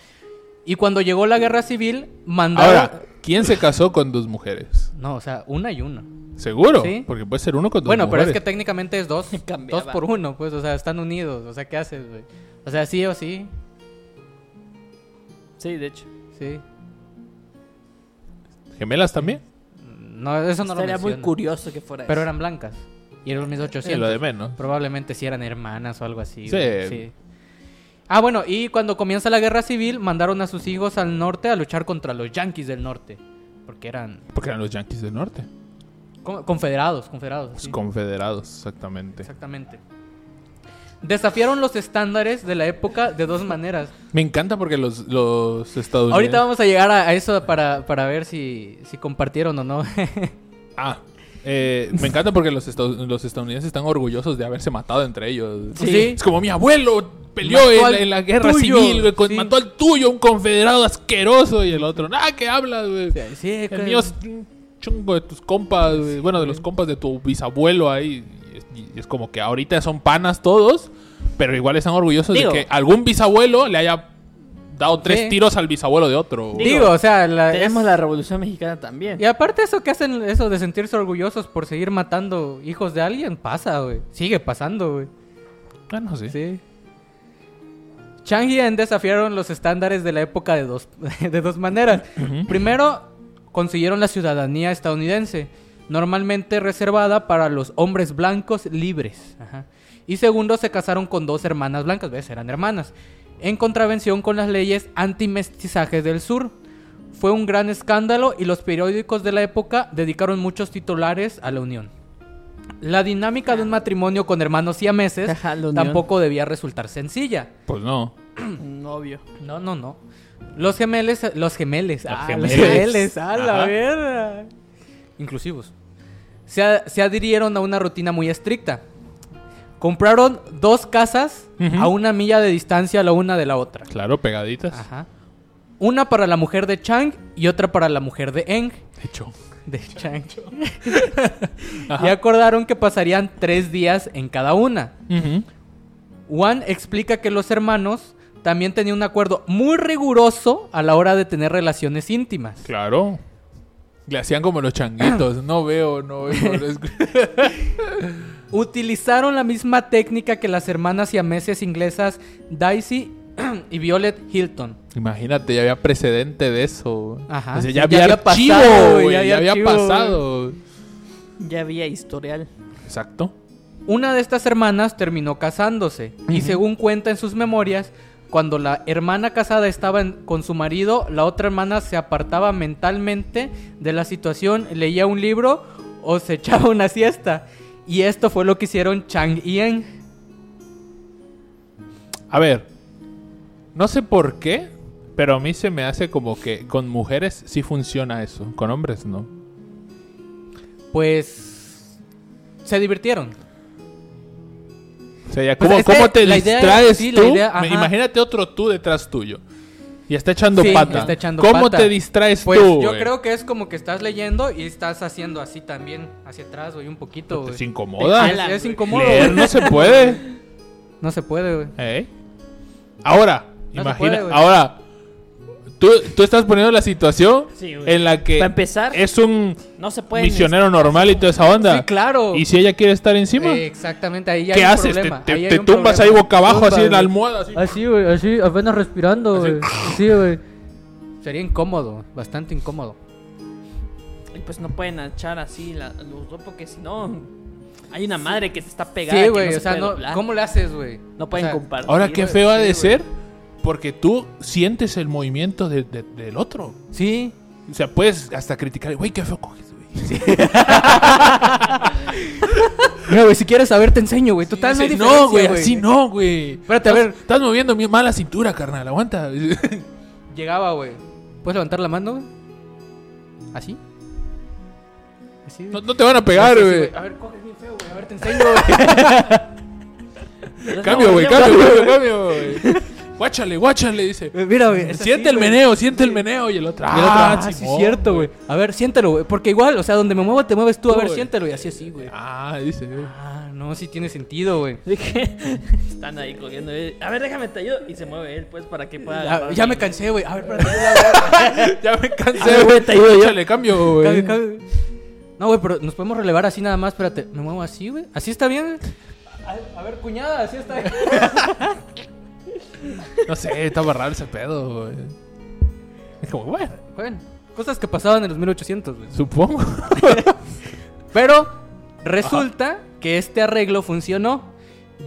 Speaker 3: Y cuando llegó la guerra civil, mandaron...
Speaker 1: Ahora, ¿quién se casó con dos mujeres?
Speaker 3: No, o sea, una y una.
Speaker 1: Seguro,
Speaker 3: Sí.
Speaker 1: porque puede ser uno con dos
Speaker 3: Bueno,
Speaker 1: mujeres.
Speaker 3: pero es que técnicamente es dos, dos
Speaker 2: Cambiaba.
Speaker 3: por uno, pues, o sea, están unidos, o sea, ¿qué haces, güey? O sea, sí o sí,
Speaker 2: Sí, de hecho.
Speaker 3: sí.
Speaker 1: ¿Gemelas también?
Speaker 3: No, eso no
Speaker 2: Sería
Speaker 3: lo
Speaker 2: muy
Speaker 3: menciona.
Speaker 2: curioso que fuera
Speaker 3: Pero
Speaker 2: eso.
Speaker 3: eran blancas. Y eran
Speaker 1: Sí,
Speaker 3: 1800.
Speaker 1: lo de menos.
Speaker 3: Probablemente sí eran hermanas o algo así.
Speaker 1: Sí.
Speaker 3: güey, sí. Ah, bueno, y cuando comienza la guerra civil, mandaron a sus hijos al norte a luchar contra los yanquis del norte. Porque eran
Speaker 1: Porque eran los yanquis del norte.
Speaker 3: co- confederados, confederados.
Speaker 1: Los
Speaker 3: sí.
Speaker 1: confederados, exactamente.
Speaker 3: Exactamente. Desafiaron los estándares de la época de dos maneras.
Speaker 1: Me encanta porque los, los estadounidenses...
Speaker 3: Ahorita vamos a llegar a, a eso para, para ver si, si compartieron o no.
Speaker 1: Ah, eh, me encanta porque los, estad- los estadounidenses están orgullosos de haberse matado entre ellos.
Speaker 3: Sí.
Speaker 1: Es como mi abuelo peleó
Speaker 3: Mató
Speaker 1: en,
Speaker 3: al
Speaker 1: en la guerra
Speaker 3: tuyo,
Speaker 1: civil, güey, con-
Speaker 3: sí.
Speaker 1: mató al tuyo, un confederado asqueroso, y el otro, nada, ¿qué hablas, güey?
Speaker 3: sí,
Speaker 1: El mío es un chungo de tus compas, güey. bueno, de los compas de tu bisabuelo ahí. Y es, y es como que ahorita son panas todos, pero igual están orgullosos
Speaker 2: Digo.
Speaker 1: de que algún bisabuelo le haya dado tres
Speaker 3: Sí.
Speaker 1: tiros al bisabuelo de otro. güey.
Speaker 3: Digo, o sea, la-
Speaker 2: Tenemos
Speaker 3: es-
Speaker 2: la Revolución Mexicana también.
Speaker 3: Y aparte eso que hacen, eso de sentirse orgullosos por seguir matando hijos de alguien, pasa, güey. Sigue pasando, güey.
Speaker 1: Ah, no sé.
Speaker 3: Sí. Chang y En desafiaron los estándares de la época de dos, de dos maneras. Primero, consiguieron la ciudadanía estadounidense, normalmente reservada para los hombres blancos libres. Ajá. Y segundo, se casaron con dos hermanas blancas, ¿ves? Eran hermanas, en contravención con las leyes antimestizajes del sur. Fue un gran escándalo y los periódicos de la época dedicaron muchos titulares a la unión. La dinámica de un matrimonio con hermanos siameses
Speaker 2: Ajá, la unión.
Speaker 3: tampoco debía resultar sencilla.
Speaker 1: Pues no.
Speaker 2: Novio.
Speaker 3: No, no, no. Los gemeles, los gemeles,
Speaker 1: Los
Speaker 3: ah,
Speaker 1: gemeles.
Speaker 3: los gemeles, ah, la
Speaker 1: Ajá.
Speaker 3: verga. Inclusivos. Se, a- se adhirieron a una rutina muy estricta. Compraron dos casas
Speaker 1: Ujú.
Speaker 3: a una milla de distancia la una de la otra.
Speaker 1: Claro, pegaditas.
Speaker 3: Ajá. Una para la mujer de Chang y otra para la mujer de Eng.
Speaker 1: De hecho.
Speaker 3: De Chang. y acordaron que pasarían tres días en cada una.
Speaker 1: Ujú.
Speaker 3: Juan explica que los hermanos también tenían un acuerdo muy riguroso a la hora de tener relaciones íntimas.
Speaker 1: Claro. Le hacían como los changuitos. No veo, no veo. no escu-
Speaker 3: Utilizaron la misma técnica que las hermanas siameses inglesas Daisy y Violet Hilton.
Speaker 1: Imagínate, ya había precedente de eso.
Speaker 3: Ajá.
Speaker 1: O sea,
Speaker 3: Sí,
Speaker 1: ya, había archivo,
Speaker 3: pasado,
Speaker 1: güey,
Speaker 3: ya
Speaker 1: Ya,
Speaker 3: había
Speaker 1: había
Speaker 3: archivo, güey.
Speaker 1: pasado.
Speaker 2: Ya había historial.
Speaker 1: Exacto.
Speaker 3: Una de estas hermanas terminó casándose y según cuenta en sus memorias, cuando la hermana casada estaba en- con su marido, la otra hermana se apartaba mentalmente de la situación, leía un libro o se echaba una siesta. Y esto fue lo que hicieron Chang y Eng.
Speaker 1: A ver, no sé por qué, pero a mí se me hace como que con mujeres sí funciona eso, con hombres no.
Speaker 3: Pues se divirtieron.
Speaker 1: O sea, ya
Speaker 3: Pues
Speaker 1: ¿cómo,
Speaker 3: es que
Speaker 1: cómo te
Speaker 3: la idea-
Speaker 1: distraes
Speaker 3: sí, la
Speaker 1: tú?
Speaker 3: idea,
Speaker 1: Me-
Speaker 3: ajá.
Speaker 1: Imagínate otro tú detrás tuyo. Y está echando
Speaker 3: Sí,
Speaker 1: pata.
Speaker 3: está echando
Speaker 1: ¿Cómo
Speaker 3: pata.
Speaker 1: te distraes
Speaker 3: Pues
Speaker 1: tú?
Speaker 3: yo
Speaker 1: güey?
Speaker 3: creo que es como que estás leyendo y estás haciendo así también, hacia atrás, güey, un poquito.
Speaker 1: Te-
Speaker 3: güey.
Speaker 1: se incomoda.
Speaker 3: Te jalan, Es incómodo.
Speaker 1: Leer
Speaker 3: güey.
Speaker 1: no se puede.
Speaker 3: No se puede, güey.
Speaker 1: ¿Eh? Ahora,
Speaker 3: No se
Speaker 1: imagina,
Speaker 3: puede, güey.
Speaker 1: ahora tú, tú estás poniendo la situación
Speaker 2: Sí, güey.
Speaker 1: en la que
Speaker 2: Para empezar,
Speaker 1: es un
Speaker 2: no se puede.
Speaker 1: misionero normal y toda esa onda.
Speaker 3: Sí, claro.
Speaker 1: Y si ella quiere estar encima,
Speaker 3: Eh, exactamente, ahí ya
Speaker 1: ¿Qué
Speaker 3: hay un
Speaker 1: haces? Te,
Speaker 3: problema,
Speaker 1: te-
Speaker 3: ahí hay
Speaker 1: te
Speaker 3: un
Speaker 1: tumbas
Speaker 3: problema.
Speaker 1: ahí boca abajo,
Speaker 3: Tumba,
Speaker 1: así en la
Speaker 3: güey.
Speaker 1: almohada. Así.
Speaker 4: Así, güey, así, apenas respirando, güey. Sí, güey.
Speaker 3: Sería incómodo, bastante incómodo.
Speaker 2: Y pues no pueden echar así la, los dos porque si no hay una madre que se está pegada.
Speaker 3: Sí,
Speaker 2: que
Speaker 3: güey,
Speaker 2: no se
Speaker 3: o sea,
Speaker 2: puede
Speaker 3: no,
Speaker 2: doblar.
Speaker 3: ¿cómo le haces, güey?
Speaker 2: No pueden
Speaker 3: O sea,
Speaker 2: compartir.
Speaker 1: Ahora, qué
Speaker 2: güey.
Speaker 1: feo ha
Speaker 3: sí,
Speaker 1: de
Speaker 3: güey.
Speaker 1: ser, porque tú sientes el movimiento de- de- del otro.
Speaker 3: Sí,
Speaker 1: O sea, puedes hasta criticar, güey, qué feo coges, güey.
Speaker 3: Mira, güey, si quieres saber, te enseño, güey. Total,
Speaker 1: Así,
Speaker 3: no, hay
Speaker 1: no, güey,
Speaker 3: diferencia,
Speaker 1: así no, güey.
Speaker 3: Espérate, a
Speaker 1: Estás-
Speaker 3: ver.
Speaker 1: Estás moviendo mi mala cintura, carnal, aguanta.
Speaker 3: Llegaba, güey. ¿Puedes levantar la mano, güey? ¿Así? ¿Así?
Speaker 1: No, no te van a pegar,
Speaker 3: Así,
Speaker 1: güey.
Speaker 3: A ver, coge bien feo, güey. A ver, te enseño, güey.
Speaker 2: Entonces, no,
Speaker 1: Cambio, güey,
Speaker 2: ya-
Speaker 1: cambio, güey, cambio, güey. Guáchale, guáchale, dice.
Speaker 3: Mira, güey. es así,
Speaker 1: Siente el
Speaker 3: güey.
Speaker 1: meneo, siente el meneo. Y el otro,
Speaker 3: Y el otro, ah, sí,
Speaker 1: Simón,
Speaker 3: cierto, güey. A ver, siéntelo, güey. Porque igual, o sea, donde me muevo, te mueves tú. A
Speaker 1: Tú,
Speaker 3: ver,
Speaker 1: güey.
Speaker 3: siéntelo, y así, así, güey.
Speaker 1: Ah, dice, güey.
Speaker 3: Ah, no, sí tiene sentido, güey.
Speaker 2: Dije, están ahí cogiendo. eh, A ver, déjame te ayudo. Y se mueve él, pues, para que pueda.
Speaker 3: Ya,
Speaker 2: agarrar
Speaker 3: Ah, ya me
Speaker 2: bien.
Speaker 3: cansé, güey. A ver, espérate.
Speaker 1: Ya me
Speaker 2: A
Speaker 1: cansé,
Speaker 2: ver,
Speaker 1: güey.
Speaker 2: güey, te ayudo yo.
Speaker 1: Guáchale, cambio, güey.
Speaker 3: Cabe, cabe. No, güey, pero nos podemos relevar así nada más. Espérate, me muevo así, güey. Así está bien. A, ver, cuñada, así está bien.
Speaker 1: No sé, estaba raro ese pedo, güey. Es como, bueno,
Speaker 3: Bueno, cosas que pasaban en los 1800, güey.
Speaker 1: supongo.
Speaker 3: Pero resulta que este arreglo funcionó,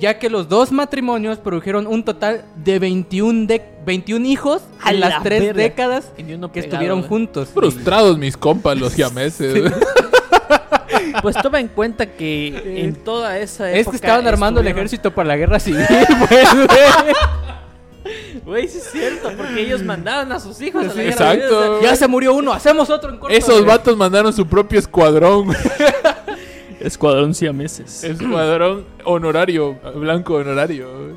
Speaker 3: ya que los dos matrimonios produjeron un total de 21, de 21 hijos
Speaker 2: A
Speaker 3: en las
Speaker 2: la
Speaker 3: tres
Speaker 2: verga.
Speaker 3: décadas
Speaker 2: Y ni uno
Speaker 3: que
Speaker 2: pegado,
Speaker 3: estuvieron
Speaker 2: güey.
Speaker 3: juntos.
Speaker 1: Frustrados mis compas, los siameses. güey.
Speaker 2: Pues toma en cuenta que en toda esa época.
Speaker 3: Es que Este estaban armando el
Speaker 2: estuvieron-
Speaker 3: ejército para la guerra civil, pues, güey.
Speaker 2: Güey, sí es cierto, porque ellos mandaban a sus
Speaker 3: Pues,
Speaker 2: hijos a la guerra,
Speaker 1: Exacto.
Speaker 2: güey, o sea,
Speaker 3: Ya se murió uno, hacemos otro en corto.
Speaker 1: Esos
Speaker 3: güey.
Speaker 1: vatos mandaron su propio escuadrón. güey.
Speaker 5: Escuadrón siameses.
Speaker 1: escuadrón honorario, blanco honorario. güey.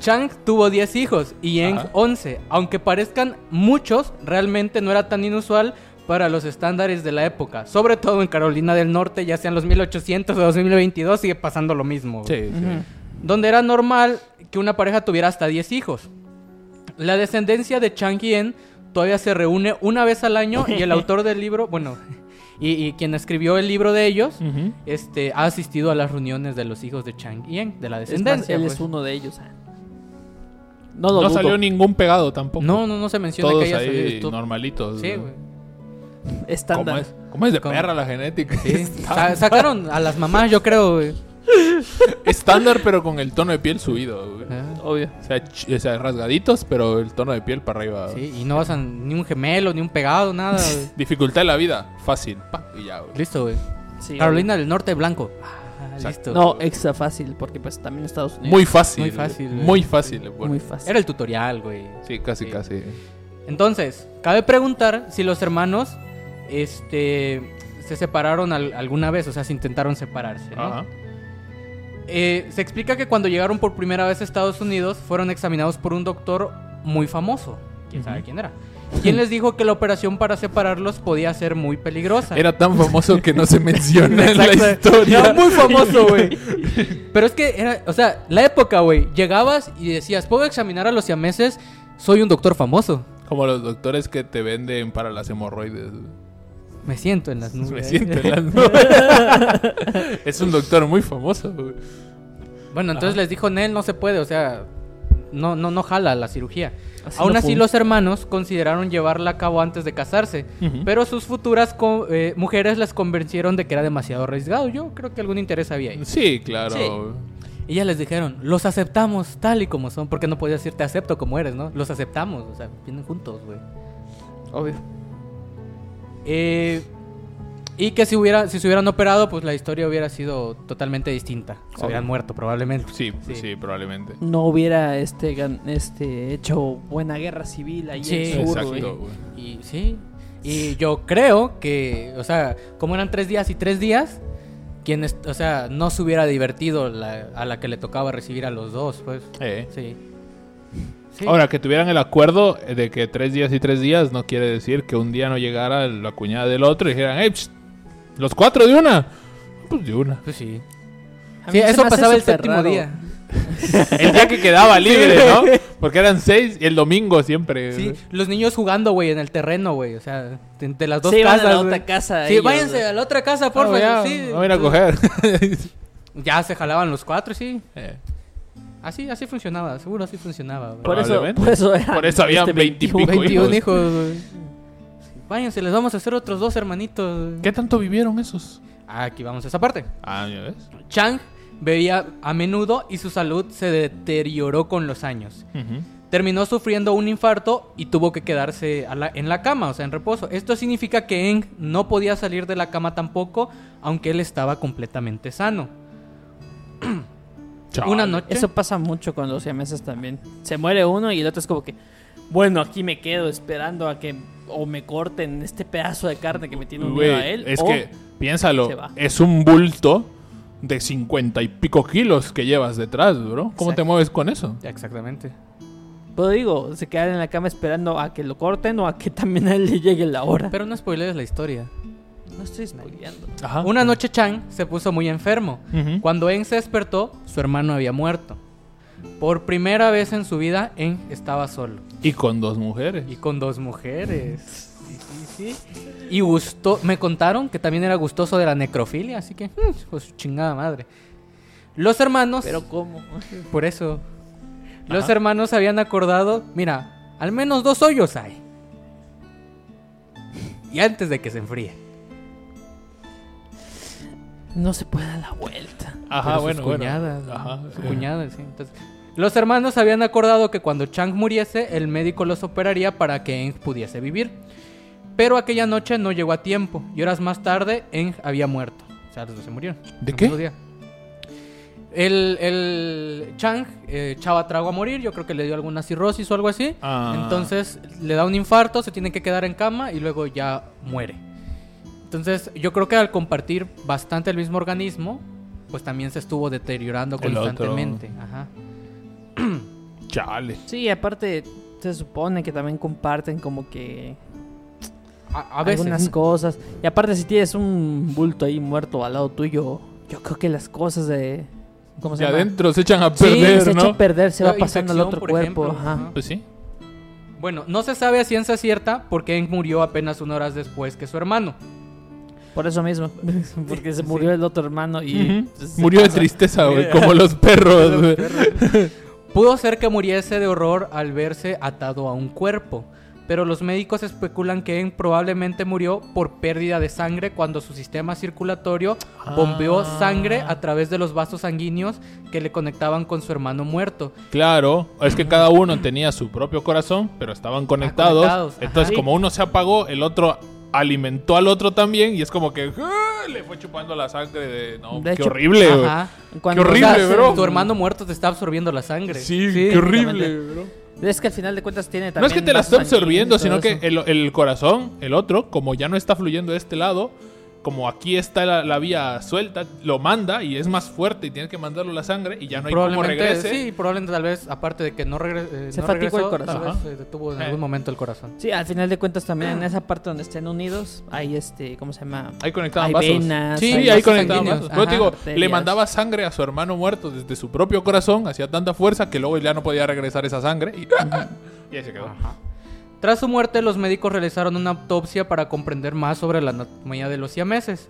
Speaker 3: Chang tuvo 10 hijos y Eng
Speaker 1: Ajá.
Speaker 3: 11. Aunque parezcan muchos, realmente no era tan inusual para los estándares de la época. Sobre todo en Carolina del Norte, ya sean los 1800 o 2022, sigue pasando lo mismo.
Speaker 1: Sí, sí.
Speaker 3: Donde era normal que una pareja tuviera hasta 10 hijos. La descendencia de Chang y Eng todavía se reúne una vez al año y el autor del libro, bueno, y, y quien escribió el libro de ellos,
Speaker 1: Ujú.
Speaker 3: este, ha asistido a las reuniones de los hijos de Chang y Eng, de la
Speaker 2: Es más,
Speaker 3: descendencia.
Speaker 2: él
Speaker 3: pues.
Speaker 2: es uno de ellos. ah. No lo
Speaker 1: No
Speaker 2: dudo.
Speaker 1: salió ningún pegado tampoco.
Speaker 3: No, no, no se menciona
Speaker 1: Todos
Speaker 3: que haya salido
Speaker 1: ahí
Speaker 3: esto.
Speaker 1: normalitos.
Speaker 3: Sí,
Speaker 1: ¿no?
Speaker 3: güey.
Speaker 1: ¿Cómo
Speaker 2: Estándar.
Speaker 1: es? ¿Cómo es de
Speaker 3: ¿Cómo?
Speaker 1: perra la genética?
Speaker 3: Sa- sacaron a las mamás, yo creo, güey.
Speaker 1: Estándar, pero con el tono de piel subido. güey.
Speaker 3: Ah,
Speaker 2: Obvio.
Speaker 1: O sea, ch- o sea, rasgaditos, pero el tono de piel para arriba. güey.
Speaker 3: Sí, y no vas a ni un gemelo, ni un pegado, nada, güey.
Speaker 1: Dificultad de la vida, fácil. pa, y ya, güey.
Speaker 3: Listo, güey.
Speaker 2: Sí,
Speaker 3: Carolina del Norte, blanco. Ah,
Speaker 1: Exacto.
Speaker 3: listo.
Speaker 2: obvio. No, extra fácil, porque pues también Estados Unidos.
Speaker 1: Muy fácil.
Speaker 3: Muy fácil, güey.
Speaker 1: Muy fácil. bueno.
Speaker 2: Muy fácil.
Speaker 3: Era el tutorial, güey.
Speaker 1: Sí, casi,
Speaker 3: Sí.
Speaker 1: casi.
Speaker 3: Entonces, cabe preguntar si los hermanos este, se separaron al- alguna vez, o sea, si intentaron separarse. ¿no?
Speaker 1: Ajá.
Speaker 3: Eh, se explica que cuando llegaron por primera vez a Estados Unidos fueron examinados por un doctor muy famoso. ¿Quién sabe quién era? ¿Quién les dijo que la operación para separarlos podía ser muy peligrosa?
Speaker 1: Era tan famoso que no se menciona en la
Speaker 3: Exacto. Era
Speaker 1: historia.
Speaker 3: muy famoso, güey. Pero es que era, o sea, la época, güey. Llegabas y decías, ¿puedo examinar a los siameses? Soy un doctor famoso.
Speaker 1: Como los doctores que te venden para las hemorroides.
Speaker 3: Me siento en las nubes.
Speaker 1: Me siento en las nubes. Es un doctor muy famoso. güey.
Speaker 3: Bueno, entonces les dijo, Nel, no se puede, o sea, no, no, no jala la cirugía.
Speaker 2: Así
Speaker 3: Aún
Speaker 2: no
Speaker 3: así,
Speaker 2: fue.
Speaker 3: los hermanos consideraron llevarla a cabo antes de casarse, pero sus futuras co- eh, mujeres las convencieron de que era demasiado arriesgado. Yo creo que algún interés había ahí.
Speaker 1: Sí, claro.
Speaker 3: Sí. Ellas les dijeron, los aceptamos tal y como son, porque no podías decir te acepto como eres, ¿no? Los aceptamos, o sea, vienen juntos, güey.
Speaker 2: Obvio.
Speaker 3: Eh, y que si, hubiera, si se hubieran operado, pues la historia hubiera sido totalmente distinta. Se hubieran muerto, probablemente.
Speaker 1: Sí,
Speaker 3: Sí.
Speaker 1: sí, probablemente.
Speaker 2: No hubiera este, gan- este hecho buena guerra civil ahí
Speaker 3: Sí.
Speaker 2: en el sur,
Speaker 1: Exacto,
Speaker 2: güey.
Speaker 1: güey.
Speaker 3: Y sí. Y yo creo que, o sea, como eran tres días y tres días, quien es- o sea, no se hubiera divertido la- a la que le tocaba recibir a los dos, pues.
Speaker 1: Eh.
Speaker 3: Sí. Sí.
Speaker 1: Ahora, que tuvieran el acuerdo de que tres días y tres días no quiere decir que un día no llegara la cuñada del otro y dijeran, hey, psst, los cuatro de una. Pues de una.
Speaker 3: Pues sí.
Speaker 2: A mí
Speaker 3: Sí,
Speaker 2: se
Speaker 3: eso
Speaker 2: me hace
Speaker 3: pasaba el
Speaker 2: súper
Speaker 3: séptimo
Speaker 2: raro.
Speaker 3: día.
Speaker 1: El día que quedaba libre, ¿no? Porque eran seis y el domingo siempre.
Speaker 3: Sí,
Speaker 2: Ah,
Speaker 3: los niños jugando, güey, en el terreno, güey. O sea, de, de las dos
Speaker 2: Se iban a
Speaker 3: casas.
Speaker 2: la
Speaker 3: güey.
Speaker 2: otra casa
Speaker 3: Sí,
Speaker 2: ellos,
Speaker 3: váyanse
Speaker 2: güey.
Speaker 3: a la otra casa,
Speaker 1: por
Speaker 3: porfa.
Speaker 1: ya,
Speaker 3: sí.
Speaker 1: no voy a ir a coger.
Speaker 3: Ya se jalaban los cuatro, sí.
Speaker 1: Eh,
Speaker 3: Así, así funcionaba, seguro así funcionaba. güey.
Speaker 2: Por eso,
Speaker 1: Probablemente.
Speaker 2: por eso eran,
Speaker 1: Por eso habían
Speaker 2: este,
Speaker 1: veintipico
Speaker 3: 21
Speaker 1: hijos.
Speaker 3: hijos, güey. Váyanse, les vamos a hacer otros dos hermanitos.
Speaker 1: ¿Qué tanto vivieron esos?
Speaker 3: Aquí vamos a esa parte.
Speaker 1: Ah, ¿ya ves?
Speaker 3: Chang bebía a menudo y su salud se deterioró con los años. Terminó sufriendo un infarto y tuvo que quedarse a la- en la cama, o sea, en reposo. Esto significa que Eng no podía salir de la cama tampoco, aunque él estaba completamente sano.
Speaker 1: Chale.
Speaker 3: Una noche.
Speaker 2: Eso pasa mucho con los siameses también. Se muere uno y el otro es como que, bueno, aquí me quedo esperando a que o me corten este pedazo de carne que me tiene unido
Speaker 1: Güey,
Speaker 2: a él.
Speaker 1: es
Speaker 2: o-
Speaker 1: que,
Speaker 2: se
Speaker 1: piénsalo,
Speaker 2: va.
Speaker 1: es un bulto de cincuenta y pico kilos que llevas detrás, bro. ¿Cómo te
Speaker 3: Exacto.
Speaker 1: mueves con eso?
Speaker 3: Exactamente.
Speaker 2: Pero digo, se quedan en la cama esperando a que lo corten o a que también a él le llegue la hora.
Speaker 3: Pero no spoilees la historia.
Speaker 2: no estoy spoileando.
Speaker 1: Ajá.
Speaker 3: Una noche Chang se puso muy enfermo.
Speaker 1: Ah, Ujú.
Speaker 3: Cuando Eng se despertó, su hermano había muerto. Por primera vez en su vida, Eng estaba solo.
Speaker 1: Y con dos mujeres.
Speaker 3: Y con dos mujeres. Sí, sí, sí. Y gustó, me contaron que también era gustoso de la necrofilia, así que, mm, pues su chingada madre. Los hermanos,
Speaker 2: Pero ¿cómo?
Speaker 3: por eso, los hermanos habían acordado, mira, al menos dos hoyos hay. Y antes de que se enfríe.
Speaker 2: No se puede dar la vuelta.
Speaker 1: Ajá,
Speaker 3: Pero sus
Speaker 1: bueno, bueno.
Speaker 3: cuñadas, ¿no?
Speaker 1: Ajá,
Speaker 3: Su
Speaker 1: eh.
Speaker 3: cuñada, sí. Entonces, los hermanos habían acordado que cuando Chang muriese, el médico los operaría para que Eng pudiese vivir. Pero aquella noche no llegó a tiempo y horas más tarde Eng había muerto. O sea, los dos se murieron.
Speaker 1: ¿De
Speaker 3: El
Speaker 1: qué?
Speaker 3: mismo día. El, el Chang eh, echaba trago a morir, yo creo que le dio alguna cirrosis o algo así.
Speaker 1: Ah.
Speaker 3: Entonces le da un infarto, se tiene que quedar en cama y luego ya muere. Entonces, yo creo que al compartir bastante el mismo organismo, pues también se estuvo deteriorando
Speaker 1: El otro.
Speaker 3: constantemente. Ajá.
Speaker 1: Chale.
Speaker 2: Sí, aparte, se supone que también comparten como que
Speaker 3: A, a veces.
Speaker 2: algunas cosas. Y aparte, si tienes un bulto ahí muerto al lado tuyo, yo creo que las cosas de. ¿Cómo se
Speaker 1: De
Speaker 2: llama?
Speaker 1: adentro se echan a
Speaker 2: Sí,
Speaker 1: perder,
Speaker 2: se
Speaker 1: ¿no?
Speaker 2: echa a perder, se va
Speaker 3: La
Speaker 2: pasando al
Speaker 3: infección,
Speaker 2: otro
Speaker 3: por
Speaker 2: cuerpo.
Speaker 3: ejemplo,
Speaker 2: ajá.
Speaker 3: ¿no?
Speaker 1: Pues sí.
Speaker 3: Bueno, no se sabe a ciencia cierta porque Eng murió apenas unas horas después que su hermano.
Speaker 2: Por eso mismo. Porque se murió el otro hermano y. pues, se
Speaker 1: Murió de
Speaker 2: pasa.
Speaker 1: tristeza, güey, como los perros. güey.
Speaker 3: Pudo ser que muriese de horror al verse atado a un cuerpo, pero los médicos especulan que Eng probablemente murió por pérdida de sangre cuando su sistema circulatorio
Speaker 1: Ah.
Speaker 3: bombeó sangre a través de los vasos sanguíneos que le conectaban con su hermano muerto.
Speaker 1: Claro, es que cada uno tenía su propio corazón, pero estaban conectados.
Speaker 3: conectados, ajá.
Speaker 1: Entonces, como uno se apagó, el otro alimentó al otro también y es como que ¡ah! le fue chupando la sangre de... No,
Speaker 2: De
Speaker 1: qué
Speaker 2: hecho,
Speaker 1: horrible, güey.
Speaker 3: Ajá.
Speaker 2: Cuando-
Speaker 1: Qué horrible,
Speaker 2: o sea, se-
Speaker 1: bro.
Speaker 3: Tu hermano muerto te está absorbiendo la sangre.
Speaker 1: Sí,
Speaker 2: Sí,
Speaker 1: qué horrible,
Speaker 2: exactamente.
Speaker 1: bro.
Speaker 2: Es que al final de cuentas tiene también.
Speaker 1: No es que te la
Speaker 2: vasos
Speaker 1: esté
Speaker 2: sanguíneos
Speaker 1: absorbiendo,
Speaker 2: y todo
Speaker 1: sino que
Speaker 2: eso.
Speaker 1: el, el corazón, el otro, como ya no está fluyendo de este lado, como aquí está la, la vía suelta, lo manda y es más fuerte y tiene que mandarlo la sangre y ya no hay como
Speaker 3: probablemente,
Speaker 1: regrese.
Speaker 3: sí, probablemente tal vez, aparte de que no, regre- eh,
Speaker 2: Se
Speaker 3: no
Speaker 2: fatigó
Speaker 3: regresó,
Speaker 2: el corazón.
Speaker 3: tal vez
Speaker 1: Ajá.
Speaker 3: se detuvo en
Speaker 1: Eh.
Speaker 3: algún momento el corazón.
Speaker 2: Sí, al final de cuentas también en esa parte donde estén unidos, hay este, ¿cómo se llama?
Speaker 1: Ahí conectaban
Speaker 2: Hay
Speaker 1: vasos.
Speaker 2: venas.
Speaker 3: Sí,
Speaker 1: Sí,
Speaker 3: hay
Speaker 1: ahí
Speaker 3: vasos
Speaker 1: conectaban
Speaker 3: sanguíneos.
Speaker 1: vasos. Pero te digo, le
Speaker 2: arterias.
Speaker 1: mandaba sangre a su hermano muerto desde su propio corazón, hacía tanta fuerza que luego ya no podía regresar esa sangre y, y ahí se
Speaker 2: Ah.
Speaker 1: quedó.
Speaker 3: Tras su muerte, los médicos realizaron una autopsia para comprender más sobre la anatomía de los siameses.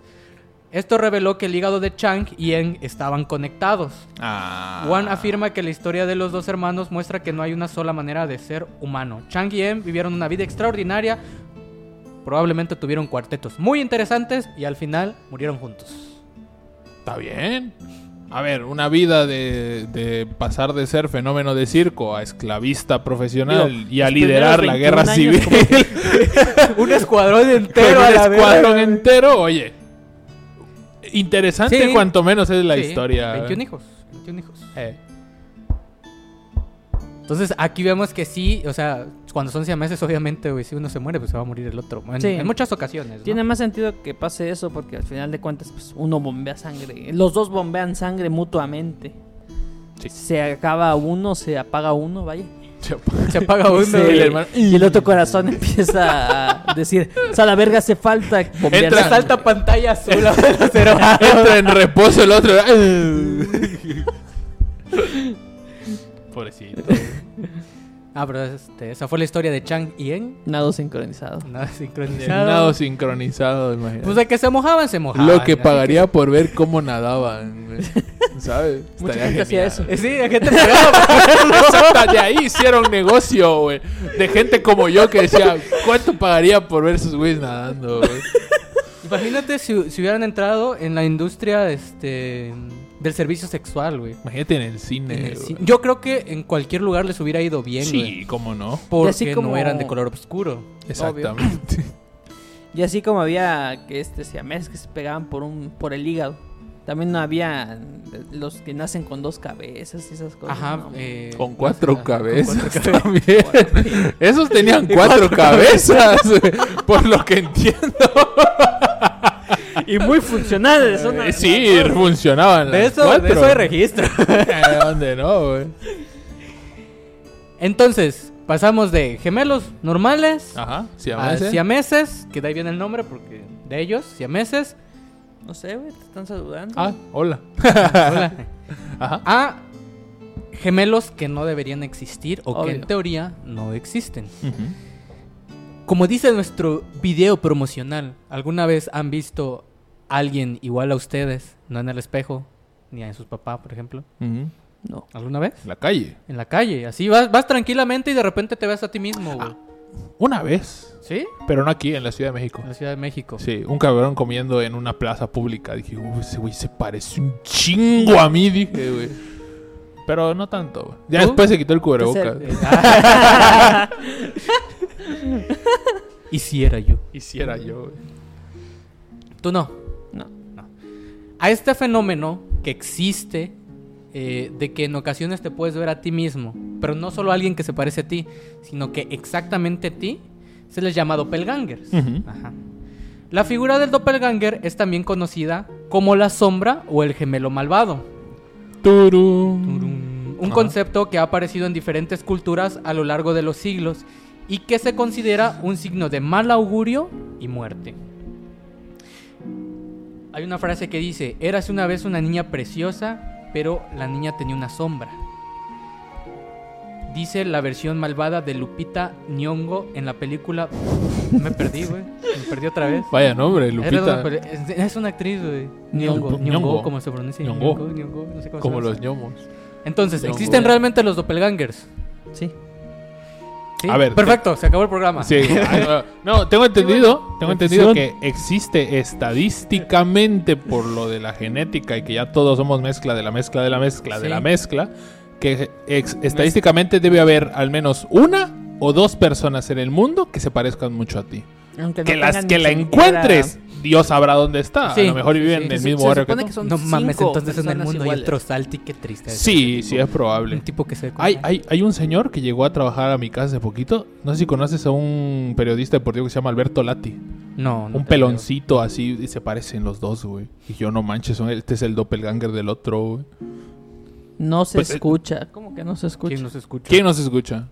Speaker 3: Esto reveló que el hígado de Chang y Eng estaban conectados.
Speaker 1: Ah.
Speaker 3: Wan afirma que la historia de los dos hermanos muestra que no hay una sola manera de ser humano. Chang y Em vivieron una vida extraordinaria, probablemente tuvieron cuartetos muy interesantes y al final murieron juntos.
Speaker 1: Está bien. A ver, una vida de, de pasar de ser fenómeno de circo a esclavista profesional
Speaker 2: Digo,
Speaker 1: y a
Speaker 2: los
Speaker 1: liderar la
Speaker 2: primeros
Speaker 1: guerra
Speaker 2: 21
Speaker 1: civil
Speaker 2: años
Speaker 3: un escuadrón
Speaker 1: con
Speaker 3: entero
Speaker 1: un
Speaker 3: a la
Speaker 1: escuadrón entero, oye. Interesante
Speaker 3: Sí.
Speaker 1: cuanto menos es la
Speaker 3: Sí,
Speaker 1: historia.
Speaker 3: 21 hijos, 21 hijos.
Speaker 1: Eh.
Speaker 3: Entonces aquí vemos que sí, o sea, cuando son siameses obviamente, güey, si uno se muere pues se va a morir el otro. En,
Speaker 2: Sí.
Speaker 3: en muchas ocasiones. ¿no?
Speaker 2: Tiene más sentido que pase eso porque al final de cuentas pues, uno bombea sangre. Los dos bombean sangre mutuamente.
Speaker 1: Sí.
Speaker 2: Se acaba uno, se apaga uno, vaya.
Speaker 3: Se apaga uno.
Speaker 2: Sí.
Speaker 3: güey.
Speaker 1: el hermano-
Speaker 2: Y el otro corazón empieza a decir, o sea, la verga hace falta bombear
Speaker 1: Entra-
Speaker 2: sangre".
Speaker 3: Salta pantalla azul. a cero.
Speaker 1: Entra en reposo el otro. Pobrecito.
Speaker 3: Ah, pero este, esa fue la historia de Chang y Em. En.
Speaker 2: Nado sincronizado.
Speaker 3: Nada sincronizado.
Speaker 1: Nado sincronizado, imagínate.
Speaker 3: Pues de que se mojaban, se mojaban.
Speaker 1: Lo que
Speaker 3: así
Speaker 1: pagaría por ver cómo nadaban. ¿Sabes?
Speaker 2: Mucha
Speaker 1: Estaría
Speaker 2: gente hacía
Speaker 1: genial. pues,
Speaker 2: eso.
Speaker 3: Eh, Sí, la gente pagaba.
Speaker 1: Exacta, de ahí hicieron negocio, güey. De gente como yo que decía, ¿cuánto pagaría por ver sus güeyes nadando, güey?
Speaker 3: Imagínate si, si hubieran entrado en la industria este, del servicio sexual, güey.
Speaker 1: Imagínate en el cine,
Speaker 3: En el
Speaker 1: güey.
Speaker 3: cine. Yo creo que en cualquier lugar les hubiera ido bien, güey.
Speaker 1: Sí, cómo no.
Speaker 3: Porque
Speaker 2: así como-
Speaker 3: no eran de color oscuro.
Speaker 1: Exactamente.
Speaker 2: Y así como había que este siamés que se pegaban por un por el hígado. También había eh, los que nacen con dos cabezas y esas cosas.
Speaker 3: Ajá.
Speaker 2: ¿no?
Speaker 3: eh,
Speaker 1: Con
Speaker 3: no
Speaker 1: cuatro
Speaker 3: sé,
Speaker 1: cabezas
Speaker 3: con cuatro
Speaker 1: también. Esos tenían cuatro cabezas, por lo que entiendo.
Speaker 2: Y muy funcionales. son
Speaker 1: Eh, sí, funcionaban.
Speaker 3: De
Speaker 1: las
Speaker 3: eso, de
Speaker 1: cuatro.
Speaker 3: eso hay registro.
Speaker 1: Eh, ¿Dónde no, güey?
Speaker 3: Entonces, pasamos de gemelos normales
Speaker 1: Ajá, sí, a
Speaker 3: a
Speaker 1: veces.
Speaker 3: siameses, que de ahí viene el nombre porque de ellos, siameses,
Speaker 2: No sé, güey, te están saludando.
Speaker 1: Ah, hola.
Speaker 3: Hola.
Speaker 1: Ajá.
Speaker 3: a gemelos que no deberían existir o que en
Speaker 2: Obvio.
Speaker 3: teoría no existen.
Speaker 1: Ujú.
Speaker 3: Como dice nuestro video promocional, ¿alguna vez han visto a alguien igual a ustedes? No en el espejo, ni a sus papás, por ejemplo.
Speaker 1: Ujú.
Speaker 2: No.
Speaker 3: ¿Alguna vez?
Speaker 1: La calle.
Speaker 3: En la calle, así vas, vas tranquilamente y de repente te ves a ti mismo, güey.
Speaker 1: Una vez,
Speaker 3: ¿Sí?
Speaker 1: pero no aquí, en la Ciudad de México.
Speaker 3: En la Ciudad de México.
Speaker 1: Sí, un cabrón comiendo en una plaza pública. Dije, "Uy, ese güey se parece un chingo a mí, dije, güey. Pero no tanto, güey. Ya
Speaker 3: ¿Tú?
Speaker 1: después se quitó el cubrebocas.
Speaker 2: Entonces,
Speaker 3: Eh, ah. y si era yo.
Speaker 1: Hiciera yo, güey.
Speaker 3: Tú no.
Speaker 2: No.
Speaker 3: A este fenómeno que existe eh, de que en ocasiones te puedes ver a ti mismo, pero no solo a alguien que se parece a ti, sino que exactamente a ti, se les llama doppelgangers.
Speaker 1: Ujú.
Speaker 3: Ajá. La figura del doppelganger es también conocida como la sombra o el gemelo malvado.
Speaker 1: Turum.
Speaker 3: Turum. Un
Speaker 1: Ajá.
Speaker 3: concepto que ha aparecido en diferentes culturas a lo largo de los siglos y que se considera un signo de mal augurio y muerte. Hay una frase que dice, érase una vez una niña preciosa, pero la niña tenía una sombra. Dice la versión malvada de Lupita Nyong'o en la película... Me perdí, güey. Me perdí otra vez.
Speaker 1: Vaya nombre,
Speaker 3: Era una
Speaker 1: Lupita.
Speaker 3: peli- es, es una actriz, güey.
Speaker 1: Nyong'o.
Speaker 3: Nyong'o, Nyong'o, como se pronuncia.
Speaker 1: Nyong'o.
Speaker 3: Nyong'o, Nyong'o, no sé cómo se
Speaker 1: Como
Speaker 3: pronuncia.
Speaker 1: los ñomos.
Speaker 3: Entonces,
Speaker 1: Tengo
Speaker 3: ¿existen
Speaker 1: duda.
Speaker 3: realmente los doppelgangers?
Speaker 2: Sí.
Speaker 3: ¿Sí?
Speaker 1: A ver,
Speaker 3: Perfecto, se acabó el programa.
Speaker 1: Sí. ah, No, tengo entendido, tengo entendido
Speaker 5: Atención.
Speaker 1: que existe estadísticamente por lo de la genética y que ya todos somos mezcla de la mezcla de la mezcla de
Speaker 3: Sí.
Speaker 1: la mezcla, que ex- estadísticamente debe haber al menos una o dos personas en el mundo que se parezcan mucho a ti.
Speaker 2: Aunque no
Speaker 1: que las
Speaker 2: tengan
Speaker 1: que
Speaker 2: ni
Speaker 1: la
Speaker 2: siquiera-
Speaker 1: encuentres, Dios sabrá dónde está. a
Speaker 2: Sí,
Speaker 1: lo mejor
Speaker 2: sí,
Speaker 1: viven
Speaker 2: sí.
Speaker 1: en el
Speaker 2: Se-
Speaker 1: mismo
Speaker 2: se
Speaker 1: barrio que
Speaker 2: supone
Speaker 1: tú.
Speaker 2: que son
Speaker 3: No
Speaker 2: cinco
Speaker 3: mames, entonces en el
Speaker 2: personas
Speaker 3: mundo hay
Speaker 2: iguales.
Speaker 3: otro Salty, qué triste.
Speaker 1: Sí, sí es
Speaker 3: Un
Speaker 1: probable.
Speaker 3: tipo que se...
Speaker 1: Hay, hay, hay un señor que llegó a trabajar a mi casa hace poquito. No sé si conoces a un periodista deportivo que se llama Alberto Lati.
Speaker 3: No, no
Speaker 1: Un
Speaker 3: te
Speaker 1: peloncito así y se parecen los dos, güey. Y yo no manches, son- este es el doppelganger del otro, güey.
Speaker 2: No se
Speaker 1: Pues, eh,
Speaker 2: escucha. ¿Cómo que no se
Speaker 3: creo.
Speaker 2: escucha?
Speaker 3: ¿Quién nos escucha?
Speaker 1: ¿Quién nos escucha?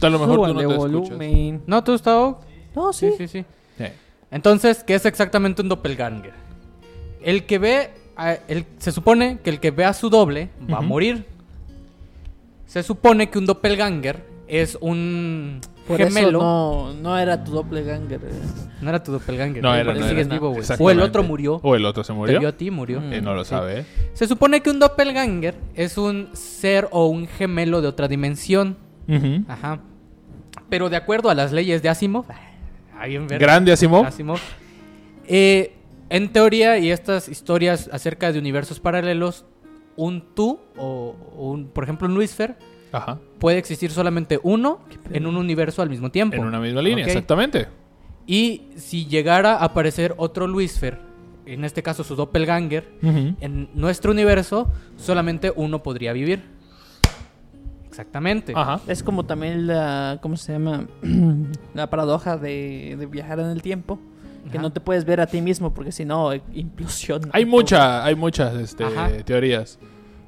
Speaker 1: A lo mejor tú no
Speaker 2: Súbanle
Speaker 1: te escuchas.
Speaker 2: volumen.
Speaker 3: No, tú, Estado.
Speaker 2: No, sí.
Speaker 3: Sí, sí, sí.
Speaker 1: Sí.
Speaker 3: Entonces, ¿qué es exactamente un doppelganger? El que ve, a- el- se supone que el que ve a su doble va a
Speaker 1: Ujú.
Speaker 3: morir. Se supone que un doppelganger es un
Speaker 2: Por
Speaker 3: gemelo.
Speaker 2: eso
Speaker 3: no.
Speaker 2: no, no era tu doppelganger. eh.
Speaker 3: era tu doppelganger.
Speaker 1: No
Speaker 3: tú
Speaker 1: era,
Speaker 3: porque
Speaker 1: no
Speaker 3: sigues
Speaker 1: era.
Speaker 3: vivo, güey. O el
Speaker 1: Exactamente.
Speaker 3: otro murió.
Speaker 1: O el otro se
Speaker 3: Te vio
Speaker 1: murió.
Speaker 3: a ti, murió.
Speaker 1: Eh, no lo
Speaker 3: Sí.
Speaker 1: sabe. ¿eh?
Speaker 3: Se supone que un doppelganger es un ser o un gemelo de otra dimensión.
Speaker 1: Ujú.
Speaker 3: Ajá. Pero de acuerdo a las leyes de Asimov, ah, bien verga.
Speaker 1: Grande Asimov.
Speaker 3: Asimov. Eh, en teoría, y estas historias acerca de universos paralelos, un tú o, o un, por ejemplo, un Lucifer,
Speaker 1: Ajá.
Speaker 3: puede existir solamente uno en un universo al mismo tiempo.
Speaker 1: En una misma línea,
Speaker 3: Ok.
Speaker 1: exactamente.
Speaker 3: Y si llegara a aparecer otro Lucifer, en este caso su doppelganger,
Speaker 1: Ujú.
Speaker 3: en nuestro universo, solamente uno podría vivir. Exactamente.
Speaker 1: Ajá.
Speaker 2: Es como también la. ¿Cómo se llama? la paradoja de, de viajar en el tiempo. Que
Speaker 3: Ajá.
Speaker 2: no te puedes ver a ti mismo porque si no, eh, implosiona.
Speaker 1: Hay muchas, hay muchas este,
Speaker 3: Ajá.
Speaker 1: teorías.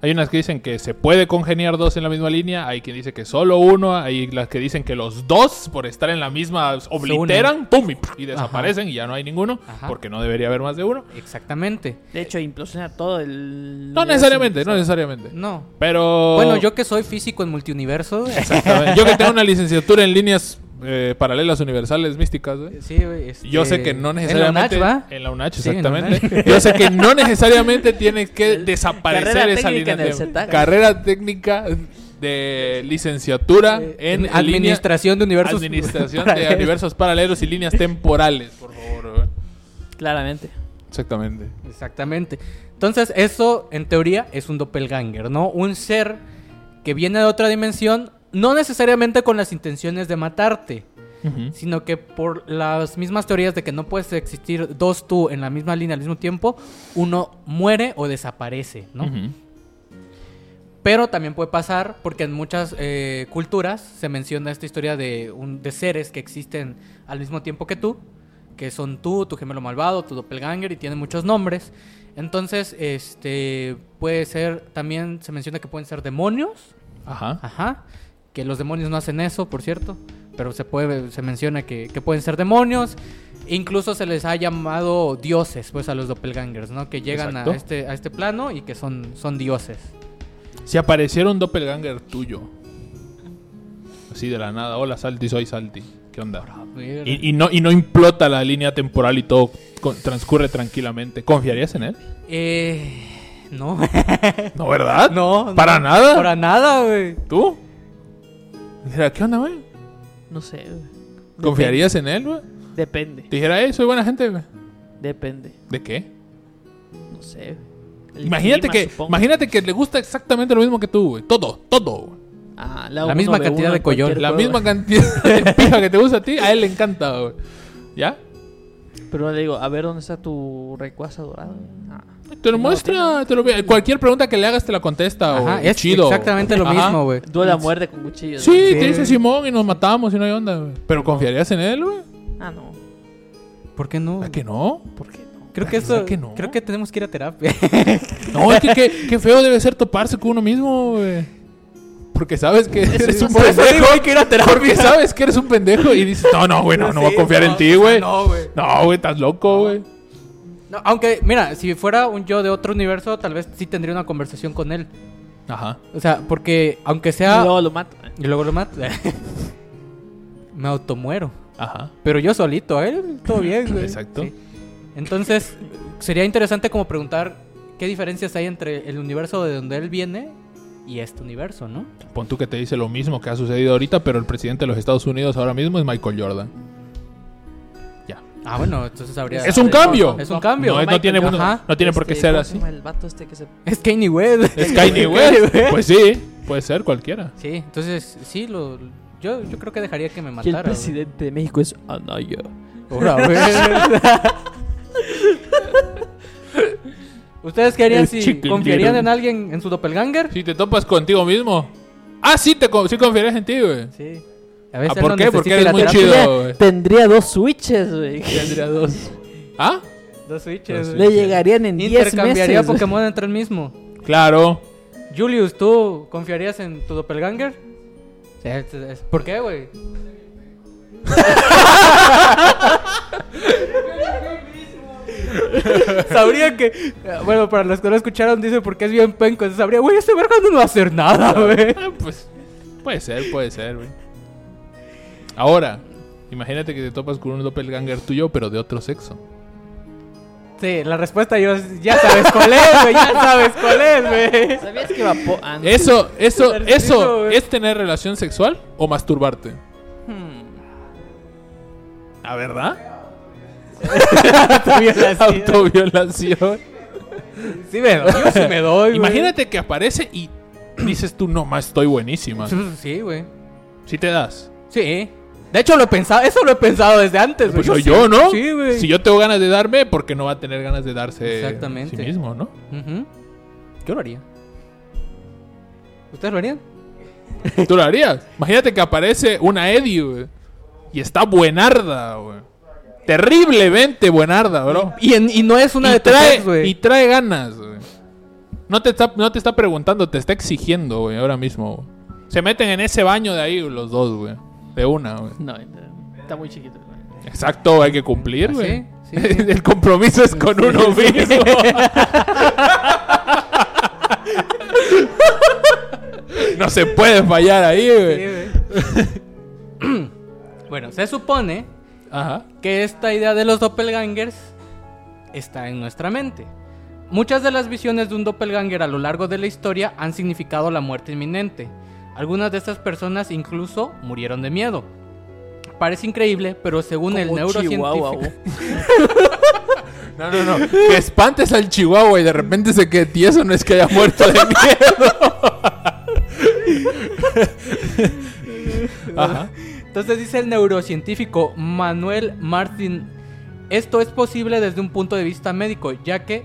Speaker 1: Hay unas que dicen que se puede congeniar dos en la misma línea, hay quien dice que solo uno, hay las que dicen que los dos, por estar en la misma, obliteran, pum, y, y desaparecen y ya no hay ninguno,
Speaker 3: Ajá.
Speaker 1: porque no debería haber más de uno.
Speaker 3: Exactamente.
Speaker 2: De hecho, implosiona todo el.
Speaker 1: No necesariamente, no necesariamente.
Speaker 3: No.
Speaker 1: Pero...
Speaker 3: Bueno, yo que soy físico en multiuniverso.
Speaker 1: Exactamente. Yo que tengo una licenciatura en líneas eh, paralelas universales místicas, ¿eh?
Speaker 3: Sí, güey, este,
Speaker 1: Yo sé que no
Speaker 3: en la
Speaker 1: necesariamente.
Speaker 3: UNACH, ¿va?
Speaker 1: En la UNACH,
Speaker 3: Sí, en la
Speaker 1: exactamente. Yo sé que no necesariamente tiene que desaparecer
Speaker 2: Carrera
Speaker 1: esa
Speaker 2: técnica
Speaker 1: línea.
Speaker 2: en el
Speaker 1: de-
Speaker 2: CETAC.
Speaker 1: Carrera técnica de licenciatura en
Speaker 3: Eh, En administración de
Speaker 1: línea-
Speaker 3: universos.
Speaker 1: administración de
Speaker 3: paralelos.
Speaker 1: universos paralelos y líneas temporales, por favor. eh.
Speaker 2: Claramente.
Speaker 1: Exactamente.
Speaker 3: Exactamente. Entonces, eso en teoría es un doppelganger, ¿no? Un ser que viene de otra dimensión, no necesariamente con las intenciones de matarte, sino que por las mismas teorías de que no puedes existir dos tú en la misma línea al mismo tiempo, uno muere o desaparece, ¿no?
Speaker 1: Ujú.
Speaker 3: Pero también puede pasar porque en muchas eh, culturas se menciona esta historia de, un, de seres que existen al mismo tiempo que tú, que son tú, tu gemelo malvado, tu doppelganger y tienen muchos nombres. Entonces, este puede ser, también se menciona que pueden ser demonios,
Speaker 1: Ajá.
Speaker 3: ajá, que los demonios no hacen eso, por cierto, pero se puede, se menciona que, que pueden ser demonios. Incluso se les ha llamado dioses, pues a los doppelgangers, ¿no? Que llegan a
Speaker 1: Exacto.
Speaker 3: este, a este plano y que son, son dioses.
Speaker 1: Si apareciera un doppelganger tuyo, así de la nada, hola Salty, soy Salty. ¿Qué onda? Y, y no, y no implota la línea temporal y todo co- transcurre tranquilamente. ¿Confiarías en él?
Speaker 3: Eh. No.
Speaker 1: No, ¿verdad?
Speaker 3: no. no.
Speaker 1: ¿Para nada?
Speaker 3: Para nada, güey.
Speaker 1: ¿Tú? Dijera, ¿qué onda, güey?
Speaker 2: No sé. güey.
Speaker 1: ¿Confiarías en él, güey?
Speaker 2: Depende.
Speaker 1: Te dijera, eh, soy buena gente, güey.
Speaker 2: Depende.
Speaker 1: ¿De qué?
Speaker 2: No sé. El
Speaker 1: Imagínate
Speaker 2: clima,
Speaker 1: que,
Speaker 2: supongo.
Speaker 1: imagínate que le gusta exactamente lo mismo que tú, güey. Todo, todo, güey.
Speaker 2: Ah,
Speaker 3: La
Speaker 2: uno
Speaker 3: misma
Speaker 2: ve
Speaker 3: cantidad
Speaker 2: uno
Speaker 3: de
Speaker 2: en cualquier
Speaker 3: coyol.
Speaker 1: La
Speaker 2: juego.
Speaker 1: misma cantidad de pija que te gusta a ti, a él le encanta, güey. ¿Ya?
Speaker 2: Pero le digo, a ver dónde está tu recuaza dorada. Ah.
Speaker 1: Te lo
Speaker 2: No,
Speaker 1: muestra, te lo ve- Cualquier pregunta que le hagas te la contesta, o
Speaker 3: Ajá, es
Speaker 1: chido.
Speaker 3: exactamente lo
Speaker 1: Ajá.
Speaker 3: mismo, güey.
Speaker 2: Ah. Duela a muerte con cuchillos.
Speaker 1: Sí,
Speaker 2: ¿no?
Speaker 1: te dice Simón y nos matamos y no hay onda, güey. Pero ¿confiarías en él, güey?
Speaker 2: Ah, no.
Speaker 3: ¿Por qué no?
Speaker 1: ¿A que no?
Speaker 2: ¿Por qué no?
Speaker 3: Creo que
Speaker 1: ¿A
Speaker 3: eso.
Speaker 1: que no?
Speaker 3: Creo que tenemos que ir a terapia.
Speaker 1: No, es que qué, qué feo debe ser toparse con uno mismo, güey. Porque sabes que eres un
Speaker 3: Por eso
Speaker 1: pendejo.
Speaker 3: digo, hay que ir a terapia.
Speaker 1: Porque sabes que eres un pendejo y dices, no, no, güey, no, no voy a confiar en ti, güey.
Speaker 3: No, güey.
Speaker 1: No, güey, estás loco, güey.
Speaker 3: No, aunque, mira, si fuera un yo de otro universo, tal vez sí tendría una conversación con él.
Speaker 1: Ajá.
Speaker 3: O sea, porque aunque
Speaker 2: Y
Speaker 3: sea.
Speaker 2: luego lo mato.
Speaker 3: Y luego lo mato. Me automuero.
Speaker 1: Ajá.
Speaker 3: Pero yo solito, ¿eh? Todo bien, güey.
Speaker 1: Exacto.
Speaker 3: Sí. Entonces, sería interesante como preguntar qué diferencias hay entre el universo de donde él viene y este universo, ¿no?
Speaker 1: Pon tú que te dice lo mismo que ha sucedido ahorita, pero el presidente de los Estados Unidos ahora mismo es Michael Jordan.
Speaker 3: Ah, bueno, entonces habría...
Speaker 1: Es un cambio.
Speaker 3: Es un cambio.
Speaker 1: No, es- no tiene, no,
Speaker 3: Ajá.
Speaker 1: no tiene por qué
Speaker 2: Este,
Speaker 1: ser
Speaker 2: ¿cómo
Speaker 1: así.
Speaker 2: se llama El vato este que se...
Speaker 3: Es Kanye West.
Speaker 1: Es Kanye West. Pues sí, puede ser cualquiera.
Speaker 3: Sí, entonces, sí, lo, Yo, yo creo que dejaría que me
Speaker 5: Que el
Speaker 3: matara. güey.
Speaker 5: presidente de México es Anaya.
Speaker 3: Ahora, güey. ¿Ustedes qué harían
Speaker 5: El
Speaker 3: si
Speaker 5: chicken
Speaker 3: confiarían
Speaker 5: little.
Speaker 3: en alguien en su doppelganger?
Speaker 1: Si te topas contigo mismo. Ah, sí, te con- sí confiarías en ti, güey.
Speaker 3: Sí. A
Speaker 1: Ah,
Speaker 3: veces
Speaker 1: ¿por
Speaker 3: no
Speaker 1: qué? Porque
Speaker 3: necesita
Speaker 1: eres
Speaker 3: la
Speaker 1: muy
Speaker 3: terapia.
Speaker 1: chido, güey.
Speaker 2: Tendría dos switches, güey.
Speaker 1: Tendría dos. ¿Ah?
Speaker 3: Dos
Speaker 1: Dos
Speaker 3: switches. güey.
Speaker 1: switches.
Speaker 2: Le llegarían en 10
Speaker 3: Intercambiaría
Speaker 2: meses.
Speaker 3: Pokémon entre el mismo.
Speaker 1: Claro.
Speaker 3: Julius, ¿tú confiarías en tu doppelganger? Sí, es- es- ¿Por qué, güey? Sabría que. eh, Bueno, para los que no escucharon, dice porque es bien penco. Sabría, güey, este verga no va a hacer nada, güey.
Speaker 1: Ah, pues puede ser, puede ser, güey. Ahora, imagínate que te topas con un doppelganger tuyo, pero de otro sexo.
Speaker 3: Sí, la respuesta yo es- ya sabes cuál es, güey. Ya sabes cuál es, güey.
Speaker 2: ¿Sabías que Vapo... Ah, no.
Speaker 1: Eso, eso,
Speaker 3: Narciso,
Speaker 1: eso
Speaker 3: güey.
Speaker 1: es tener relación sexual o masturbarte.
Speaker 2: Hmm.
Speaker 1: ¿A verdad? Autoviolación.
Speaker 3: Sí me doy, yo sí me doy, güey.
Speaker 1: Imagínate que aparece y dices tú, no más, estoy buenísima.
Speaker 3: Sí, pues, güey.
Speaker 1: Si te das.
Speaker 3: Sí. De hecho, lo he pensado, eso lo he pensado desde antes, güey.
Speaker 1: Pues soy
Speaker 3: sí-
Speaker 1: yo, ¿no?
Speaker 3: Sí, güey.
Speaker 1: Si yo tengo ganas de darme, porque no va a tener ganas de darse
Speaker 3: Exactamente.
Speaker 1: a sí mismo, ¿no?
Speaker 3: Ujú. Yo lo haría. ¿Ustedes lo harían?
Speaker 1: ¿Tú lo harías? Imagínate que aparece una Eddie, güey. Y está buenarda, güey. Terriblemente buenarda, bro.
Speaker 3: Y, en- y no es una
Speaker 1: y,
Speaker 3: de
Speaker 1: trae,
Speaker 3: Tepex, güey.
Speaker 1: y trae ganas, güey. No te, está, no te está preguntando, te está exigiendo, güey, ahora mismo. güey. Se meten en ese baño de ahí los dos, güey. De una, güey.
Speaker 2: No, está muy chiquito. güey.
Speaker 1: Exacto, hay que cumplir,
Speaker 3: Ah,
Speaker 1: güey.
Speaker 3: sí, sí, sí.
Speaker 1: El compromiso es con uno mismo. no se puede fallar ahí, güey.
Speaker 3: Sí, güey. bueno, se supone
Speaker 1: Ajá.
Speaker 3: que esta idea de los doppelgangers está en nuestra mente. Muchas de las visiones de un doppelganger a lo largo de la historia han significado la muerte inminente. Algunas de estas personas incluso murieron de miedo. Parece increíble, pero según el
Speaker 2: Como Chihuahua,
Speaker 3: neurocientífico...
Speaker 2: güey.
Speaker 1: No, no, no. Que espantes al chihuahua y de repente se quede tieso, no es que haya muerto de miedo. Ajá.
Speaker 3: Entonces dice el neurocientífico Manuel Martin, esto es posible desde un punto de vista médico, ya que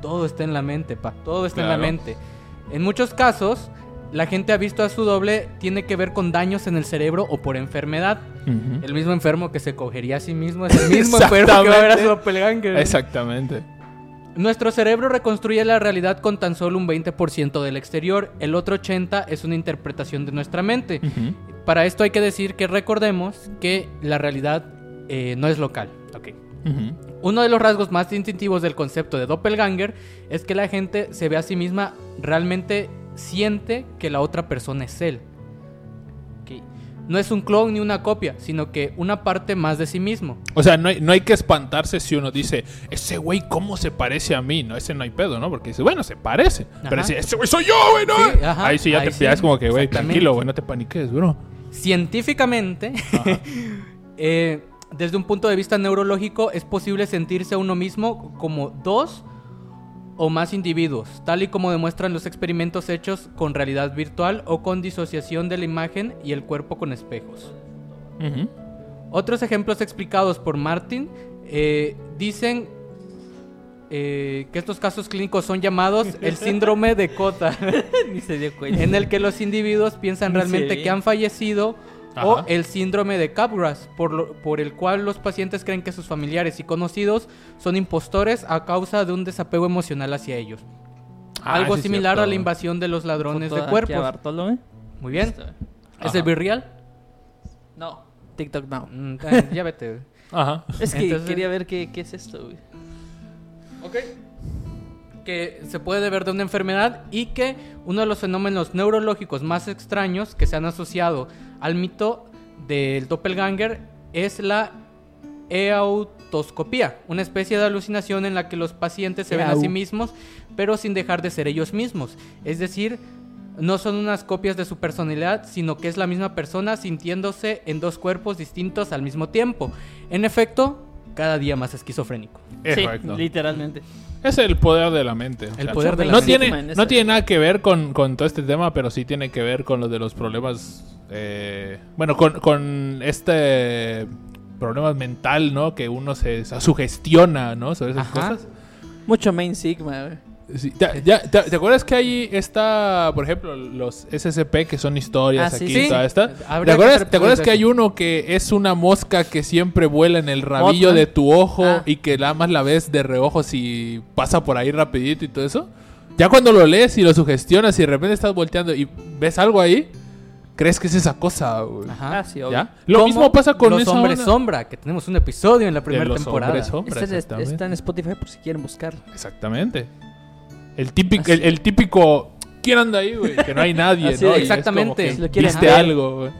Speaker 3: todo está en la mente, pa, todo está en
Speaker 1: Claro.
Speaker 3: la mente. En muchos casos, la gente ha visto a su doble tiene que ver con daños en el cerebro o por enfermedad. El mismo enfermo que se cogería a sí mismo es el mismo enfermo que va a ver a su doppelganger.
Speaker 1: Exactamente.
Speaker 3: Nuestro cerebro reconstruye la realidad con tan solo un 20% del exterior, el otro 80% es una interpretación de nuestra mente. Para esto hay que decir que recordemos que la realidad eh, no es local.
Speaker 1: Ujú.
Speaker 3: Uno de los rasgos más distintivos del concepto de doppelganger es que la gente se ve a sí misma realmente siente que la otra persona es él. Ok. No es un clon ni una copia, sino que una parte más de sí mismo.
Speaker 1: O sea, no hay, no hay que espantarse si uno dice, ese güey, ¿cómo se parece a mí? No, ese no hay pedo, ¿no? Porque dice, bueno, se parece. Pero
Speaker 3: Ajá.
Speaker 1: dice, ese güey soy yo, güey, ¿no?
Speaker 3: Sí, ajá,
Speaker 1: ahí sí ya
Speaker 3: ahí
Speaker 1: te
Speaker 3: sí.
Speaker 1: ya es como que, güey,
Speaker 3: Exactamente.
Speaker 1: tranquilo, güey, no te paniques, bro.
Speaker 3: Científicamente, eh, desde un punto de vista neurológico, es posible sentirse a uno mismo como dos o más individuos, tal y como demuestran los experimentos hechos con realidad virtual o con disociación de la imagen y el cuerpo con espejos.
Speaker 1: Ujú.
Speaker 3: Otros ejemplos explicados por Martin eh, dicen eh, que estos casos clínicos son llamados el síndrome de Cota.
Speaker 2: Ni se dio cuenta.
Speaker 3: en el que los individuos piensan
Speaker 2: No sé
Speaker 3: realmente
Speaker 2: bien.
Speaker 3: que han fallecido o
Speaker 1: Ajá.
Speaker 3: el síndrome de Capgras, por, lo- por el cual los pacientes creen que sus familiares y conocidos son impostores a causa de un desapego emocional hacia ellos.
Speaker 1: Ah,
Speaker 3: Algo
Speaker 1: sí es
Speaker 3: similar
Speaker 1: cierto.
Speaker 3: a la invasión de los ladrones de
Speaker 2: Foto aquí a
Speaker 3: cuerpos.
Speaker 2: Bartolomé.
Speaker 3: Muy bien.
Speaker 2: Listo.
Speaker 3: ¿Es el virreal?
Speaker 2: No, TikTok no.
Speaker 3: Mm, eh, ya vete.
Speaker 1: Ajá.
Speaker 2: Es que
Speaker 3: Entonces-
Speaker 2: quería ver qué, qué es esto, güey.
Speaker 3: que se puede deber de una enfermedad y que uno de los fenómenos neurológicos más extraños que se han asociado al mito del doppelganger es la eautoscopía, una especie de alucinación en la que los pacientes se ven a sí
Speaker 4: Eau.
Speaker 3: mismos, pero sin dejar de ser ellos mismos. Es decir, no son unas copias de su personalidad, sino que es la misma persona sintiéndose en dos cuerpos distintos al mismo tiempo. En efecto, cada día más esquizofrénico.
Speaker 1: Exacto.
Speaker 2: Sí, literalmente.
Speaker 1: Es el poder de la mente. o
Speaker 3: El poder de la
Speaker 1: no
Speaker 3: mente.
Speaker 1: Tiene,
Speaker 2: Man,
Speaker 1: no
Speaker 2: esa-
Speaker 1: tiene nada que ver con, con todo este tema, pero sí tiene que ver con lo de los problemas eh, bueno, con, con este problema mental, ¿no? Que uno se, se sugestiona, ¿no? Sobre esas
Speaker 3: Ajá.
Speaker 1: cosas.
Speaker 2: Mucho Main Sigma, güey.
Speaker 1: Sí, ya- ya- te, te acuerdas que ahí está, por ejemplo, los SCP que son historias
Speaker 2: Ah, sí,
Speaker 1: aquí
Speaker 2: sí.
Speaker 1: y toda esta? ¿Te
Speaker 3: Habría que
Speaker 1: acuerdas,
Speaker 3: hacer
Speaker 1: te acuerdas
Speaker 3: preguntas.
Speaker 1: que hay uno que es una mosca que siempre vuela en el rabillo
Speaker 2: Mothman.
Speaker 1: de tu ojo
Speaker 2: Ah.
Speaker 1: y que nada más la ves de reojo si pasa por ahí rapidito y todo eso? Ya cuando lo lees y lo sugestionas y de repente estás volteando y ves algo ahí, crees que es esa cosa, güey.
Speaker 3: Ajá.
Speaker 2: Ah, sí, obvio.
Speaker 1: ¿Ya? Lo
Speaker 3: Como
Speaker 1: mismo pasa con
Speaker 3: Los
Speaker 1: esa
Speaker 3: Hombres
Speaker 1: onda
Speaker 3: Sombra, que tenemos un episodio en la
Speaker 1: de
Speaker 3: primera
Speaker 1: los
Speaker 3: temporada.
Speaker 1: hombres sombra,
Speaker 2: Está en,
Speaker 1: exactamente.
Speaker 2: está en Spotify por si quieren buscarlo.
Speaker 1: Exactamente. El típico, el, el típico ¿Quién anda ahí, güey? Que no hay nadie,
Speaker 2: Así
Speaker 1: ¿no?
Speaker 2: de-
Speaker 1: Y es como
Speaker 3: exactamente.
Speaker 1: que
Speaker 2: Si lo quieres
Speaker 1: viste
Speaker 2: ver.
Speaker 1: algo, güey.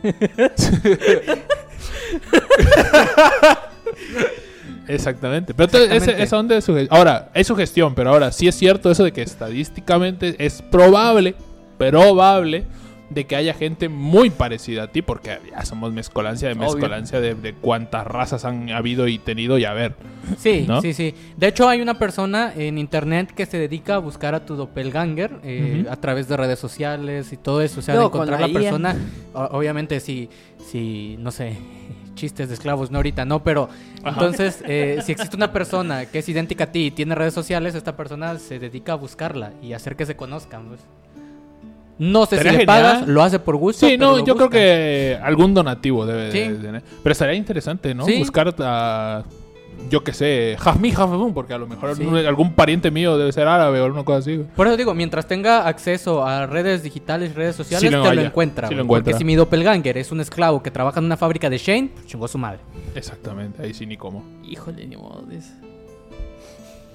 Speaker 1: Exactamente. Pero entonces, ese-
Speaker 3: Exactamente.
Speaker 1: esa onda de suge- Ahora, es sugestión, pero ahora sí es cierto eso de que estadísticamente es probable, probable, de que haya gente muy parecida a ti, porque ya somos mezcolancia de
Speaker 3: Obvio.
Speaker 1: mezcolancia de, de cuántas razas han habido y tenido y haber.
Speaker 3: Sí,
Speaker 1: ¿No?
Speaker 3: sí, sí. De hecho, hay una persona en internet que se dedica a buscar a tu doppelganger eh,
Speaker 1: Ujú.
Speaker 3: a través de redes sociales y todo eso. O sea, de
Speaker 2: Luego, con
Speaker 3: encontrar
Speaker 2: la
Speaker 3: la,
Speaker 2: IA.
Speaker 3: persona. O- obviamente, si, si, no sé, chistes de esclavos, no ahorita, no, pero entonces, eh, si existe una persona que es idéntica a ti y tiene redes sociales, esta persona se dedica a buscarla y hacer que se conozcan. pues. No sé
Speaker 1: Estaría
Speaker 3: si le
Speaker 1: genial.
Speaker 3: pagas, lo hace por gusto.
Speaker 1: Sí,
Speaker 3: pero
Speaker 1: no,
Speaker 3: lo
Speaker 1: yo creo
Speaker 3: busca.
Speaker 1: que algún donativo debe de-
Speaker 3: Sí.
Speaker 1: de tener. Pero estaría interesante, ¿no?
Speaker 3: Sí.
Speaker 1: Buscar a, yo qué sé, Jazmín Jazmín, porque a lo mejor
Speaker 3: Sí.
Speaker 1: algún, algún pariente mío debe ser árabe o alguna cosa así. güey.
Speaker 3: Por eso digo, mientras tenga acceso a redes digitales, redes sociales,
Speaker 1: Sí lo
Speaker 3: te
Speaker 1: haya,
Speaker 3: lo encuentra.
Speaker 1: sí lo
Speaker 3: güey.
Speaker 1: encuentra.
Speaker 3: Porque si mi doppelganger es un esclavo que trabaja en una fábrica de Shane, pues chingó su madre.
Speaker 1: Exactamente, ahí sí ni cómo.
Speaker 2: Híjole, ni modo. dice.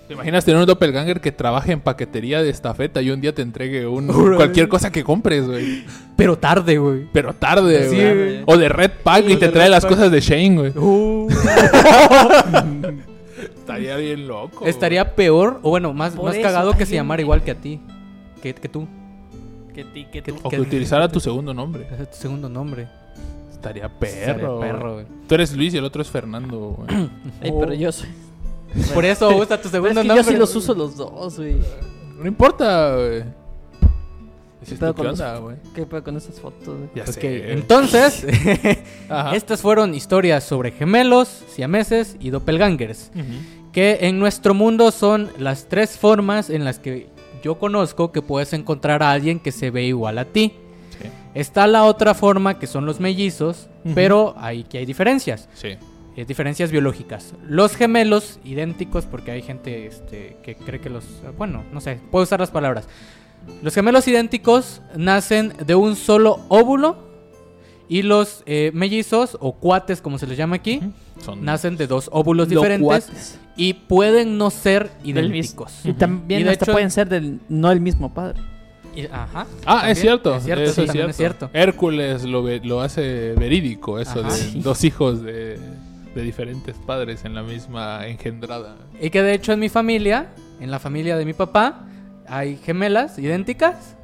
Speaker 1: ¿Te imaginas tener un doppelganger que trabaje en paquetería de estafeta y un día te entregue un, cualquier cosa que compres, güey?
Speaker 3: Pero tarde, güey.
Speaker 1: Pero tarde,
Speaker 2: Sí,
Speaker 1: güey.
Speaker 2: güey.
Speaker 1: O de Red Pack y te trae las cosas de Shane, güey. Estaría bien loco. güey.
Speaker 3: Estaría peor, o bueno, más,
Speaker 2: Por
Speaker 3: más
Speaker 2: eso
Speaker 3: cagado
Speaker 2: está
Speaker 3: que se
Speaker 2: bien,
Speaker 3: llamara
Speaker 2: güey.
Speaker 3: igual que a ti. Que, que tú.
Speaker 2: Que ti, que
Speaker 3: Que-
Speaker 2: tú.
Speaker 1: O que utilizara tu segundo nombre.
Speaker 3: Ese es tu segundo nombre.
Speaker 1: Estaría
Speaker 3: Estaría
Speaker 1: perro.
Speaker 3: perro,
Speaker 1: perro.
Speaker 3: güey.
Speaker 1: Tú eres Luis y el otro es Fernando, güey.
Speaker 2: Ay, pero yo soy.
Speaker 3: Por eso usa tu
Speaker 2: Pero es
Speaker 3: segundo
Speaker 2: que
Speaker 3: nombre.
Speaker 2: yo sí los uso los dos, güey.
Speaker 1: No importa, güey.
Speaker 3: Este,
Speaker 1: Dices
Speaker 2: pedo
Speaker 1: tú, ¿qué
Speaker 2: con los-
Speaker 1: onda, güey?
Speaker 2: ¿Qué pasa con esas fotos? güey?
Speaker 1: Ya
Speaker 3: Ok,
Speaker 1: sé.
Speaker 3: entonces,
Speaker 1: Ajá.
Speaker 3: estas fueron historias sobre gemelos, siameses y doppelgangers.
Speaker 1: Ujú.
Speaker 3: que en nuestro mundo son las tres formas en las que yo conozco que puedes encontrar a alguien que se ve igual a ti.
Speaker 1: Sí.
Speaker 3: Está la otra forma que son los mellizos,
Speaker 1: Ujú.
Speaker 3: pero hay que hay diferencias,
Speaker 1: Sí.
Speaker 3: eh, diferencias biológicas. Los gemelos idénticos, porque hay gente este, que cree que los, bueno, no sé, puedo usar las palabras. Los gemelos idénticos nacen de un solo óvulo y los eh, mellizos o cuates, como se les llama aquí,
Speaker 1: Son...
Speaker 3: nacen de dos óvulos diferentes
Speaker 2: Locuates.
Speaker 3: y pueden no ser
Speaker 2: Del
Speaker 3: idénticos.
Speaker 2: Y también
Speaker 3: Y de
Speaker 2: hasta
Speaker 3: hecho-
Speaker 2: pueden ser del no el mismo padre.
Speaker 3: Y- ajá.
Speaker 1: Ah, es
Speaker 3: También,
Speaker 1: cierto.
Speaker 3: es cierto,
Speaker 1: eso
Speaker 3: sí,
Speaker 1: es
Speaker 3: también
Speaker 1: cierto.
Speaker 3: es cierto.
Speaker 1: Hércules lo, ve- lo hace verídico, eso
Speaker 3: Ajá.
Speaker 1: de
Speaker 3: Sí.
Speaker 1: dos hijos de, de diferentes padres en la misma engendrada.
Speaker 3: Y que de hecho en mi familia, en la familia de mi papá, hay gemelas idénticas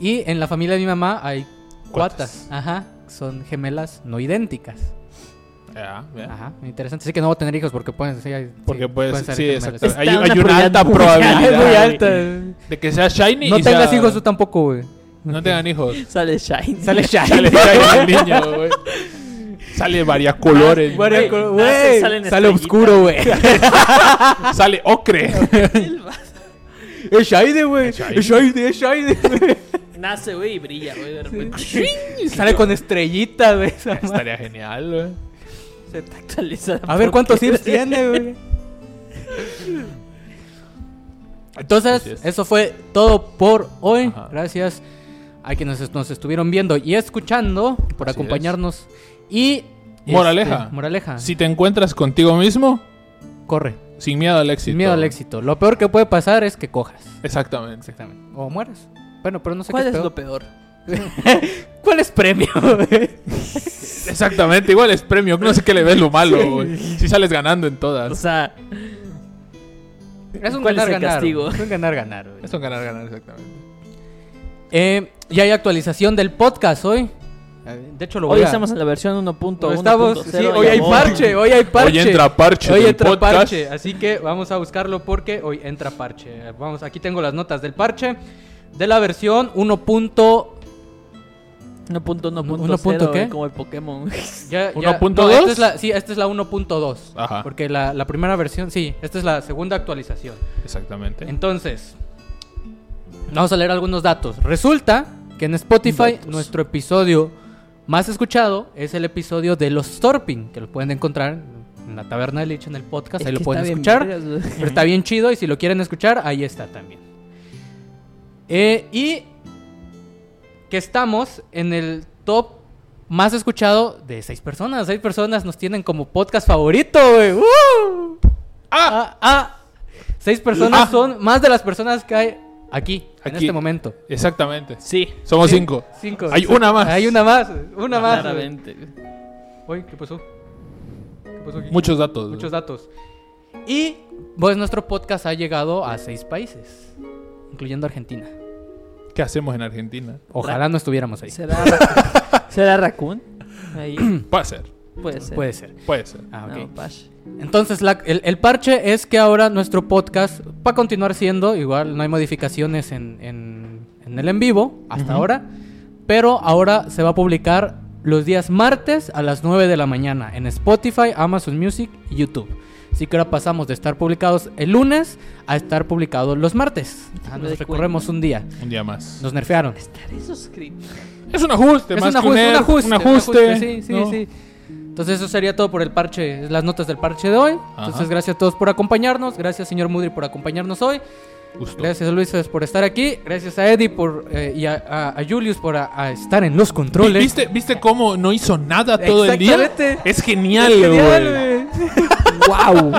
Speaker 3: y en la familia de mi mamá hay cuatas.
Speaker 1: Cuatas.
Speaker 3: Ajá. Son gemelas no idénticas.
Speaker 1: Ya, ya.
Speaker 3: Ajá. Interesante. Así que no voy a tener hijos porque pueden, sí, hay-
Speaker 1: Porque
Speaker 3: sí,
Speaker 1: puedes-
Speaker 3: pueden ser
Speaker 1: sí,
Speaker 3: gemelas.
Speaker 1: exacto. Hay-
Speaker 2: Está
Speaker 1: hay una alta
Speaker 3: Es muy
Speaker 1: probabilidad.
Speaker 3: alta.
Speaker 1: De que sea shiny
Speaker 3: No
Speaker 1: y
Speaker 3: tengas
Speaker 1: sea-
Speaker 3: hijos tú tampoco, güey.
Speaker 1: No tengan hijos.
Speaker 2: Sale Shine.
Speaker 3: Sale
Speaker 1: Sale
Speaker 3: Shiny.
Speaker 1: shiny el niño, güey. Sale de varias
Speaker 3: Ah,
Speaker 1: colores.
Speaker 3: Güey,
Speaker 2: Güey, salen
Speaker 3: güey, sale
Speaker 2: estrellitas.
Speaker 3: oscuro, güey.
Speaker 1: Sale ocre.
Speaker 3: Es Shiny, güey. Es
Speaker 1: shiny.
Speaker 3: Shiny, es Shiny.
Speaker 2: Nace, güey, y brilla, güey. De repente
Speaker 3: Sale con estrellitas, güey. esa madre.
Speaker 1: Estaría genial, güey.
Speaker 2: se tactualiza.
Speaker 3: A ver cuántos
Speaker 2: Porque-
Speaker 3: IRS tiene, güey. Entonces,
Speaker 1: Así es.
Speaker 3: eso fue todo por hoy.
Speaker 1: Ajá.
Speaker 3: Gracias a quienes es- nos estuvieron viendo y escuchando por
Speaker 1: Así
Speaker 3: acompañarnos. Y.
Speaker 1: Moraleja.
Speaker 3: este, moraleja.
Speaker 1: Si te encuentras contigo mismo,
Speaker 3: Corre.
Speaker 1: sin miedo al éxito.
Speaker 3: Sin miedo al éxito. Lo peor que puede pasar es que cojas.
Speaker 1: Exactamente.
Speaker 3: Exactamente. O mueras. Bueno, pero no sé
Speaker 2: ¿Cuál
Speaker 3: qué
Speaker 2: es
Speaker 3: peor.
Speaker 2: lo peor?
Speaker 3: ¿Cuál es premio, güey?
Speaker 1: Exactamente, igual es premio. No sé qué le ves lo malo, güey. Si sales ganando en
Speaker 2: O
Speaker 1: todas.
Speaker 2: sea,
Speaker 3: Es un
Speaker 2: ¿Cuál es el
Speaker 3: ganar-ganar.
Speaker 2: castigo?
Speaker 3: güey. Es un ganar-ganar, güey.
Speaker 1: Esto ganar, ganar, exactamente.
Speaker 3: Eh, ya hay actualización del podcast hoy. De hecho, lo voy
Speaker 2: hoy
Speaker 3: a...
Speaker 2: estamos en la versión 1.1.
Speaker 3: Hoy estamos... sí, hoy hay
Speaker 2: amor.
Speaker 3: parche, hoy hay parche.
Speaker 1: Hoy entra parche.
Speaker 3: Hoy
Speaker 1: del
Speaker 3: entra
Speaker 1: podcast.
Speaker 3: parche, así que vamos a buscarlo porque hoy entra parche. Vamos, aquí tengo las notas del parche de la versión 1.1.
Speaker 2: 1.1.0,
Speaker 3: ¿Uno punto
Speaker 2: güey,
Speaker 3: qué?
Speaker 2: como el Pokémon. güey.
Speaker 3: Ya- ya-
Speaker 1: 1.2?
Speaker 3: no, esta es la- sí, esta es la 1.2.
Speaker 1: Ajá.
Speaker 3: Porque la, la primera versión, sí, esta es la segunda actualización.
Speaker 1: Exactamente.
Speaker 3: Entonces, vamos a leer algunos datos. Resulta que en Spotify nuestro episodio más escuchado es el episodio de los Torping, que lo pueden encontrar en la taberna de Lich en el podcast,
Speaker 2: Es
Speaker 3: ahí
Speaker 2: que
Speaker 3: lo pueden
Speaker 2: está bien
Speaker 3: escuchar.
Speaker 2: vergas, güey.
Speaker 3: Pero está bien chido y si lo quieren escuchar, ahí está también. Eh, y que estamos en el top más escuchado de seis personas. Seis personas nos tienen como podcast favorito, güey. ¡Uh! Ah, ah. Seis personas
Speaker 1: Ah.
Speaker 3: son más de las personas que hay aquí, en
Speaker 1: Aquí.
Speaker 3: este momento.
Speaker 1: Exactamente.
Speaker 2: Sí,
Speaker 1: Somos
Speaker 3: Sí,
Speaker 1: cinco.
Speaker 3: Cinco.
Speaker 1: Hay una más.
Speaker 3: Hay una más. Una más. güey.
Speaker 2: claramente. güey.
Speaker 3: Uy, ¿qué pasó? ¿Qué pasó, Kiki?
Speaker 1: Muchos datos.
Speaker 3: Muchos datos. Y pues nuestro podcast ha llegado a seis países, incluyendo Argentina.
Speaker 1: ¿Qué hacemos en Argentina?
Speaker 3: Ojalá no estuviéramos ahí.
Speaker 2: ¿Será, Ra- ¿Será Raccoon? Ahí
Speaker 1: Puede ser.
Speaker 2: puede ser.
Speaker 3: Puede ser.
Speaker 1: Puede ser.
Speaker 3: Ah, ok.
Speaker 2: No, Pash.
Speaker 3: Entonces, la- el, el parche es que ahora nuestro podcast va a continuar siendo, igual no hay modificaciones en, en- en el en vivo hasta ahora, pero ahora se va a publicar los días martes a las 9 de la mañana en Spotify, Amazon Music y YouTube. Así que ahora pasamos de estar publicados el lunes a estar publicados los martes. Ah,
Speaker 2: Me doy
Speaker 3: nos recorremos un día.
Speaker 1: Un día más.
Speaker 3: Nos nerfearon.
Speaker 2: Estaré suscrito.
Speaker 1: Es un ajuste,
Speaker 3: Es
Speaker 1: más
Speaker 3: un
Speaker 1: que un
Speaker 3: ajuste, un
Speaker 1: nerf,
Speaker 3: ajuste,
Speaker 1: un
Speaker 3: un
Speaker 1: ajuste,
Speaker 3: ajuste, sí, sí,
Speaker 1: ¿no?
Speaker 3: sí. Entonces eso sería todo por el parche, es las notas del parche de hoy. Entonces
Speaker 1: Ajá.
Speaker 3: gracias a todos por acompañarnos, gracias señor Mudri por acompañarnos hoy,
Speaker 1: Justo.
Speaker 3: gracias Luis por estar aquí, gracias a Eddie por, eh, y a, a- a Julius por a- a estar en los
Speaker 1: Vi-
Speaker 3: controles.
Speaker 1: ¿Viste, ¿Viste cómo no hizo nada todo el día?
Speaker 3: Exactamente.
Speaker 1: Es genial,
Speaker 3: Es genial,
Speaker 1: güey.
Speaker 3: güey.
Speaker 5: ¡Wow!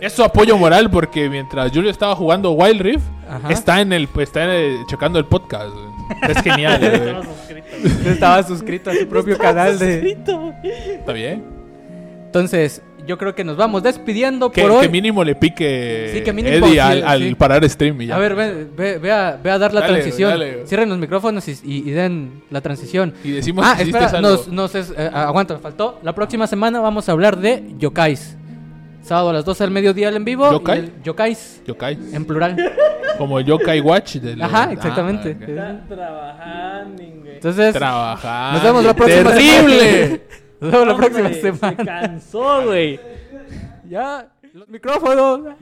Speaker 1: Es su apoyo moral porque mientras Julio estaba jugando Wild Rift,
Speaker 3: Ajá.
Speaker 1: está en el está eh, checando el podcast. güey. Es genial, güey.
Speaker 3: Yo Estaba suscrito a su propio canal de...
Speaker 1: Está bien.
Speaker 3: Entonces yo creo que nos vamos despidiendo
Speaker 1: Que,
Speaker 3: por hoy.
Speaker 1: que mínimo le pique
Speaker 3: Sí, que mínimo,
Speaker 1: Eddie
Speaker 3: sí,
Speaker 1: al, al
Speaker 3: sí.
Speaker 1: parar stream y ya.
Speaker 3: A ver, ve, ve- ve a, ve a dar la
Speaker 1: Dale,
Speaker 3: transición.
Speaker 1: dale, güey.
Speaker 3: Cierren los micrófonos y- y- y den la transición.
Speaker 1: Y decimos
Speaker 3: ah,
Speaker 1: que hiciste
Speaker 3: espera,
Speaker 1: algo.
Speaker 3: nos, nos es- eh, aguanta, me faltó. La próxima semana vamos a hablar de yokais. Sábado a las 12 del mediodía el en vivo. y
Speaker 1: ¿Yokai?
Speaker 3: el yokais,
Speaker 1: Yokai.
Speaker 3: en plural.
Speaker 1: Como el Yokai Watch. de los-
Speaker 3: Ajá,
Speaker 1: Ah,
Speaker 3: exactamente.
Speaker 1: ok.
Speaker 2: Están trabajando, güey.
Speaker 3: Entonces,
Speaker 1: Trabajar.
Speaker 3: nos vemos la próxima semana.
Speaker 1: ¡Terrible!
Speaker 3: Nos vemos la próxima
Speaker 2: Hombre, Se
Speaker 3: semana.
Speaker 2: cansó, güey.
Speaker 3: Ya, los micrófonos.